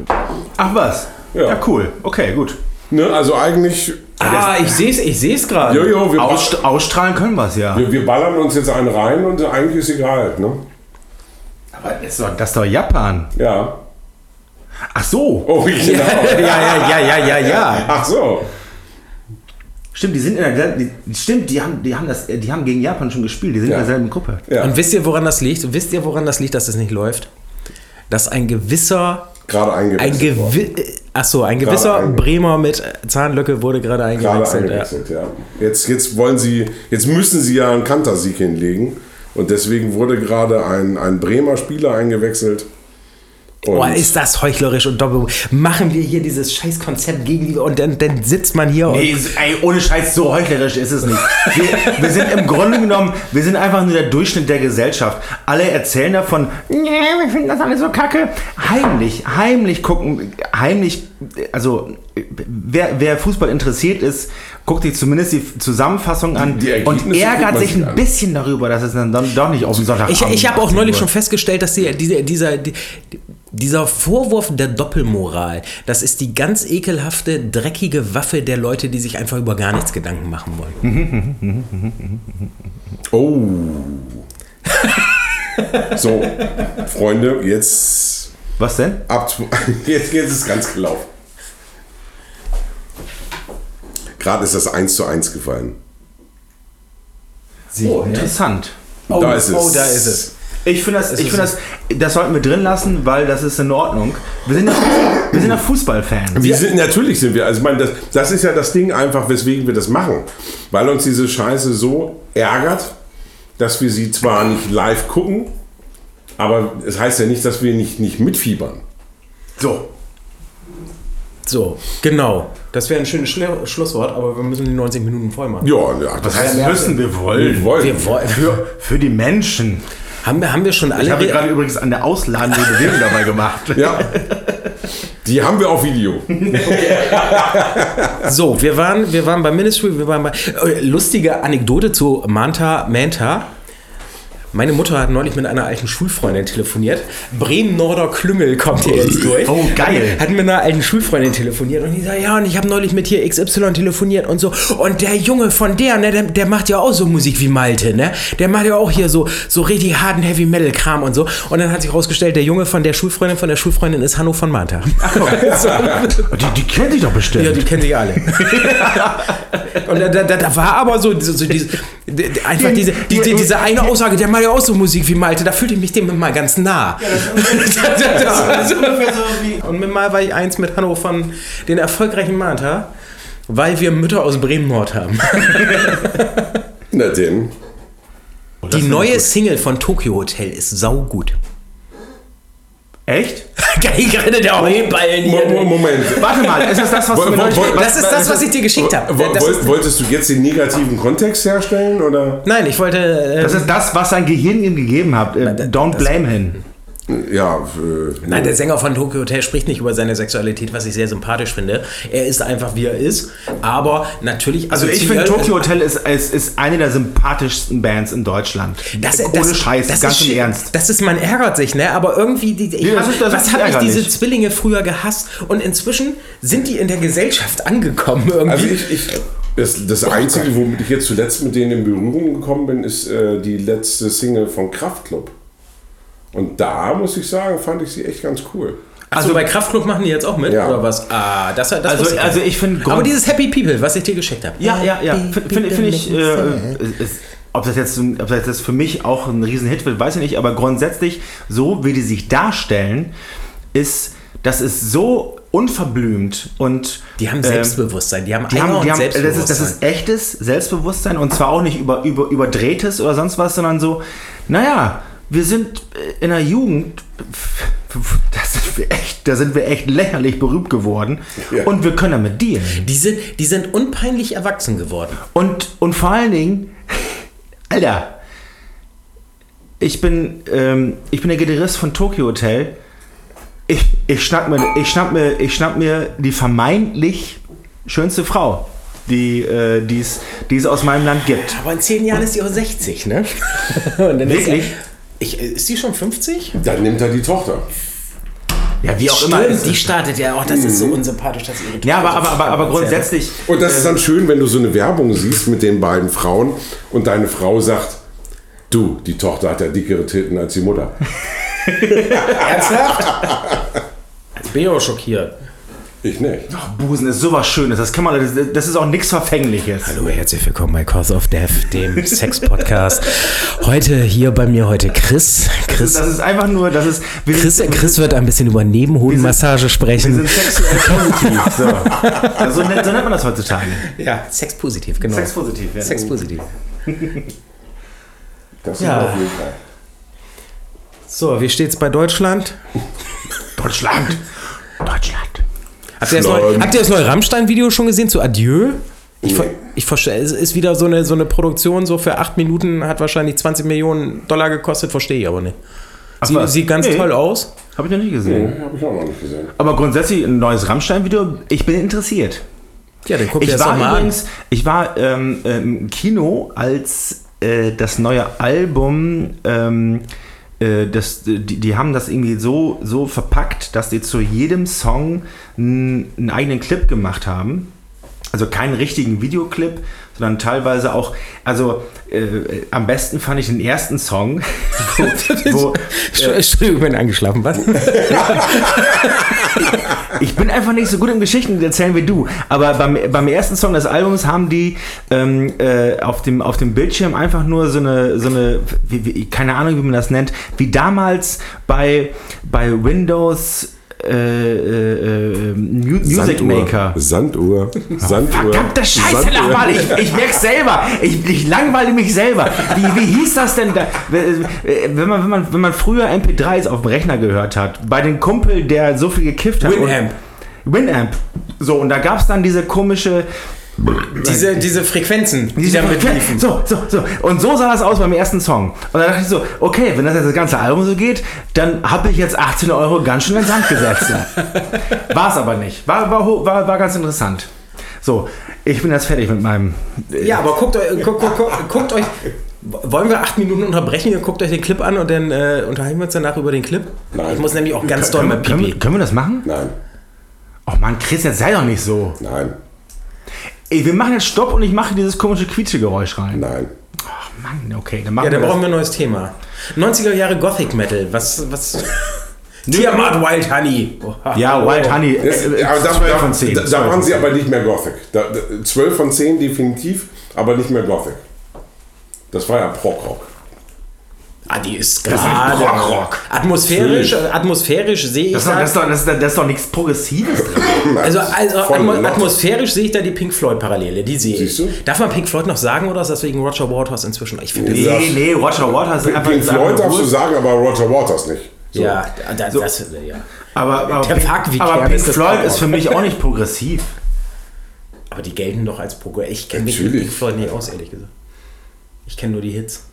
Speaker 2: Ach was?
Speaker 4: Ja.
Speaker 2: Ja, cool. Okay, gut.
Speaker 4: Ne? Also eigentlich,
Speaker 1: Ah, ich sehe es ich seh's gerade.
Speaker 4: jojo, wir,
Speaker 2: Ausst ausstrahlen können wir es ja.
Speaker 4: wir, wir ballern uns jetzt einen rein und eigentlich ist egal. Ne?
Speaker 2: Aber das ist doch, das ist doch Japan.
Speaker 4: Ja.
Speaker 2: Ach so.
Speaker 4: Oh, genau.
Speaker 2: ja, ja, ja, ja, ja.
Speaker 4: Ach so.
Speaker 2: Stimmt, die sind in der die, Stimmt, die haben, die haben das, die haben gegen Japan schon gespielt, die sind
Speaker 4: Ja.
Speaker 2: in derselben Gruppe.
Speaker 4: Ja.
Speaker 1: Und wisst ihr, woran das liegt? Wisst ihr, woran das liegt, dass es nicht läuft? Dass ein gewisser,
Speaker 4: Gerade
Speaker 1: ein
Speaker 4: eingewechselt. worden.
Speaker 1: gewi äh, ach so, ein gewisser
Speaker 4: einge-
Speaker 1: Bremer mit äh, Zahnlücke wurde gerade
Speaker 4: Gerade
Speaker 1: eingewechselt. ja.
Speaker 4: eingewechselt, ja. Jetzt, jetzt wollen sie, jetzt müssen sie ja einen Kantersieg hinlegen. Und deswegen wurde gerade ein, ein Bremer Spieler eingewechselt. Und
Speaker 1: Boah, ist das heuchlerisch und doppel. Machen wir hier dieses Scheißkonzept gegen die und dann, dann sitzt man hier
Speaker 2: Nee,
Speaker 1: und.
Speaker 2: s- ey, ohne Scheiß, so heuchlerisch ist es nicht. Wir, wir sind im Grunde genommen, wir sind einfach nur der Durchschnitt der Gesellschaft. Alle erzählen davon, nee, wir finden das alles so kacke. Heimlich, heimlich gucken, heimlich, also äh, wer, wer Fußball interessiert ist, guckt sich zumindest die Zusammenfassung an
Speaker 4: Die
Speaker 2: und
Speaker 4: Ergebnisse guckt
Speaker 2: ärgert
Speaker 4: man
Speaker 2: sich
Speaker 4: sich
Speaker 2: ein
Speaker 4: an.
Speaker 2: bisschen darüber, dass es dann, dann doch nicht auf dem Sonntag
Speaker 1: Ich, ich habe auch neulich schon festgestellt, dass die, diese, dieser, die, dieser Vorwurf der Doppelmoral, das ist die ganz ekelhafte, dreckige Waffe der Leute, die sich einfach über gar nichts Gedanken machen wollen.
Speaker 2: Hm.
Speaker 4: Oh. so, Freunde, jetzt,
Speaker 2: Was denn?
Speaker 4: ab, jetzt, jetzt ist ganz gelaufen. Gerade ist das 1 zu 1 gefallen.
Speaker 2: Oh, interessant.
Speaker 4: da ist es.
Speaker 1: oh, da ist es.
Speaker 2: Ich finde das, ich finde das, das sollten wir drin lassen, weil das ist in Ordnung. Wir sind ja, wir sind ja Fußballfans.
Speaker 4: Wir sind, natürlich sind wir. Also ich meine, das, das ist ja das Ding einfach, weswegen wir das machen. Weil uns diese Scheiße so ärgert, dass wir sie zwar nicht live gucken, aber es heißt ja nicht, dass wir nicht, nicht mitfiebern.
Speaker 2: So.
Speaker 1: So, genau. Das wäre ein schönes Schlu- Schlusswort, aber wir müssen die 90 Minuten voll machen.
Speaker 4: Ja, ja das
Speaker 2: Das müssen wir wollen.
Speaker 4: wollen.
Speaker 1: Wir woll-
Speaker 2: Für, für die Menschen.
Speaker 1: haben, wir, haben wir schon alle.
Speaker 2: Ich habe
Speaker 1: Re-
Speaker 2: gerade übrigens an der ausladenden Bewegung dabei gemacht.
Speaker 4: ja. Die haben wir auf Video.
Speaker 1: So, wir waren, wir waren bei Ministry, wir waren bei. Äh, Lustige Anekdote zu Manta Manta. Meine Mutter hat neulich mit einer alten Schulfreundin telefoniert. Bremen-Norder Klüngel kommt hier jetzt durch.
Speaker 2: Oh, geil.
Speaker 1: Hat mit einer alten Schulfreundin telefoniert und die sagt, ja, und ich habe neulich mit hier XY telefoniert und so. Und der Junge von der, ne, der, der macht ja auch so Musik wie Malte, ne? Der macht ja auch hier so, so richtig harten Heavy-Metal-Kram und so. Und dann hat sich herausgestellt, der Junge von der Schulfreundin von der Schulfreundin ist Hanno von Manta.
Speaker 2: Die, die kennen sich doch bestimmt.
Speaker 1: Ja, die kennen sich alle. und da, da, da war aber so, so, so diese, d- d- einfach diese, die, die, diese eine Aussage, der macht ja auch so Musik wie Malte, da fühlte ich mich dem mal ganz nah. Das- das- das- Und mit mal war ich eins mit Hanno von den erfolgreichen Manta, weil wir Mütter aus Bremen-Nord haben.
Speaker 4: Na denn.
Speaker 1: Die neue Single von Tokyo Hotel ist saugut.
Speaker 2: Echt?
Speaker 1: Geil, gerade der Heuballen
Speaker 4: Mo- Mo-
Speaker 1: hier.
Speaker 4: Moment.
Speaker 2: Warte mal, ist das das, was du mir neulich...
Speaker 1: Das ist das, was ich dir geschickt habe.
Speaker 4: Woll-
Speaker 1: Das ist-
Speaker 4: woll- Wolltest du jetzt den negativen Kontext herstellen? Oder?
Speaker 1: Nein, ich wollte. äh,
Speaker 2: Das ist das, was sein Gehirn ihm gegeben hat. Äh, Don't blame him.
Speaker 4: Ja. Äh,
Speaker 1: Nein, der Sänger von Tokyo Hotel spricht nicht über seine Sexualität, was ich sehr sympathisch finde. Er ist einfach, wie er ist. Aber natürlich.
Speaker 2: Also ich finde, Tokyo Hotel ist, ist, ist eine der sympathischsten Bands in Deutland.
Speaker 1: Das, das,
Speaker 2: Ohne Scheiß,
Speaker 1: das
Speaker 2: ganz
Speaker 1: ist,
Speaker 2: im Ernst.
Speaker 1: Das ist, man ärgert sich, ne? Aber irgendwie, die, ich
Speaker 2: Nee, das
Speaker 1: hab,
Speaker 2: ist- das
Speaker 1: was
Speaker 2: ist
Speaker 1: habe ich diese
Speaker 2: ärgerlich.
Speaker 1: Zwillinge früher gehasst? Und inzwischen sind die in der Gesellschaft angekommen irgendwie.
Speaker 4: Also ich, ich das,
Speaker 1: Oh
Speaker 4: das Einzige, womit ich jetzt zuletzt mit denen in Berührung gekommen bin, ist äh, die letzte Single von Kraftklub. Und da muss ich sagen, fand ich sie echt ganz cool.
Speaker 1: also bei Kraftclub machen die jetzt auch mit,
Speaker 4: Ja.
Speaker 1: oder was? Ah, das, das
Speaker 2: Also-
Speaker 1: wusste
Speaker 2: also
Speaker 1: nicht.
Speaker 2: ich find
Speaker 1: Aber
Speaker 2: Grund-
Speaker 1: dieses Happy People, was ich dir geschickt habe.
Speaker 2: Ja, ja, ja. Finde find, find ich, äh, es- es- ob, das jetzt, ob das jetzt für mich auch ein Riesenhit wird, weiß ich nicht, aber grundsätzlich, so wie die sich darstellen, ist, das ist so unverblümt und.
Speaker 1: Die haben
Speaker 2: ähm,
Speaker 1: Selbstbewusstsein, die haben
Speaker 2: Die
Speaker 1: Eier
Speaker 2: haben,
Speaker 1: und
Speaker 2: die haben, das,
Speaker 1: Selbstbewusstsein.
Speaker 2: ist, das ist echtes Selbstbewusstsein und zwar auch nicht über, über, überdrehtes oder sonst was, sondern so, naja, wir sind äh, in der Jugend, da sind wir echt, da sind wir echt lächerlich berühmt geworden
Speaker 4: Ja.
Speaker 2: und wir können damit dealen.
Speaker 1: die, sind, die sind unpeinlich erwachsen geworden.
Speaker 2: Und, und vor allen Dingen, Alter, ich bin, ähm, ich bin der Gitarrist von Tokyo Hotel. Ich, ich, schnapp mir, ich, schnapp mir, ich schnapp mir die vermeintlich schönste Frau die äh, die es die es aus meinem Land gibt.
Speaker 1: Aber in zehn Jahren ist sie auch 60, ne? Und dann ist,
Speaker 2: Wirklich?
Speaker 1: ich,
Speaker 5: äh,
Speaker 1: ist sie schon 50?
Speaker 4: Dann nimmt er die Tochter.
Speaker 2: Ja, wie auch
Speaker 1: Stimmt, die startet ja auch. Das ist
Speaker 5: Mhm.
Speaker 1: so unsympathisch, dass ihre
Speaker 2: Ja, aber,
Speaker 1: Tochter so
Speaker 2: aber, aber, aber
Speaker 1: Frauen erzählt.
Speaker 2: grundsätzlich.
Speaker 4: Und das ist dann schön, wenn du so eine Werbung siehst mit den beiden Frauen und deine Frau sagt, du, die Tochter hat ja dickere Titten als die Mutter.
Speaker 1: Ernsthaft? Jetzt bin ich auch schockiert.
Speaker 4: Ich nicht.
Speaker 2: Busen ist sowas Schönes. Das kann man. Das, das ist auch nichts Verfängliches.
Speaker 5: Hallo, herzlich willkommen bei Cause of Death, dem Sex-Podcast. Heute hier bei mir heute Chris. Chris,
Speaker 2: Das ist einfach nur. Das ist. Wir
Speaker 5: Chris,
Speaker 2: sind,
Speaker 5: Chris wird ein bisschen über Nebenhodenmassage
Speaker 2: wir sind
Speaker 5: sprechen.
Speaker 2: sexuell positiv. So. Ja, so, nennt, so nennt man das heutzutage.
Speaker 1: Ja,
Speaker 5: Sex-positiv, genau.
Speaker 2: Sexpositiv. Ja.
Speaker 5: Sex-positiv.
Speaker 4: Das
Speaker 5: Ja.
Speaker 4: ist auf jeden Fall.
Speaker 5: So, wie steht's bei Deutschland?
Speaker 2: Deutschland. Deutschland.
Speaker 5: Habt ihr das neue,
Speaker 4: Schlangen.
Speaker 5: habt ihr das neue Rammstein-Video schon gesehen zu Adieu? Ich, ver
Speaker 4: Nee.
Speaker 5: ich verstehe, es ist wieder so eine, so eine Produktion, so für acht Minuten hat wahrscheinlich 20 Millionen Dollar gekostet, verstehe ich aber nicht. Sie,
Speaker 2: was?
Speaker 5: sieht ganz
Speaker 2: Nee.
Speaker 5: toll aus. Oh.
Speaker 2: Habe ich noch nicht gesehen.
Speaker 4: Habe ich auch noch nicht gesehen.
Speaker 2: Aber grundsätzlich ein neues Rammstein-Video. Ich bin interessiert.
Speaker 5: Ja, dann guckt ihr
Speaker 2: Ich
Speaker 5: das doch
Speaker 2: war
Speaker 5: mal an.
Speaker 2: übrigens, ich war ähm, äh, im Kino, als äh, das neue Album, ähm, äh, das, die, die haben das irgendwie so, so verpackt, dass die zu jedem Song n- einen eigenen Clip gemacht haben. Also keinen richtigen Videoclip, sondern teilweise auch, also äh, äh, am besten fand ich den ersten Song, wo, wo
Speaker 5: Entschuldigung, ich bin angeschlafen, was?
Speaker 2: Ich bin einfach nicht so gut im Geschichten erzählen wie du. Aber beim, beim ersten Song des Albums haben die ähm, äh, auf, dem, auf dem Bildschirm einfach nur so eine, so eine wie, wie, keine Ahnung, wie man das nennt, wie damals bei, bei Windows äh, äh, äh, Mu- Music Maker.
Speaker 4: Sanduhr. Sanduhr.
Speaker 2: Verdammte Scheiße,
Speaker 4: Sanduhr.
Speaker 2: nochmal! Ich, ich merk's selber. Ich, ich langweile mich selber. Wie, wie hieß das denn da? Äh, Wenn man, wenn, man, wenn man früher MP3s auf dem Rechner gehört hat, bei dem Kumpel, der so viel gekifft hat. und-
Speaker 1: Winamp.
Speaker 2: Winamp. So, und da gab es dann diese komische.
Speaker 1: Diese, diese Frequenzen, die
Speaker 2: Diese
Speaker 1: damit
Speaker 2: Frequenz-
Speaker 1: liefen.
Speaker 2: so, so, so. Und so sah das aus beim ersten Song. Und da dachte ich so, okay, wenn das jetzt das ganze Album so geht, dann habe ich jetzt 18 Euro ganz schön ins Sand gesetzt. war es aber nicht. War, war, ho- war, war ganz interessant. So, ich bin jetzt fertig mit meinem.
Speaker 1: Ja, aber guckt, eu- guckt, guckt, guckt, guckt euch. Wollen wir acht Minuten unterbrechen? Ihr guckt euch den Clip an und dann äh, unterhalten wir uns danach über den Clip.
Speaker 4: Nein.
Speaker 1: Ich muss nämlich auch ganz doll
Speaker 2: Können, wir-
Speaker 1: mal
Speaker 2: können, wir-
Speaker 1: pipi.
Speaker 2: können wir das machen?
Speaker 4: Nein,
Speaker 2: Oh Mann, Chris, jetzt sei doch nicht so.
Speaker 4: nein,
Speaker 2: Ey, wir machen jetzt Stopp und ich mache dieses komische Quietschegeräusch rein.
Speaker 4: nein.
Speaker 2: Ach Mann, okay, dann machen
Speaker 1: Ja,
Speaker 2: wir
Speaker 1: dann brauchen
Speaker 2: das.
Speaker 1: wir ein neues Thema. 90er Jahre Gothic Metal. Was. was Tiamat Wild Honey. Oh. Oha.
Speaker 2: Ja, Wild Honey.
Speaker 4: Das,
Speaker 2: äh, äh,
Speaker 4: aber da,
Speaker 2: 12
Speaker 4: war,
Speaker 2: von 10,
Speaker 4: da, da
Speaker 2: 12 von
Speaker 4: waren sie aber nicht mehr Gothic. Da, da, 12 von 10 definitiv, aber nicht mehr Gothic. Das war ja Prog-Rock.
Speaker 1: Ah, die ist
Speaker 2: ist nicht
Speaker 1: gerade.
Speaker 2: Prog-Rock.
Speaker 1: Atmosphärisch, äh, atmosphärisch sehe ich.
Speaker 2: Das ist, doch,
Speaker 1: da-
Speaker 2: das, ist doch, das, ist doch, das ist doch nichts Progressives drin.
Speaker 1: also also
Speaker 4: Voll
Speaker 1: atmo
Speaker 2: ne?
Speaker 4: Lotte.
Speaker 1: atmosphärisch sehe ich da die Pink Floyd-Parallele. Die sehe ich.
Speaker 4: Siehst du?
Speaker 1: Darf man Pink Floyd noch sagen oder ist das wegen Roger Waters inzwischen? Ich finde
Speaker 4: Ja.
Speaker 2: Nee, nee, Roger Waters ist
Speaker 4: Pink
Speaker 2: ist
Speaker 4: Floyd
Speaker 2: nur
Speaker 4: darfst du
Speaker 2: Ruhe.
Speaker 4: sagen, aber Roger Waters nicht. So.
Speaker 1: Ja, da, das. Ja.
Speaker 2: Aber, aber,
Speaker 1: Der
Speaker 2: Pink,
Speaker 1: Fuck, wie
Speaker 2: aber
Speaker 1: Kern
Speaker 2: Pink
Speaker 1: ist das
Speaker 2: Floyd
Speaker 1: Rock.
Speaker 2: ist für mich auch nicht progressiv.
Speaker 1: Aber die gelten doch als Pogo. Ich kenne mich mit
Speaker 4: Natürlich.
Speaker 1: Pink Floyd nicht aus, ehrlich gesagt. Ich kenne nur die Hits.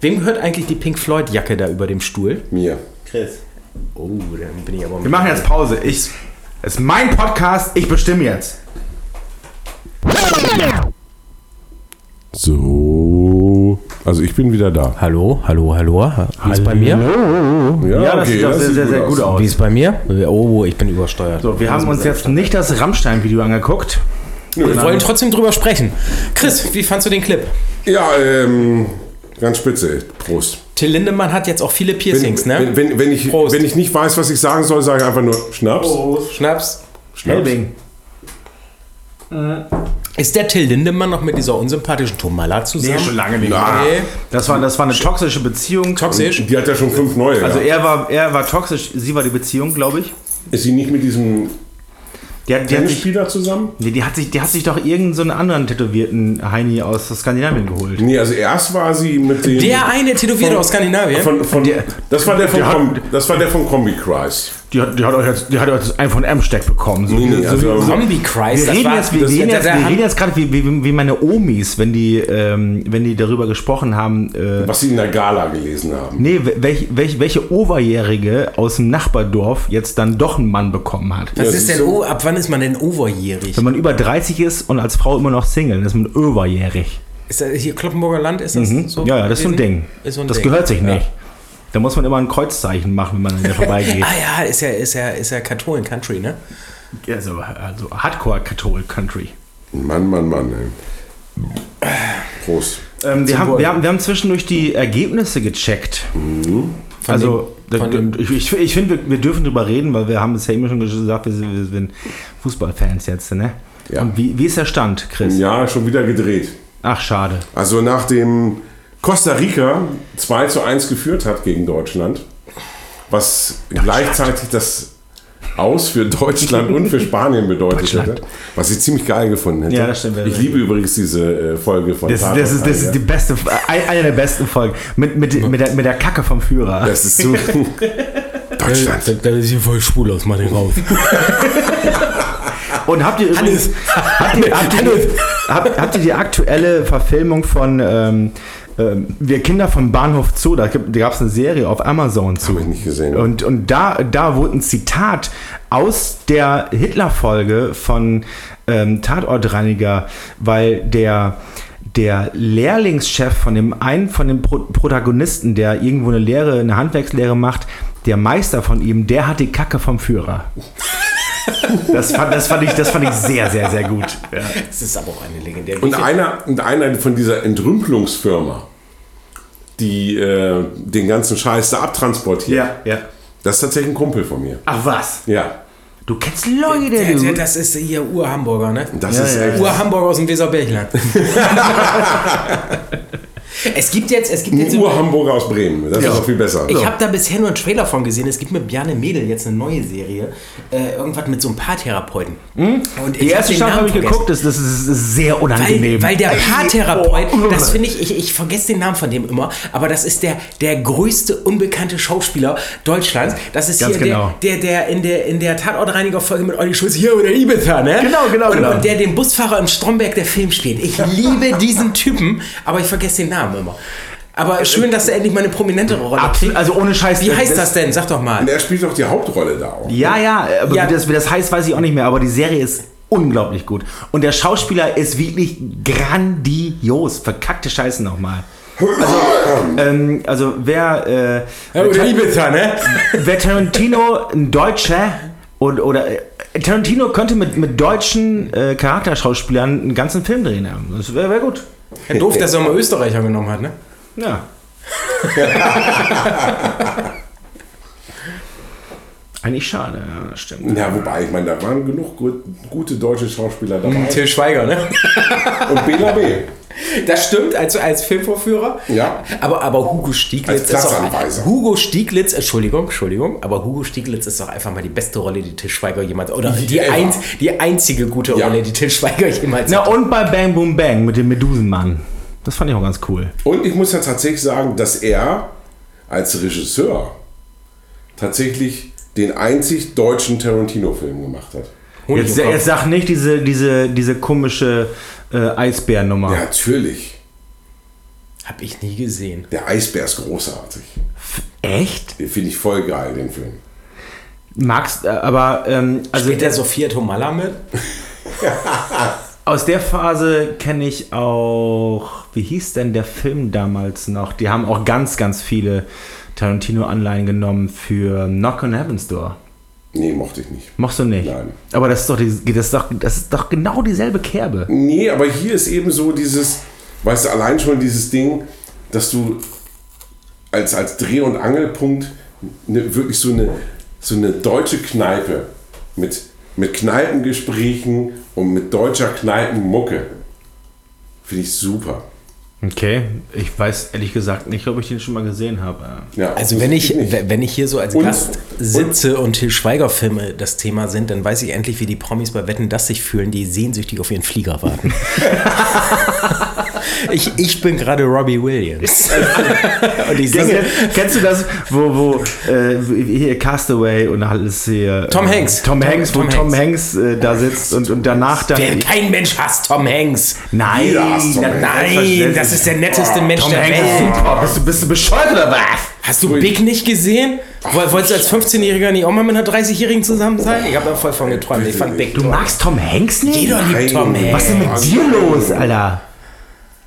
Speaker 1: Wem gehört eigentlich die Pink Floyd-Jacke da über dem Stuhl?
Speaker 4: Mir.
Speaker 2: Chris.
Speaker 1: Oh, dann bin ich aber.
Speaker 2: Wir machen jetzt Pause. Ich, es ist mein Podcast, ich bestimme jetzt.
Speaker 4: So. Also ich bin wieder da.
Speaker 5: Hallo, hallo, hallo. Wie ist bei mir?
Speaker 4: Ja,
Speaker 2: das sieht doch sehr, sehr, sehr gut aus.
Speaker 5: Wie ist bei mir? Oh, ich bin übersteuert.
Speaker 2: So, wir haben uns jetzt nicht das Rammstein-Video angeguckt.
Speaker 5: Wir wollen trotzdem drüber sprechen. Chris, wie fandst du den Clip?
Speaker 4: Ja, ähm, ganz spitze. Prost.
Speaker 5: Till Lindemann hat jetzt auch viele Piercings, ne?
Speaker 4: wenn, wenn, wenn, ich,
Speaker 5: Prost.
Speaker 4: wenn ich nicht weiß, was ich sagen soll, sage ich einfach nur Schnaps.
Speaker 2: Oh.
Speaker 5: Schnaps.
Speaker 4: Schnaps.
Speaker 5: Ist der Till Lindemann noch mit dieser unsympathischen Tomala zusammen?
Speaker 2: lange nicht.
Speaker 4: Na,
Speaker 5: Nee.
Speaker 2: Das war, das war eine toxische Beziehung.
Speaker 5: Toxisch?
Speaker 4: Die hat ja schon fünf neue.
Speaker 2: Also
Speaker 4: Also
Speaker 2: er war, er war toxisch, sie war die Beziehung, glaube ich.
Speaker 4: Ist sie nicht mit diesem
Speaker 2: Die hat, die, hat sich,
Speaker 4: Tennisspieler zusammen?
Speaker 2: nee, die, hat sich, die hat sich doch irgendeinen so einen anderen tätowierten Heini aus Skandinavien geholt.
Speaker 4: Nee, also erst war sie mit dem.
Speaker 5: Der eine Tätowierte aus Skandinavien.
Speaker 4: Von, von,
Speaker 2: Der-
Speaker 4: das, war der von
Speaker 2: Der hat-
Speaker 4: Kom, das war der von Kombi Christ.
Speaker 2: die, hat- die hat euch jetzt, die hat euch jetzt einen von Amsteck bekommen. So,
Speaker 4: Nee, nee,
Speaker 2: so,
Speaker 4: also-
Speaker 2: so,
Speaker 1: Zombie Christ.
Speaker 2: wir
Speaker 1: das
Speaker 2: reden
Speaker 1: war-
Speaker 2: jetzt, wir
Speaker 1: das-
Speaker 2: reden
Speaker 1: da-
Speaker 2: jetzt,
Speaker 1: da
Speaker 2: wir
Speaker 1: haben-
Speaker 2: reden jetzt gerade wie, wie, wie meine Omis, wenn die, ähm, wenn die darüber gesprochen haben. Äh,
Speaker 4: Was sie in der Gala gelesen haben.
Speaker 2: nee, welch, welch, welche Overjährige aus dem Nachbardorf jetzt dann doch einen Mann bekommen hat.
Speaker 1: Was
Speaker 4: Ja,
Speaker 1: ist denn, oh,
Speaker 4: so-
Speaker 1: ab wann ist man denn overjährig?
Speaker 2: Wenn man über 30 ist und als Frau immer noch Single, dann ist man überjährig.
Speaker 1: Ist das, hier Kloppenburger Land ist das so?
Speaker 2: Mhm. ja, ja, das ist so ein
Speaker 1: gewesen?
Speaker 2: Ding.
Speaker 1: Ist so ein
Speaker 2: das
Speaker 1: Ding.
Speaker 2: gehört sich
Speaker 1: Ja.
Speaker 2: nicht. Da muss man immer ein Kreuzzeichen machen, wenn man an der vorbeigeht.
Speaker 1: Ah ja, ist ja, ist ja, ist ja Katholen Country, ne?
Speaker 2: also, also Hardcore-Country.
Speaker 4: Mann, Mann, Mann. Ey. Prost.
Speaker 2: Ähm, wir,
Speaker 1: Zum
Speaker 2: haben,
Speaker 1: Wohl.
Speaker 2: wir, haben, wir haben zwischendurch die Ergebnisse gecheckt.
Speaker 4: Mhm.
Speaker 2: also, da-
Speaker 1: dem-
Speaker 2: ich, ich, ich finde, wir, wir dürfen drüber reden, weil wir haben es ja eben schon gesagt, wir sind, wir sind Fußballfans jetzt, ne?
Speaker 4: Ja.
Speaker 2: Und wie, wie ist der Stand, Chris?
Speaker 4: Ja, schon wieder gedreht.
Speaker 2: Ach, schade.
Speaker 4: Also nachdem Costa Rica 2 zu 1 geführt hat gegen Deutschland, was gleichzeitig das Aus für Deutschland und für Spanien bedeutet hätte, was ich ziemlich geil gefunden hätte.
Speaker 2: Ja, das stimmt.
Speaker 4: Ich liebe übrigens diese äh, Folge von
Speaker 2: Das, das, ist, das ist die
Speaker 4: Tatort
Speaker 2: beste, ein- eine der besten Folgen. Mit, mit, mit, der, mit der Kacke vom Führer.
Speaker 4: Tiger. Das ist so
Speaker 2: Äh,
Speaker 4: Deutschland.
Speaker 5: Das sieht voll schwul aus, mach den raus.
Speaker 2: Und habt ihr übrigens, habt ihr, habt, ihr, habt, habt ihr die aktuelle Verfilmung von ähm, ähm, Wir Kinder vom Bahnhof Zoo, da gab es eine Serie auf Amazon zu.
Speaker 4: Hab ich nicht gesehen.
Speaker 2: Und, und da, da wurde ein Zitat aus der Hitler-Folge von ähm, Tatortreiniger, weil der der Lehrlingschef von dem einen von den Pro Protagonisten, der irgendwo eine Lehre, eine Handwerkslehre macht, der Meister von ihm, der hat die Kacke vom Führer. Das fand, das fand, ich, das fand ich sehr, sehr, sehr gut.
Speaker 1: Das ist aber auch eine legendäre.
Speaker 4: Und einer, und einer von dieser Entrümpelungsfirma, die äh, den ganzen Scheiß da abtransportiert,
Speaker 2: ja.
Speaker 4: das ist tatsächlich ein Kumpel von mir.
Speaker 2: Ach was?
Speaker 4: Ja,
Speaker 2: Du kennst Leute,
Speaker 1: der, der,
Speaker 2: du.
Speaker 1: das ist hier Ur-Hamburger, ne?
Speaker 4: das
Speaker 2: Ja,
Speaker 4: ist
Speaker 2: ja,
Speaker 4: echt.
Speaker 1: Ur-Hamburger aus dem Weserbergland. es gibt jetzt, es gibt jetzt.
Speaker 4: Ein Ur-Hamburger aus Bremen, das ist noch viel besser.
Speaker 1: Ich habe da bisher nur einen Trailer von gesehen. Es gibt mit Bjarne Mädel jetzt eine neue Serie. Äh, irgendwas mit so ein paar Therapeuten. Und ich
Speaker 2: Hm? Die
Speaker 1: hab
Speaker 2: erste
Speaker 1: den
Speaker 2: Staffel
Speaker 1: Namen
Speaker 2: habe ich
Speaker 1: vergessen.
Speaker 2: geguckt, das, das ist sehr
Speaker 1: Weil,
Speaker 2: unangenehm.
Speaker 1: weil der Paartherapeut,
Speaker 2: Oh.
Speaker 1: das finde ich, ich, ich vergesse den Namen von dem immer, aber das ist der, der größte unbekannte Schauspieler Deutschlands. Das ist
Speaker 2: Ganz
Speaker 1: hier
Speaker 2: genau.
Speaker 1: der, der, der in der, in der Tatortreiniger-Folge mit Olli Schulz hier oder Ibiza, ne?
Speaker 2: Genau, genau,
Speaker 1: und,
Speaker 2: genau.
Speaker 1: Und der den Busfahrer im Stromberg der Film spielt. Ich liebe diesen Typen, aber ich vergesse den Namen immer. Aber schön, dass er endlich mal eine prominentere Rolle
Speaker 2: Äh, Absolut,
Speaker 1: kriegt.
Speaker 2: also ohne Scheiß.
Speaker 1: Wie heißt das denn? Sag doch mal.
Speaker 4: Und er spielt doch die Hauptrolle da auch.
Speaker 2: Ja, ja, aber
Speaker 1: Ja.
Speaker 2: Wie, das, wie das heißt, weiß ich auch nicht mehr, aber die Serie ist unglaublich gut. Und der Schauspieler ist wirklich grandios. Verkackte Scheiße nochmal. Ähm, also wer, äh,
Speaker 1: Ja, Oder Ibiza, ne?
Speaker 2: wer Tarantino ein Deutscher und, oder äh, Tarantino könnte mit, mit deutschen äh, Charakterschauspielern einen ganzen Film drehen. ja. Das wäre wär gut.
Speaker 1: Ja, doof, dass er mal Österreicher genommen hat, ne?
Speaker 2: Ja. Eigentlich schade, ja, das stimmt.
Speaker 4: Ja, wobei, ich meine, da waren genug gut, gute deutsche Schauspieler dabei.
Speaker 1: Till Schweiger, ne?
Speaker 4: Und Bela B.
Speaker 1: Das stimmt, als, als Filmvorführer.
Speaker 4: Ja.
Speaker 1: Aber, aber Hugo Stieglitz
Speaker 4: Als
Speaker 1: ist
Speaker 4: Platzanweiser.
Speaker 1: doch. Hugo Stieglitz, Entschuldigung, Entschuldigung, aber Hugo Stieglitz ist doch einfach mal die beste Rolle, die Til Schweiger jemals. Oder die,
Speaker 4: ever.
Speaker 1: einz, die einzige gute
Speaker 4: Ja.
Speaker 1: Rolle, die Til Schweiger jemals.
Speaker 2: Na und bei Bang Boom Bang mit dem Medusenmann. Das fand ich auch ganz cool.
Speaker 4: Und ich muss ja tatsächlich sagen, dass er als Regisseur tatsächlich den einzig deutschen Tarantino-Film gemacht hat.
Speaker 1: Honig
Speaker 2: Jetzt,
Speaker 1: im Kopf.
Speaker 2: jetzt sag nicht diese, diese, diese komische äh, Eisbärnummer.
Speaker 4: Ja, natürlich.
Speaker 1: Hab ich nie gesehen.
Speaker 4: Der Eisbär ist großartig.
Speaker 2: Echt?
Speaker 4: Den finde ich voll geil, den Film.
Speaker 2: Magst, äh, aber ähm, also
Speaker 1: Also der Sophia Tomalla mit?
Speaker 2: aus der Phase kenne ich auch, wie hieß denn der Film damals noch? Die haben auch ganz, ganz viele Tarantino-Anleihen genommen für Knock on Heaven's Door.
Speaker 4: Nee, mochte ich nicht.
Speaker 2: Machst du nicht?
Speaker 4: Nein.
Speaker 2: Aber das ist doch, die, das ist doch, das ist doch genau dieselbe Kerbe.
Speaker 4: Nee, aber hier ist eben so dieses, weißt du, allein schon dieses Ding, dass du als, als Dreh- und Angelpunkt ne, wirklich so eine, so eine deutsche Kneipe mit, mit Kneipengesprächen und mit deutscher Kneipenmucke. Finde ich super.
Speaker 2: Okay, ich weiß ehrlich gesagt nicht, ob ich den schon mal gesehen habe.
Speaker 4: Ja,
Speaker 1: Also wenn ich,
Speaker 4: nicht.
Speaker 1: wenn ich hier so als
Speaker 4: Und
Speaker 1: Gast. Sitze und Til Schweiger-Filme das Thema sind, dann weiß ich endlich, wie die Promis bei Wetten dass sich fühlen, die sehnsüchtig auf ihren Flieger warten. ich, ich bin gerade Robbie Williams. und ich
Speaker 2: Kennst
Speaker 1: singe.
Speaker 2: du- Kennst du das, wo, wo äh, hier Castaway und alles hier.
Speaker 1: Tom
Speaker 2: äh,
Speaker 1: Hanks.
Speaker 2: Tom Hanks, wo
Speaker 1: Tom
Speaker 2: Tom Hanks äh, da sitzt und, und danach dann.
Speaker 1: Der, kein Mensch hasst Tom Hanks.
Speaker 2: Nein,
Speaker 4: Jeder hasst Tom
Speaker 2: dann-
Speaker 4: Hanks.
Speaker 1: Nein, das ist der netteste Mensch
Speaker 2: Oh, Tom
Speaker 1: der
Speaker 2: Hanks ist
Speaker 1: Welt.
Speaker 2: super. Bist du, bist du bescheuert oder was?
Speaker 1: Hast du Big nicht gesehen? Woll- Wolltest du als 15-Jähriger nicht auch mal mit einer 30-Jährigen zusammen sein? Ich habe da voll von geträumt. Ich fand Big
Speaker 2: Du
Speaker 1: toll.
Speaker 2: magst Tom Hanks nicht?
Speaker 1: Jeder liebt Tom
Speaker 4: Nein.
Speaker 1: Hanks.
Speaker 2: Was ist denn mit dir los, Alter?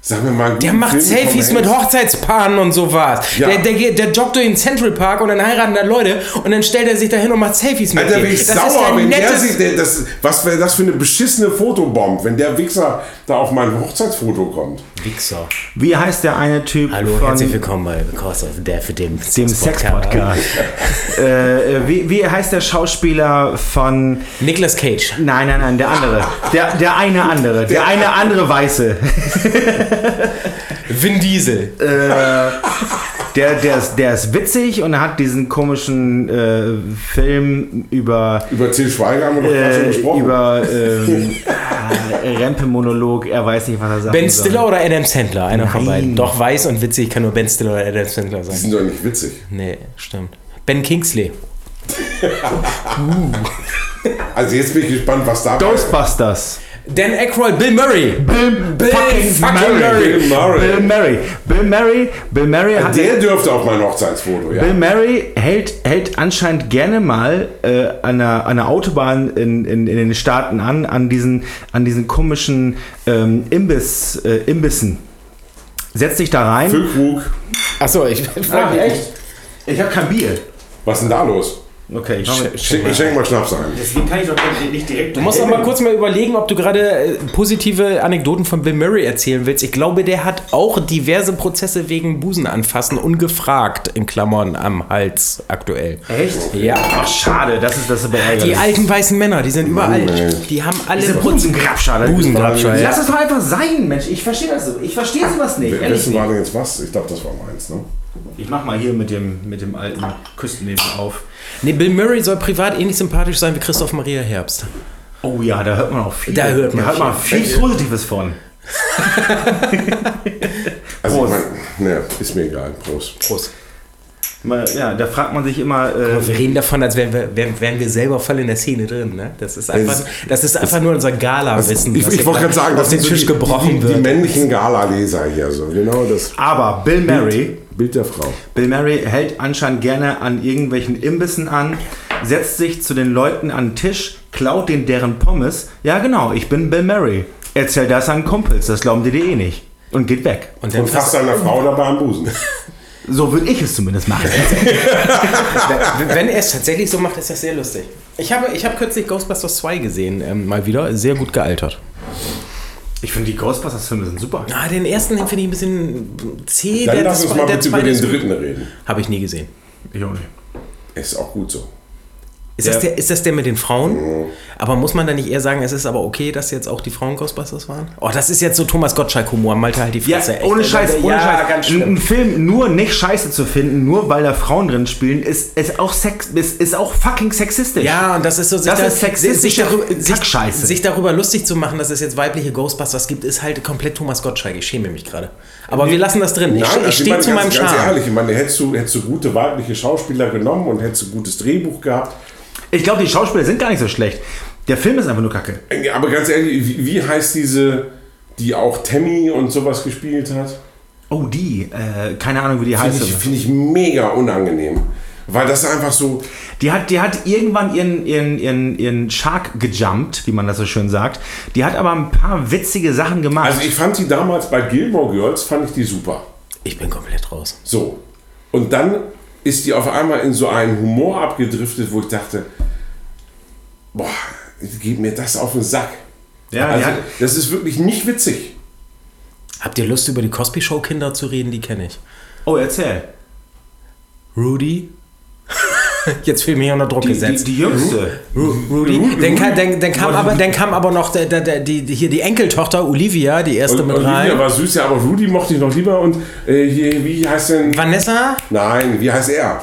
Speaker 4: Sag mir mal, einen
Speaker 1: Der
Speaker 4: guten
Speaker 1: macht
Speaker 4: Film von
Speaker 1: Selfies
Speaker 4: Hanks.
Speaker 1: mit Hochzeitspaaren und sowas.
Speaker 4: Ja.
Speaker 1: Der, der, geht- der joggt durch den Central Park und dann heiraten da Leute und dann stellt er sich dahin und macht Selfies mit
Speaker 4: Alter, bin
Speaker 1: denen.
Speaker 4: ich
Speaker 1: Das ist
Speaker 4: sauer,
Speaker 1: der
Speaker 4: wenn der
Speaker 1: nettes-
Speaker 4: sich, der, das, was wäre das für eine beschissene Fotobomb, wenn der Wichser da auf mein Hochzeitsfoto kommt.
Speaker 1: Wichser.
Speaker 2: Wie heißt der eine Typ
Speaker 1: Hallo,
Speaker 2: von
Speaker 1: herzlich willkommen bei Because of Death, dem,
Speaker 2: dem Sex-Podcast? äh, äh, wie, wie heißt der Schauspieler von.
Speaker 1: Nicolas Cage.
Speaker 2: Nein, nein, nein, der andere. Der, der eine andere. Der eine andere Weiße.
Speaker 1: Vin Diesel.
Speaker 4: Äh,
Speaker 2: Der, der, ist, der ist witzig und hat diesen komischen äh, Film über.
Speaker 4: Über Till Schweiger haben wir doch gerade schon
Speaker 2: Äh,
Speaker 4: gesprochen.
Speaker 2: über ähm, äh, Rempe-Monolog, er weiß nicht, was er sagt.
Speaker 1: Ben Stiller oder Adam Sandler? Einer von
Speaker 2: Nein.
Speaker 1: beiden. Doch weiß und witzig kann nur Ben Stiller oder Adam Sandler
Speaker 4: die
Speaker 1: sein.
Speaker 4: sind doch nicht witzig.
Speaker 1: Nee, stimmt. Ben Kingsley.
Speaker 4: Also jetzt bin ich gespannt, was da
Speaker 2: Ghostbusters.
Speaker 1: Dan Aykroyd, Bill Murray.
Speaker 2: Bill,
Speaker 1: fucking Murray.
Speaker 4: Bill Murray.
Speaker 2: Bill Murray. Bill Murray. Bill Murray hat.
Speaker 4: Der dürfte auf mein Hochzeitsfoto, ja.
Speaker 2: Bill Murray hält, hält anscheinend gerne mal äh, an, einer, an einer Autobahn in, in, in den Staaten an, an diesen, an diesen komischen ähm, Imbiss, äh, Imbissen. Setzt sich da rein.
Speaker 4: Füllkrug.
Speaker 1: Achso, ich.
Speaker 2: Ah, echt? Ich habe kein Bier.
Speaker 4: Was ist denn da los?
Speaker 2: Okay, ich schaue.
Speaker 4: Schick, ich schenk mal Schnaps ein.
Speaker 2: Deswegen kann ich doch nicht direkt.
Speaker 1: Du musst doch mal kurz mal überlegen, ob du gerade äh, positive Anekdoten von Bill Murray erzählen willst. Ich glaube, der hat auch diverse Prozesse wegen Busen anfassen, ungefragt, in Klammern am Hals aktuell.
Speaker 2: Echt?
Speaker 1: Ja.
Speaker 2: Ach, schade, das ist das ist aber
Speaker 1: Die
Speaker 2: ärgerlich.
Speaker 1: alten weißen Männer, die sind überall.
Speaker 4: ey.
Speaker 1: Die haben alle
Speaker 2: Diese
Speaker 1: Prozesse.
Speaker 2: Busengrabscher, das-
Speaker 1: Busengrabscher, ja.
Speaker 2: Lass es doch einfach sein, Mensch. Ich verstehe das so. Ich verstehe sowas nicht. Ehrlich
Speaker 4: Wessen
Speaker 2: nicht.
Speaker 4: war denn jetzt was? Ich glaube, das war meins, ne?
Speaker 2: Ich mach mal hier mit dem, mit dem alten Küstenleben auf.
Speaker 1: Nee, Bill Murray soll privat ähnlich sympathisch sein wie Christoph Maria Herbst.
Speaker 2: Oh ja, da hört man auch viel.
Speaker 1: Da hört man
Speaker 2: da hört man viel Positives von.
Speaker 4: Also
Speaker 2: Prost.
Speaker 4: ich mein, ne, ist mir egal. Prost.
Speaker 1: Prost.
Speaker 2: Mal- Ja, da fragt man sich immer. Äh,
Speaker 1: Wir reden davon, als wären wir, wären, wären wir selber voll in der Szene drin. Ne? Das ist einfach,
Speaker 4: Es-
Speaker 1: das ist einfach nur unser Gala-Wissen.
Speaker 4: Also Ich,
Speaker 1: was
Speaker 4: ich
Speaker 1: hier
Speaker 4: wollte gerade
Speaker 1: gerade
Speaker 4: sagen,
Speaker 1: auf den
Speaker 4: sind so
Speaker 1: Tisch
Speaker 4: die,
Speaker 1: gebrochen
Speaker 4: die,
Speaker 1: wird.
Speaker 4: Die männlichen Gala-Leser hier so. Genau das
Speaker 2: aber Bill Murray,
Speaker 4: Bild, Bild der Frau.
Speaker 2: Bill Murray hält anscheinend gerne an irgendwelchen Imbissen an, setzt sich zu den Leuten an den Tisch, klaut den deren Pommes. Ja, genau, ich bin Bill Murray. Erzähl das an Kumpels, das glauben die dir eh nicht. Und geht weg.
Speaker 1: Und
Speaker 4: Und
Speaker 1: dann
Speaker 4: fast einer Frau dabei am Busen.
Speaker 2: So würde ich es zumindest machen.
Speaker 1: Wenn er es tatsächlich so macht, ist das sehr lustig. Ich habe, ich habe kürzlich Ghostbusters 2 gesehen, ähm, mal wieder. Sehr gut gealtert.
Speaker 2: Ich finde die Ghostbusters-Filme sind super.
Speaker 1: Na, den ersten den finde ich ein bisschen zäh.
Speaker 4: Dann
Speaker 1: der-
Speaker 4: lass uns
Speaker 1: das-
Speaker 4: mal
Speaker 1: der
Speaker 4: bitte über
Speaker 1: zweite
Speaker 4: den
Speaker 1: ist gut.
Speaker 4: dritten reden.
Speaker 1: Habe ich nie gesehen.
Speaker 2: Ich auch nicht.
Speaker 4: Ist auch gut so.
Speaker 1: Ist, das der, ist das der mit den Frauen? Aber muss man da nicht eher sagen, es ist aber okay, dass jetzt auch die Frauen Ghostbusters waren? Oh, das ist jetzt so Thomas Gottschalk-Humor. Malte halt die
Speaker 2: Ja,
Speaker 1: Fresse. echt.
Speaker 2: ohne
Speaker 1: Also,
Speaker 2: Scheiß, ohne
Speaker 1: ja,
Speaker 2: Scheiß.
Speaker 1: Ganz
Speaker 2: Ein-
Speaker 1: schlimm.
Speaker 2: Ein Film nur nicht scheiße zu finden, nur weil da Frauen drin spielen, ist, ist auch sex, ist, ist auch fucking sexistisch.
Speaker 1: Ja, und das ist so sich,
Speaker 2: Das
Speaker 1: da-
Speaker 2: ist sexistische
Speaker 1: sich, darüber, sich,
Speaker 2: Kackscheiße.
Speaker 1: sich darüber lustig zu machen, dass es jetzt weibliche Ghostbusters gibt, ist halt komplett Thomas Gottschalk. Ich schäme mich gerade. Aber wir lassen das drin. Ich,
Speaker 4: Nein,
Speaker 1: ich
Speaker 4: also
Speaker 1: stehe
Speaker 4: meine,
Speaker 1: zu
Speaker 4: ganz,
Speaker 1: meinem
Speaker 4: ganz
Speaker 1: Charme.
Speaker 4: ehrlich, ich meine, hättest du, hättest du gute weibliche Schauspieler genommen und hättest du gutes Drehbuch gehabt.
Speaker 2: Ich glaube, die Schauspieler sind gar nicht so schlecht. Der Film ist einfach nur kacke.
Speaker 4: Äh, Aber ganz ehrlich, wie, wie heißt diese, die auch Tammy und sowas gespielt hat?
Speaker 2: Oh, die. Äh, keine Ahnung, wie die heißt.
Speaker 4: Finde ich, finde ich mega unangenehm. Weil das einfach so,
Speaker 2: Die hat, die hat irgendwann ihren, ihren, ihren, ihren Shark gejumpt, wie man das so schön sagt. Die hat aber ein paar witzige Sachen gemacht.
Speaker 4: Also ich fand die damals bei Gilmore Girls, fand ich die super.
Speaker 1: Ich bin komplett raus.
Speaker 4: So. Und dann ist die auf einmal in so einen Humor abgedriftet, wo ich dachte, boah, geht mir das auf den Sack.
Speaker 2: ja, die
Speaker 4: Also,
Speaker 2: hat,
Speaker 4: das ist wirklich nicht witzig.
Speaker 1: Habt ihr Lust, über die Cosby Show Kinder zu reden? Die kenne ich.
Speaker 2: oh, erzähl.
Speaker 1: Rudy? Jetzt fühle ich mich unter Druck
Speaker 2: Die, die,
Speaker 1: gesetzt.
Speaker 2: die jüngste.
Speaker 1: Ru- Rudy. Dann kam, dann, dann kam, aber, dann kam aber noch der, der, der, die, die- hier die Enkeltochter Olivia, die erste
Speaker 4: Und
Speaker 1: mit
Speaker 4: Olivia
Speaker 1: rein.
Speaker 4: war süß, ja, aber Rudy mochte ich noch lieber. Und äh, hier, wie heißt denn...
Speaker 1: Vanessa?
Speaker 4: Nein, wie heißt er?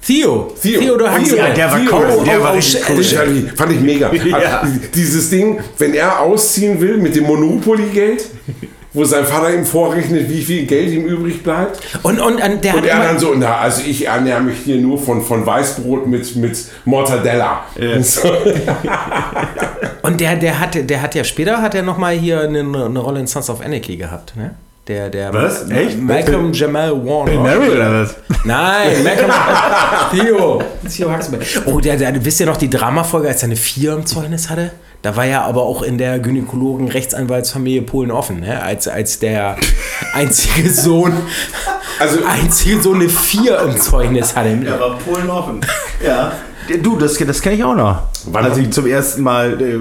Speaker 1: Theo.
Speaker 4: Theo.
Speaker 1: Theodor Huxley.
Speaker 4: Theo.
Speaker 2: der war
Speaker 4: Theo.
Speaker 2: cool, der war
Speaker 4: Oh,
Speaker 2: richtig
Speaker 4: oh, shit, Alter, die Fand ich mega.
Speaker 2: Ja.
Speaker 4: Also, Dieses Ding, wenn er ausziehen will mit dem Monopoly-Geld, wo sein Vater ihm vorrechnet, wie viel Geld ihm übrig bleibt.
Speaker 1: Und, und, und der
Speaker 4: Und
Speaker 1: hat
Speaker 4: er
Speaker 1: immer,
Speaker 4: dann so, na, also ich ernähre mich hier nur von, von Weißbrot mit, mit Mortadella. Und So.
Speaker 1: Und der, der hat, der hat ja später hat er noch mal hier eine, eine Rolle in Sons of Anarchy gehabt, ne? Der, der
Speaker 2: Was?
Speaker 1: Ma-
Speaker 2: Echt?
Speaker 1: Malcolm Jamal Warner.
Speaker 2: Mary oder was?
Speaker 1: Nein, Malcolm Theo. Theo Huxley. Oh, der, der, wisst ihr noch die Dramafolge, als er eine Vier im Zeugnis hatte? Da war ja aber auch in der Gynäkologen Rechtsanwaltsfamilie Polen offen, ne? Als, als der einzige Sohn,
Speaker 4: Also,
Speaker 1: einzige Sohn eine Vier im Zeugnis hatte.
Speaker 6: Ja, aber Polen offen. Ja.
Speaker 2: Du, das, das kenne ich auch noch.
Speaker 4: Wann-
Speaker 2: Als ich zum ersten Mal äh, äh,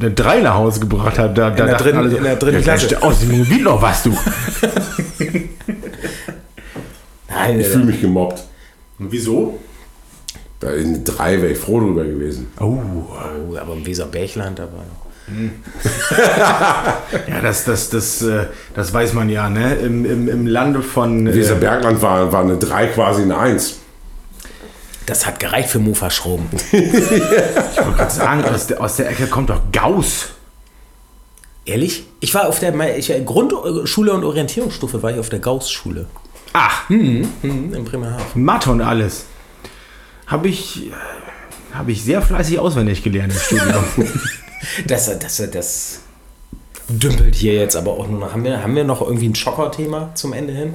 Speaker 2: eine Drei nach Hause gebracht habe, da, da
Speaker 1: der
Speaker 2: dachten
Speaker 1: dritten-
Speaker 2: alle so,
Speaker 1: in der dritten
Speaker 2: ja,
Speaker 1: Klasse.
Speaker 2: da- Aus dem Gebiet noch was, du.
Speaker 1: Nein,
Speaker 4: ich fühle mich gemobbt.
Speaker 6: Wieso?
Speaker 4: Da in drei wäre ich froh drüber gewesen.
Speaker 1: oh, aber im Weserbergland, aber.
Speaker 2: Ja, das, das, das, äh, das weiß man ja, ne? Im, im, im Lande von. Äh,
Speaker 4: Dieser Bergland war, war eine 3 quasi eine 1.
Speaker 1: Das hat gereicht für Mofa-Schrauben.
Speaker 2: ich wollte gerade sagen, aus der, aus der Ecke kommt doch Gauss.
Speaker 1: Ehrlich? Ich war auf der Me- ich, äh, Grundschule und Orientierungsstufe war ich auf der Gauss-Schule mhm,
Speaker 2: Ach, hm?
Speaker 1: in in Bremerhaven.
Speaker 2: Mathe und alles. Habe ich. Habe ich sehr fleißig auswendig gelernt im Studium.
Speaker 1: Das, äh, das, das dümpelt hier jetzt aber auch nur noch. Haben wir, haben wir noch irgendwie ein Schocker-Thema zum Ende hin?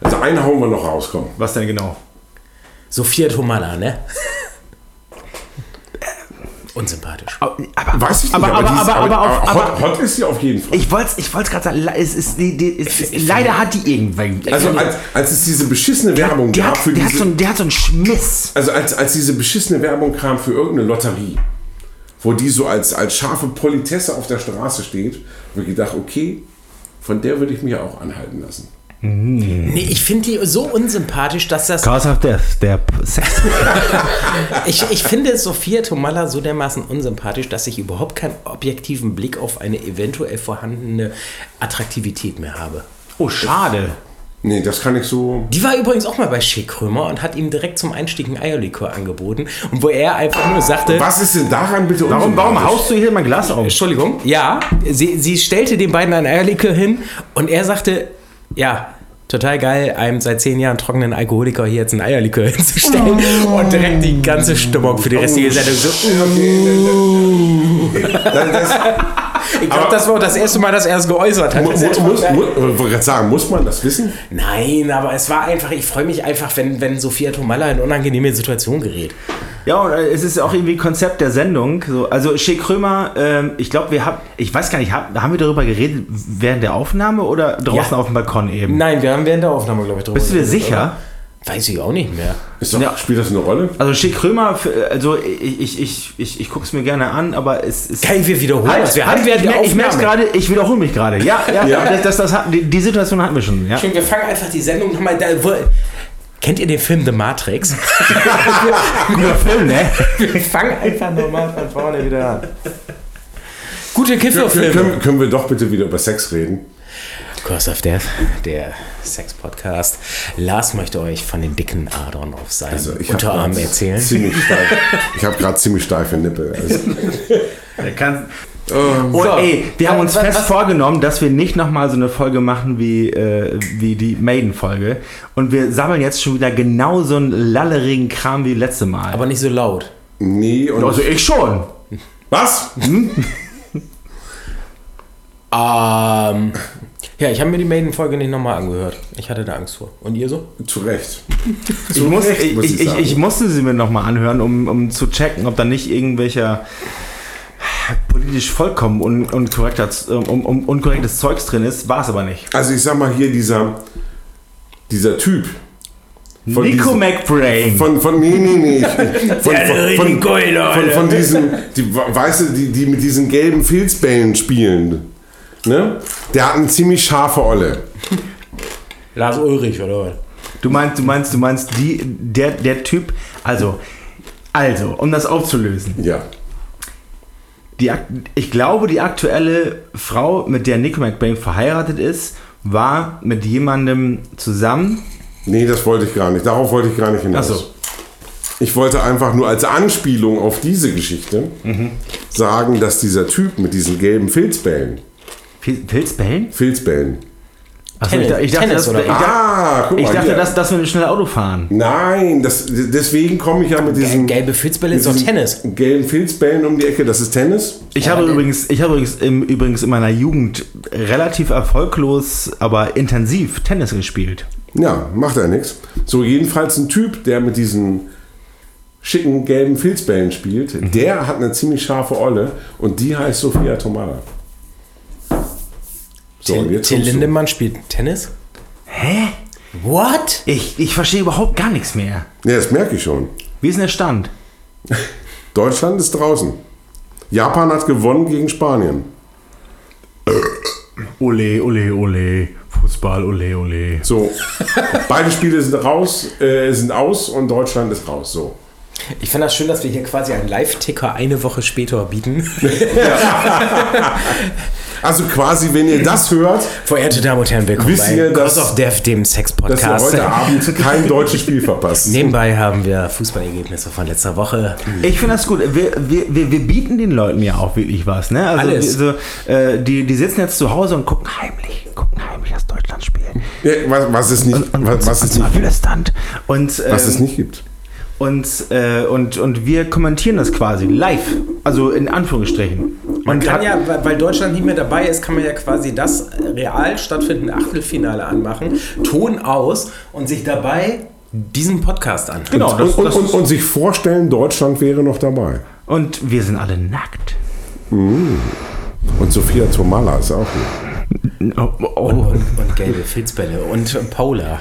Speaker 4: Also einen hauen wir noch rauskommen.
Speaker 2: Was denn genau?
Speaker 1: Sophia Tomala, ne? Unsympathisch.
Speaker 2: Aber,
Speaker 4: Weiß ich nicht,
Speaker 2: aber, aber,
Speaker 4: die ist-
Speaker 2: aber, aber, auf- aber,
Speaker 4: hot, hot ist sie auf jeden Fall.
Speaker 2: Ich wollte es ich wollt's gerade sagen, le- es ist, die, die, es ist, leider hat die irgendwann.
Speaker 4: Also als, als es diese beschissene Werbung
Speaker 2: die,
Speaker 4: gab
Speaker 2: hat,
Speaker 4: für
Speaker 2: die,
Speaker 4: diese,
Speaker 2: hat so, einen- die hat so einen Schmiss.
Speaker 4: also als, als diese beschissene Werbung kam für irgendeine Lotterie, wo die so als, als scharfe Politesse auf der Straße steht, habe ich gedacht, okay, von der würde ich mich auch anhalten lassen.
Speaker 1: Nee, ich finde die so unsympathisch, dass das.
Speaker 2: Cause of Death, der Sex.
Speaker 1: Ich, ich finde Sophia Tomalla so dermaßen unsympathisch, dass ich überhaupt keinen objektiven Blick auf eine eventuell vorhandene Attraktivität mehr habe.
Speaker 2: Oh, schade.
Speaker 4: Nee, das kann ich so.
Speaker 1: Die war übrigens auch mal bei Schick Krömer und hat ihm direkt zum Einstieg ein Eierlikör angeboten. Und wo er einfach nur sagte.
Speaker 4: Was ist denn daran bitte
Speaker 2: Warum, warum
Speaker 4: unsympathisch?
Speaker 2: haust du hier mein Glas auf?
Speaker 1: Entschuldigung, ja, sie, sie stellte den beiden ein Eierlikör hin und er sagte, ja, total geil, einem seit zehn Jahren trockenen Alkoholiker hier jetzt ein Eierlikör hinzustellen
Speaker 4: Oh.
Speaker 1: und direkt die ganze Stimmung für die restliche Sendung so. Ich glaube, das war auch das erste Mal, dass er es geäußert hat.
Speaker 4: Mu- mu- muss, mu- äh, wollte grad sagen, muss man das wissen?
Speaker 1: Nein, aber es war einfach, ich freue mich einfach, wenn, wenn Sophia Tomalla in unangenehme Situationen gerät.
Speaker 2: Ja, und äh, es ist auch irgendwie Konzept der Sendung. So, also Shea Krömer, ähm, ich glaube, wir haben, ich weiß gar nicht, hab, haben wir darüber geredet während der Aufnahme oder draußen
Speaker 1: Ja.
Speaker 2: auf dem Balkon eben?
Speaker 1: Nein, wir haben während der Aufnahme, glaube ich, drüber
Speaker 2: Bist du dir
Speaker 1: geredet,
Speaker 2: sicher?
Speaker 1: oder? Weiß ich auch nicht mehr.
Speaker 4: Ist doch,
Speaker 2: Ja.
Speaker 4: Spielt das eine Rolle?
Speaker 2: Also Shea Krömer, f- also ich, ich, ich, ich, ich gucke es mir gerne an, aber es ist... Halt,
Speaker 1: Geil, wir wiederholen
Speaker 4: Halt,
Speaker 1: das. Wir haben während
Speaker 2: ich,
Speaker 1: der
Speaker 2: mer- ich merk's
Speaker 1: Aufnahme.
Speaker 2: gerade, ich wiederhole mich gerade. Ja, ja,
Speaker 4: Ja.
Speaker 2: Das, das, das, hatten- die, die Situation hatten wir schon. Ja.
Speaker 1: Schön, wir fangen einfach die Sendung nochmal da. Wo, kennt ihr den Film The Matrix?
Speaker 2: Guter Film, ne?
Speaker 1: wir fangen einfach nochmal von vorne wieder an. Gute
Speaker 4: Können,
Speaker 1: Kifferfilme.
Speaker 4: können, können wir doch bitte wieder über Sex reden?
Speaker 1: Curse of Death, der Sex-Podcast. Lars möchte euch von den dicken Adern auf seinem
Speaker 4: Also, ich hab
Speaker 1: Unterarm
Speaker 4: grad
Speaker 1: erzählen.
Speaker 4: Ziemlich steif, ich habe gerade ziemlich steife Nippel. Also,
Speaker 2: Und Oh, ey, wir haben uns
Speaker 1: Was-
Speaker 2: fest
Speaker 1: was-
Speaker 2: vorgenommen, dass wir nicht nochmal so eine Folge machen wie, äh, wie die Maiden-Folge. Und wir sammeln jetzt schon wieder genau so einen lallerigen Kram wie letzte Mal.
Speaker 1: Aber nicht so laut.
Speaker 4: nee, und
Speaker 2: also ich schon.
Speaker 4: was?
Speaker 1: Ähm, ja, ich habe mir die Maiden-Folge nicht nochmal angehört. Ich hatte da Angst vor. Und ihr so?
Speaker 4: Zu Recht.
Speaker 2: Ich, muss,
Speaker 4: Recht,
Speaker 2: ich,
Speaker 4: muss ich
Speaker 2: ich, ich,
Speaker 4: sagen.
Speaker 2: ich musste sie mir nochmal anhören, um, um zu checken, ob da nicht irgendwelcher politisch vollkommen un, unkorrekter, um, um, unkorrektes Zeugs drin ist. War es aber nicht.
Speaker 4: Also ich sag mal hier dieser, dieser Typ. Von
Speaker 2: Nico
Speaker 4: diesem-
Speaker 2: McBrain.
Speaker 4: Von, von, nee, nee, nee. ich- Von, von, von, von, von diesem, die, weißt du, die, die mit diesen gelben Filzbällen spielen. Ne? Der hat eine ziemlich scharfe Olle.
Speaker 1: Lars Ulrich, oder was?
Speaker 2: Du meinst, du meinst, du meinst, die, der, der Typ, also, also, um das aufzulösen.
Speaker 4: Ja.
Speaker 2: Die, ak- ich glaube, die aktuelle Frau, mit der Nico McBain verheiratet ist, war mit jemandem zusammen,
Speaker 4: Nee, das wollte ich gar nicht. Darauf wollte ich gar nicht hinaus.
Speaker 2: Ach so.
Speaker 4: Ich wollte einfach nur als Anspielung auf diese Geschichte sagen, dass dieser Typ mit diesen gelben Filzbällen,
Speaker 2: Pil- Pilzbällen?
Speaker 4: Filzbällen.
Speaker 2: Achso, ich, da- ich dachte,
Speaker 1: Tennis
Speaker 2: das, ich,
Speaker 1: oder was?
Speaker 2: da-
Speaker 4: Ah, guck
Speaker 2: ich
Speaker 4: mal.
Speaker 2: dachte
Speaker 4: hier.
Speaker 2: dass, dass wir schnell Auto fahren.
Speaker 4: Nein, das, deswegen komme ich ja mit diesen
Speaker 1: Gelbe Filzbälle ist doch
Speaker 4: diesen
Speaker 1: Tennis.
Speaker 4: gelben Filzbällen um die Ecke. Das ist Tennis.
Speaker 2: Ich habe übrigens, ich habe übrigens, im, übrigens in meiner Jugend relativ erfolglos, aber intensiv Tennis gespielt.
Speaker 4: Ja, macht ja nichts. So, jedenfalls ein Typ, der mit diesen schicken gelben Filzbällen spielt,
Speaker 1: Mhm.
Speaker 4: der hat eine ziemlich scharfe Olle und die heißt Sophia Tomala. So, und jetzt
Speaker 1: Till
Speaker 4: kommst du.
Speaker 1: Lindemann spielt Tennis?
Speaker 2: Hä?
Speaker 1: What?
Speaker 2: Ich, ich verstehe überhaupt gar nichts mehr.
Speaker 4: Ja, das merke ich schon.
Speaker 2: Wie ist denn der Stand?
Speaker 4: Deutschland ist draußen. Japan hat gewonnen gegen Spanien.
Speaker 2: Ole, ole, ole. Fußball, ole, ole.
Speaker 4: So, beide Spiele sind raus, äh, sind aus und Deutschland ist raus. So.
Speaker 1: Ich fand das schön, dass wir hier quasi einen Live-Ticker eine Woche später bieten.
Speaker 4: Also quasi, wenn ihr das hört,
Speaker 1: Verehrte Damen und Herren, willkommen
Speaker 4: Wisst ihr, dass-
Speaker 1: Cross of Death, dem
Speaker 4: dass ihr
Speaker 1: Sex-Podcast.
Speaker 4: heute Abend kein deutsches Spiel verpasst.
Speaker 1: Nebenbei haben wir Fußballergebnisse von letzter Woche.
Speaker 2: Ich finde das gut. Wir, wir, wir, wir bieten den Leuten ja auch wirklich was. Ne? Also,
Speaker 1: Alles.
Speaker 2: wir- so, äh, die, die sitzen jetzt zu Hause und gucken heimlich, gucken heimlich das Deutschlandspiel.
Speaker 4: Ja, was, was es nicht, was, was
Speaker 2: und
Speaker 4: es
Speaker 2: zwar
Speaker 4: nicht,
Speaker 2: flüsternd. Und, ähm,
Speaker 4: was es nicht gibt.
Speaker 2: Und, äh, und, und wir kommentieren das quasi live. Also in Anführungsstrichen.
Speaker 1: Man
Speaker 2: und
Speaker 1: kann
Speaker 2: hat-
Speaker 1: ja, weil weil Deutschland nicht mehr dabei ist, kann man ja quasi das real stattfindende Achtelfinale anmachen, Ton aus und sich dabei diesen Podcast anhören.
Speaker 2: Genau, das,
Speaker 4: und,
Speaker 2: das,
Speaker 4: und, und sich vorstellen, Deutschland wäre noch dabei.
Speaker 2: und wir sind alle nackt.
Speaker 4: Und Sophia Tomala ist auch hier.
Speaker 2: Oh, oh.
Speaker 1: Und, und gelbe Filzbälle und Paula.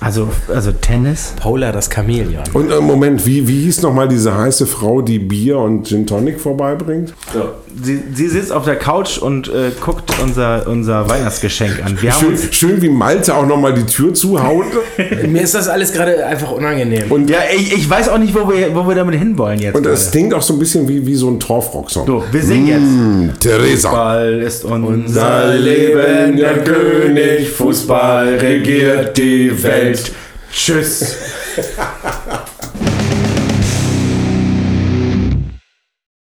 Speaker 2: Also, also Tennis.
Speaker 1: Paula das Chamäleon.
Speaker 4: Und äh, Moment, wie, wie hieß nochmal diese heiße Frau, die Bier und Gin Tonic vorbeibringt?
Speaker 2: Sie, sie sitzt auf der Couch und äh, guckt unser, unser Weihnachtsgeschenk an. Wir haben
Speaker 4: Schön,
Speaker 2: uns
Speaker 4: schön wie Malte auch nochmal die Tür zuhaut.
Speaker 1: Mir ist das alles gerade einfach unangenehm.
Speaker 2: Ja, ich, ich weiß auch nicht, wo wir, wo wir damit hinwollen jetzt.
Speaker 4: Und es
Speaker 2: gerade.
Speaker 4: klingt auch so ein bisschen wie, wie so ein Torfrock-Song.
Speaker 2: so, wir singen jetzt.
Speaker 4: Hm, Theresa.
Speaker 2: Fußball ist unser
Speaker 4: Unser Leben, der König, Fußball regiert die Welt.
Speaker 2: Tschüss.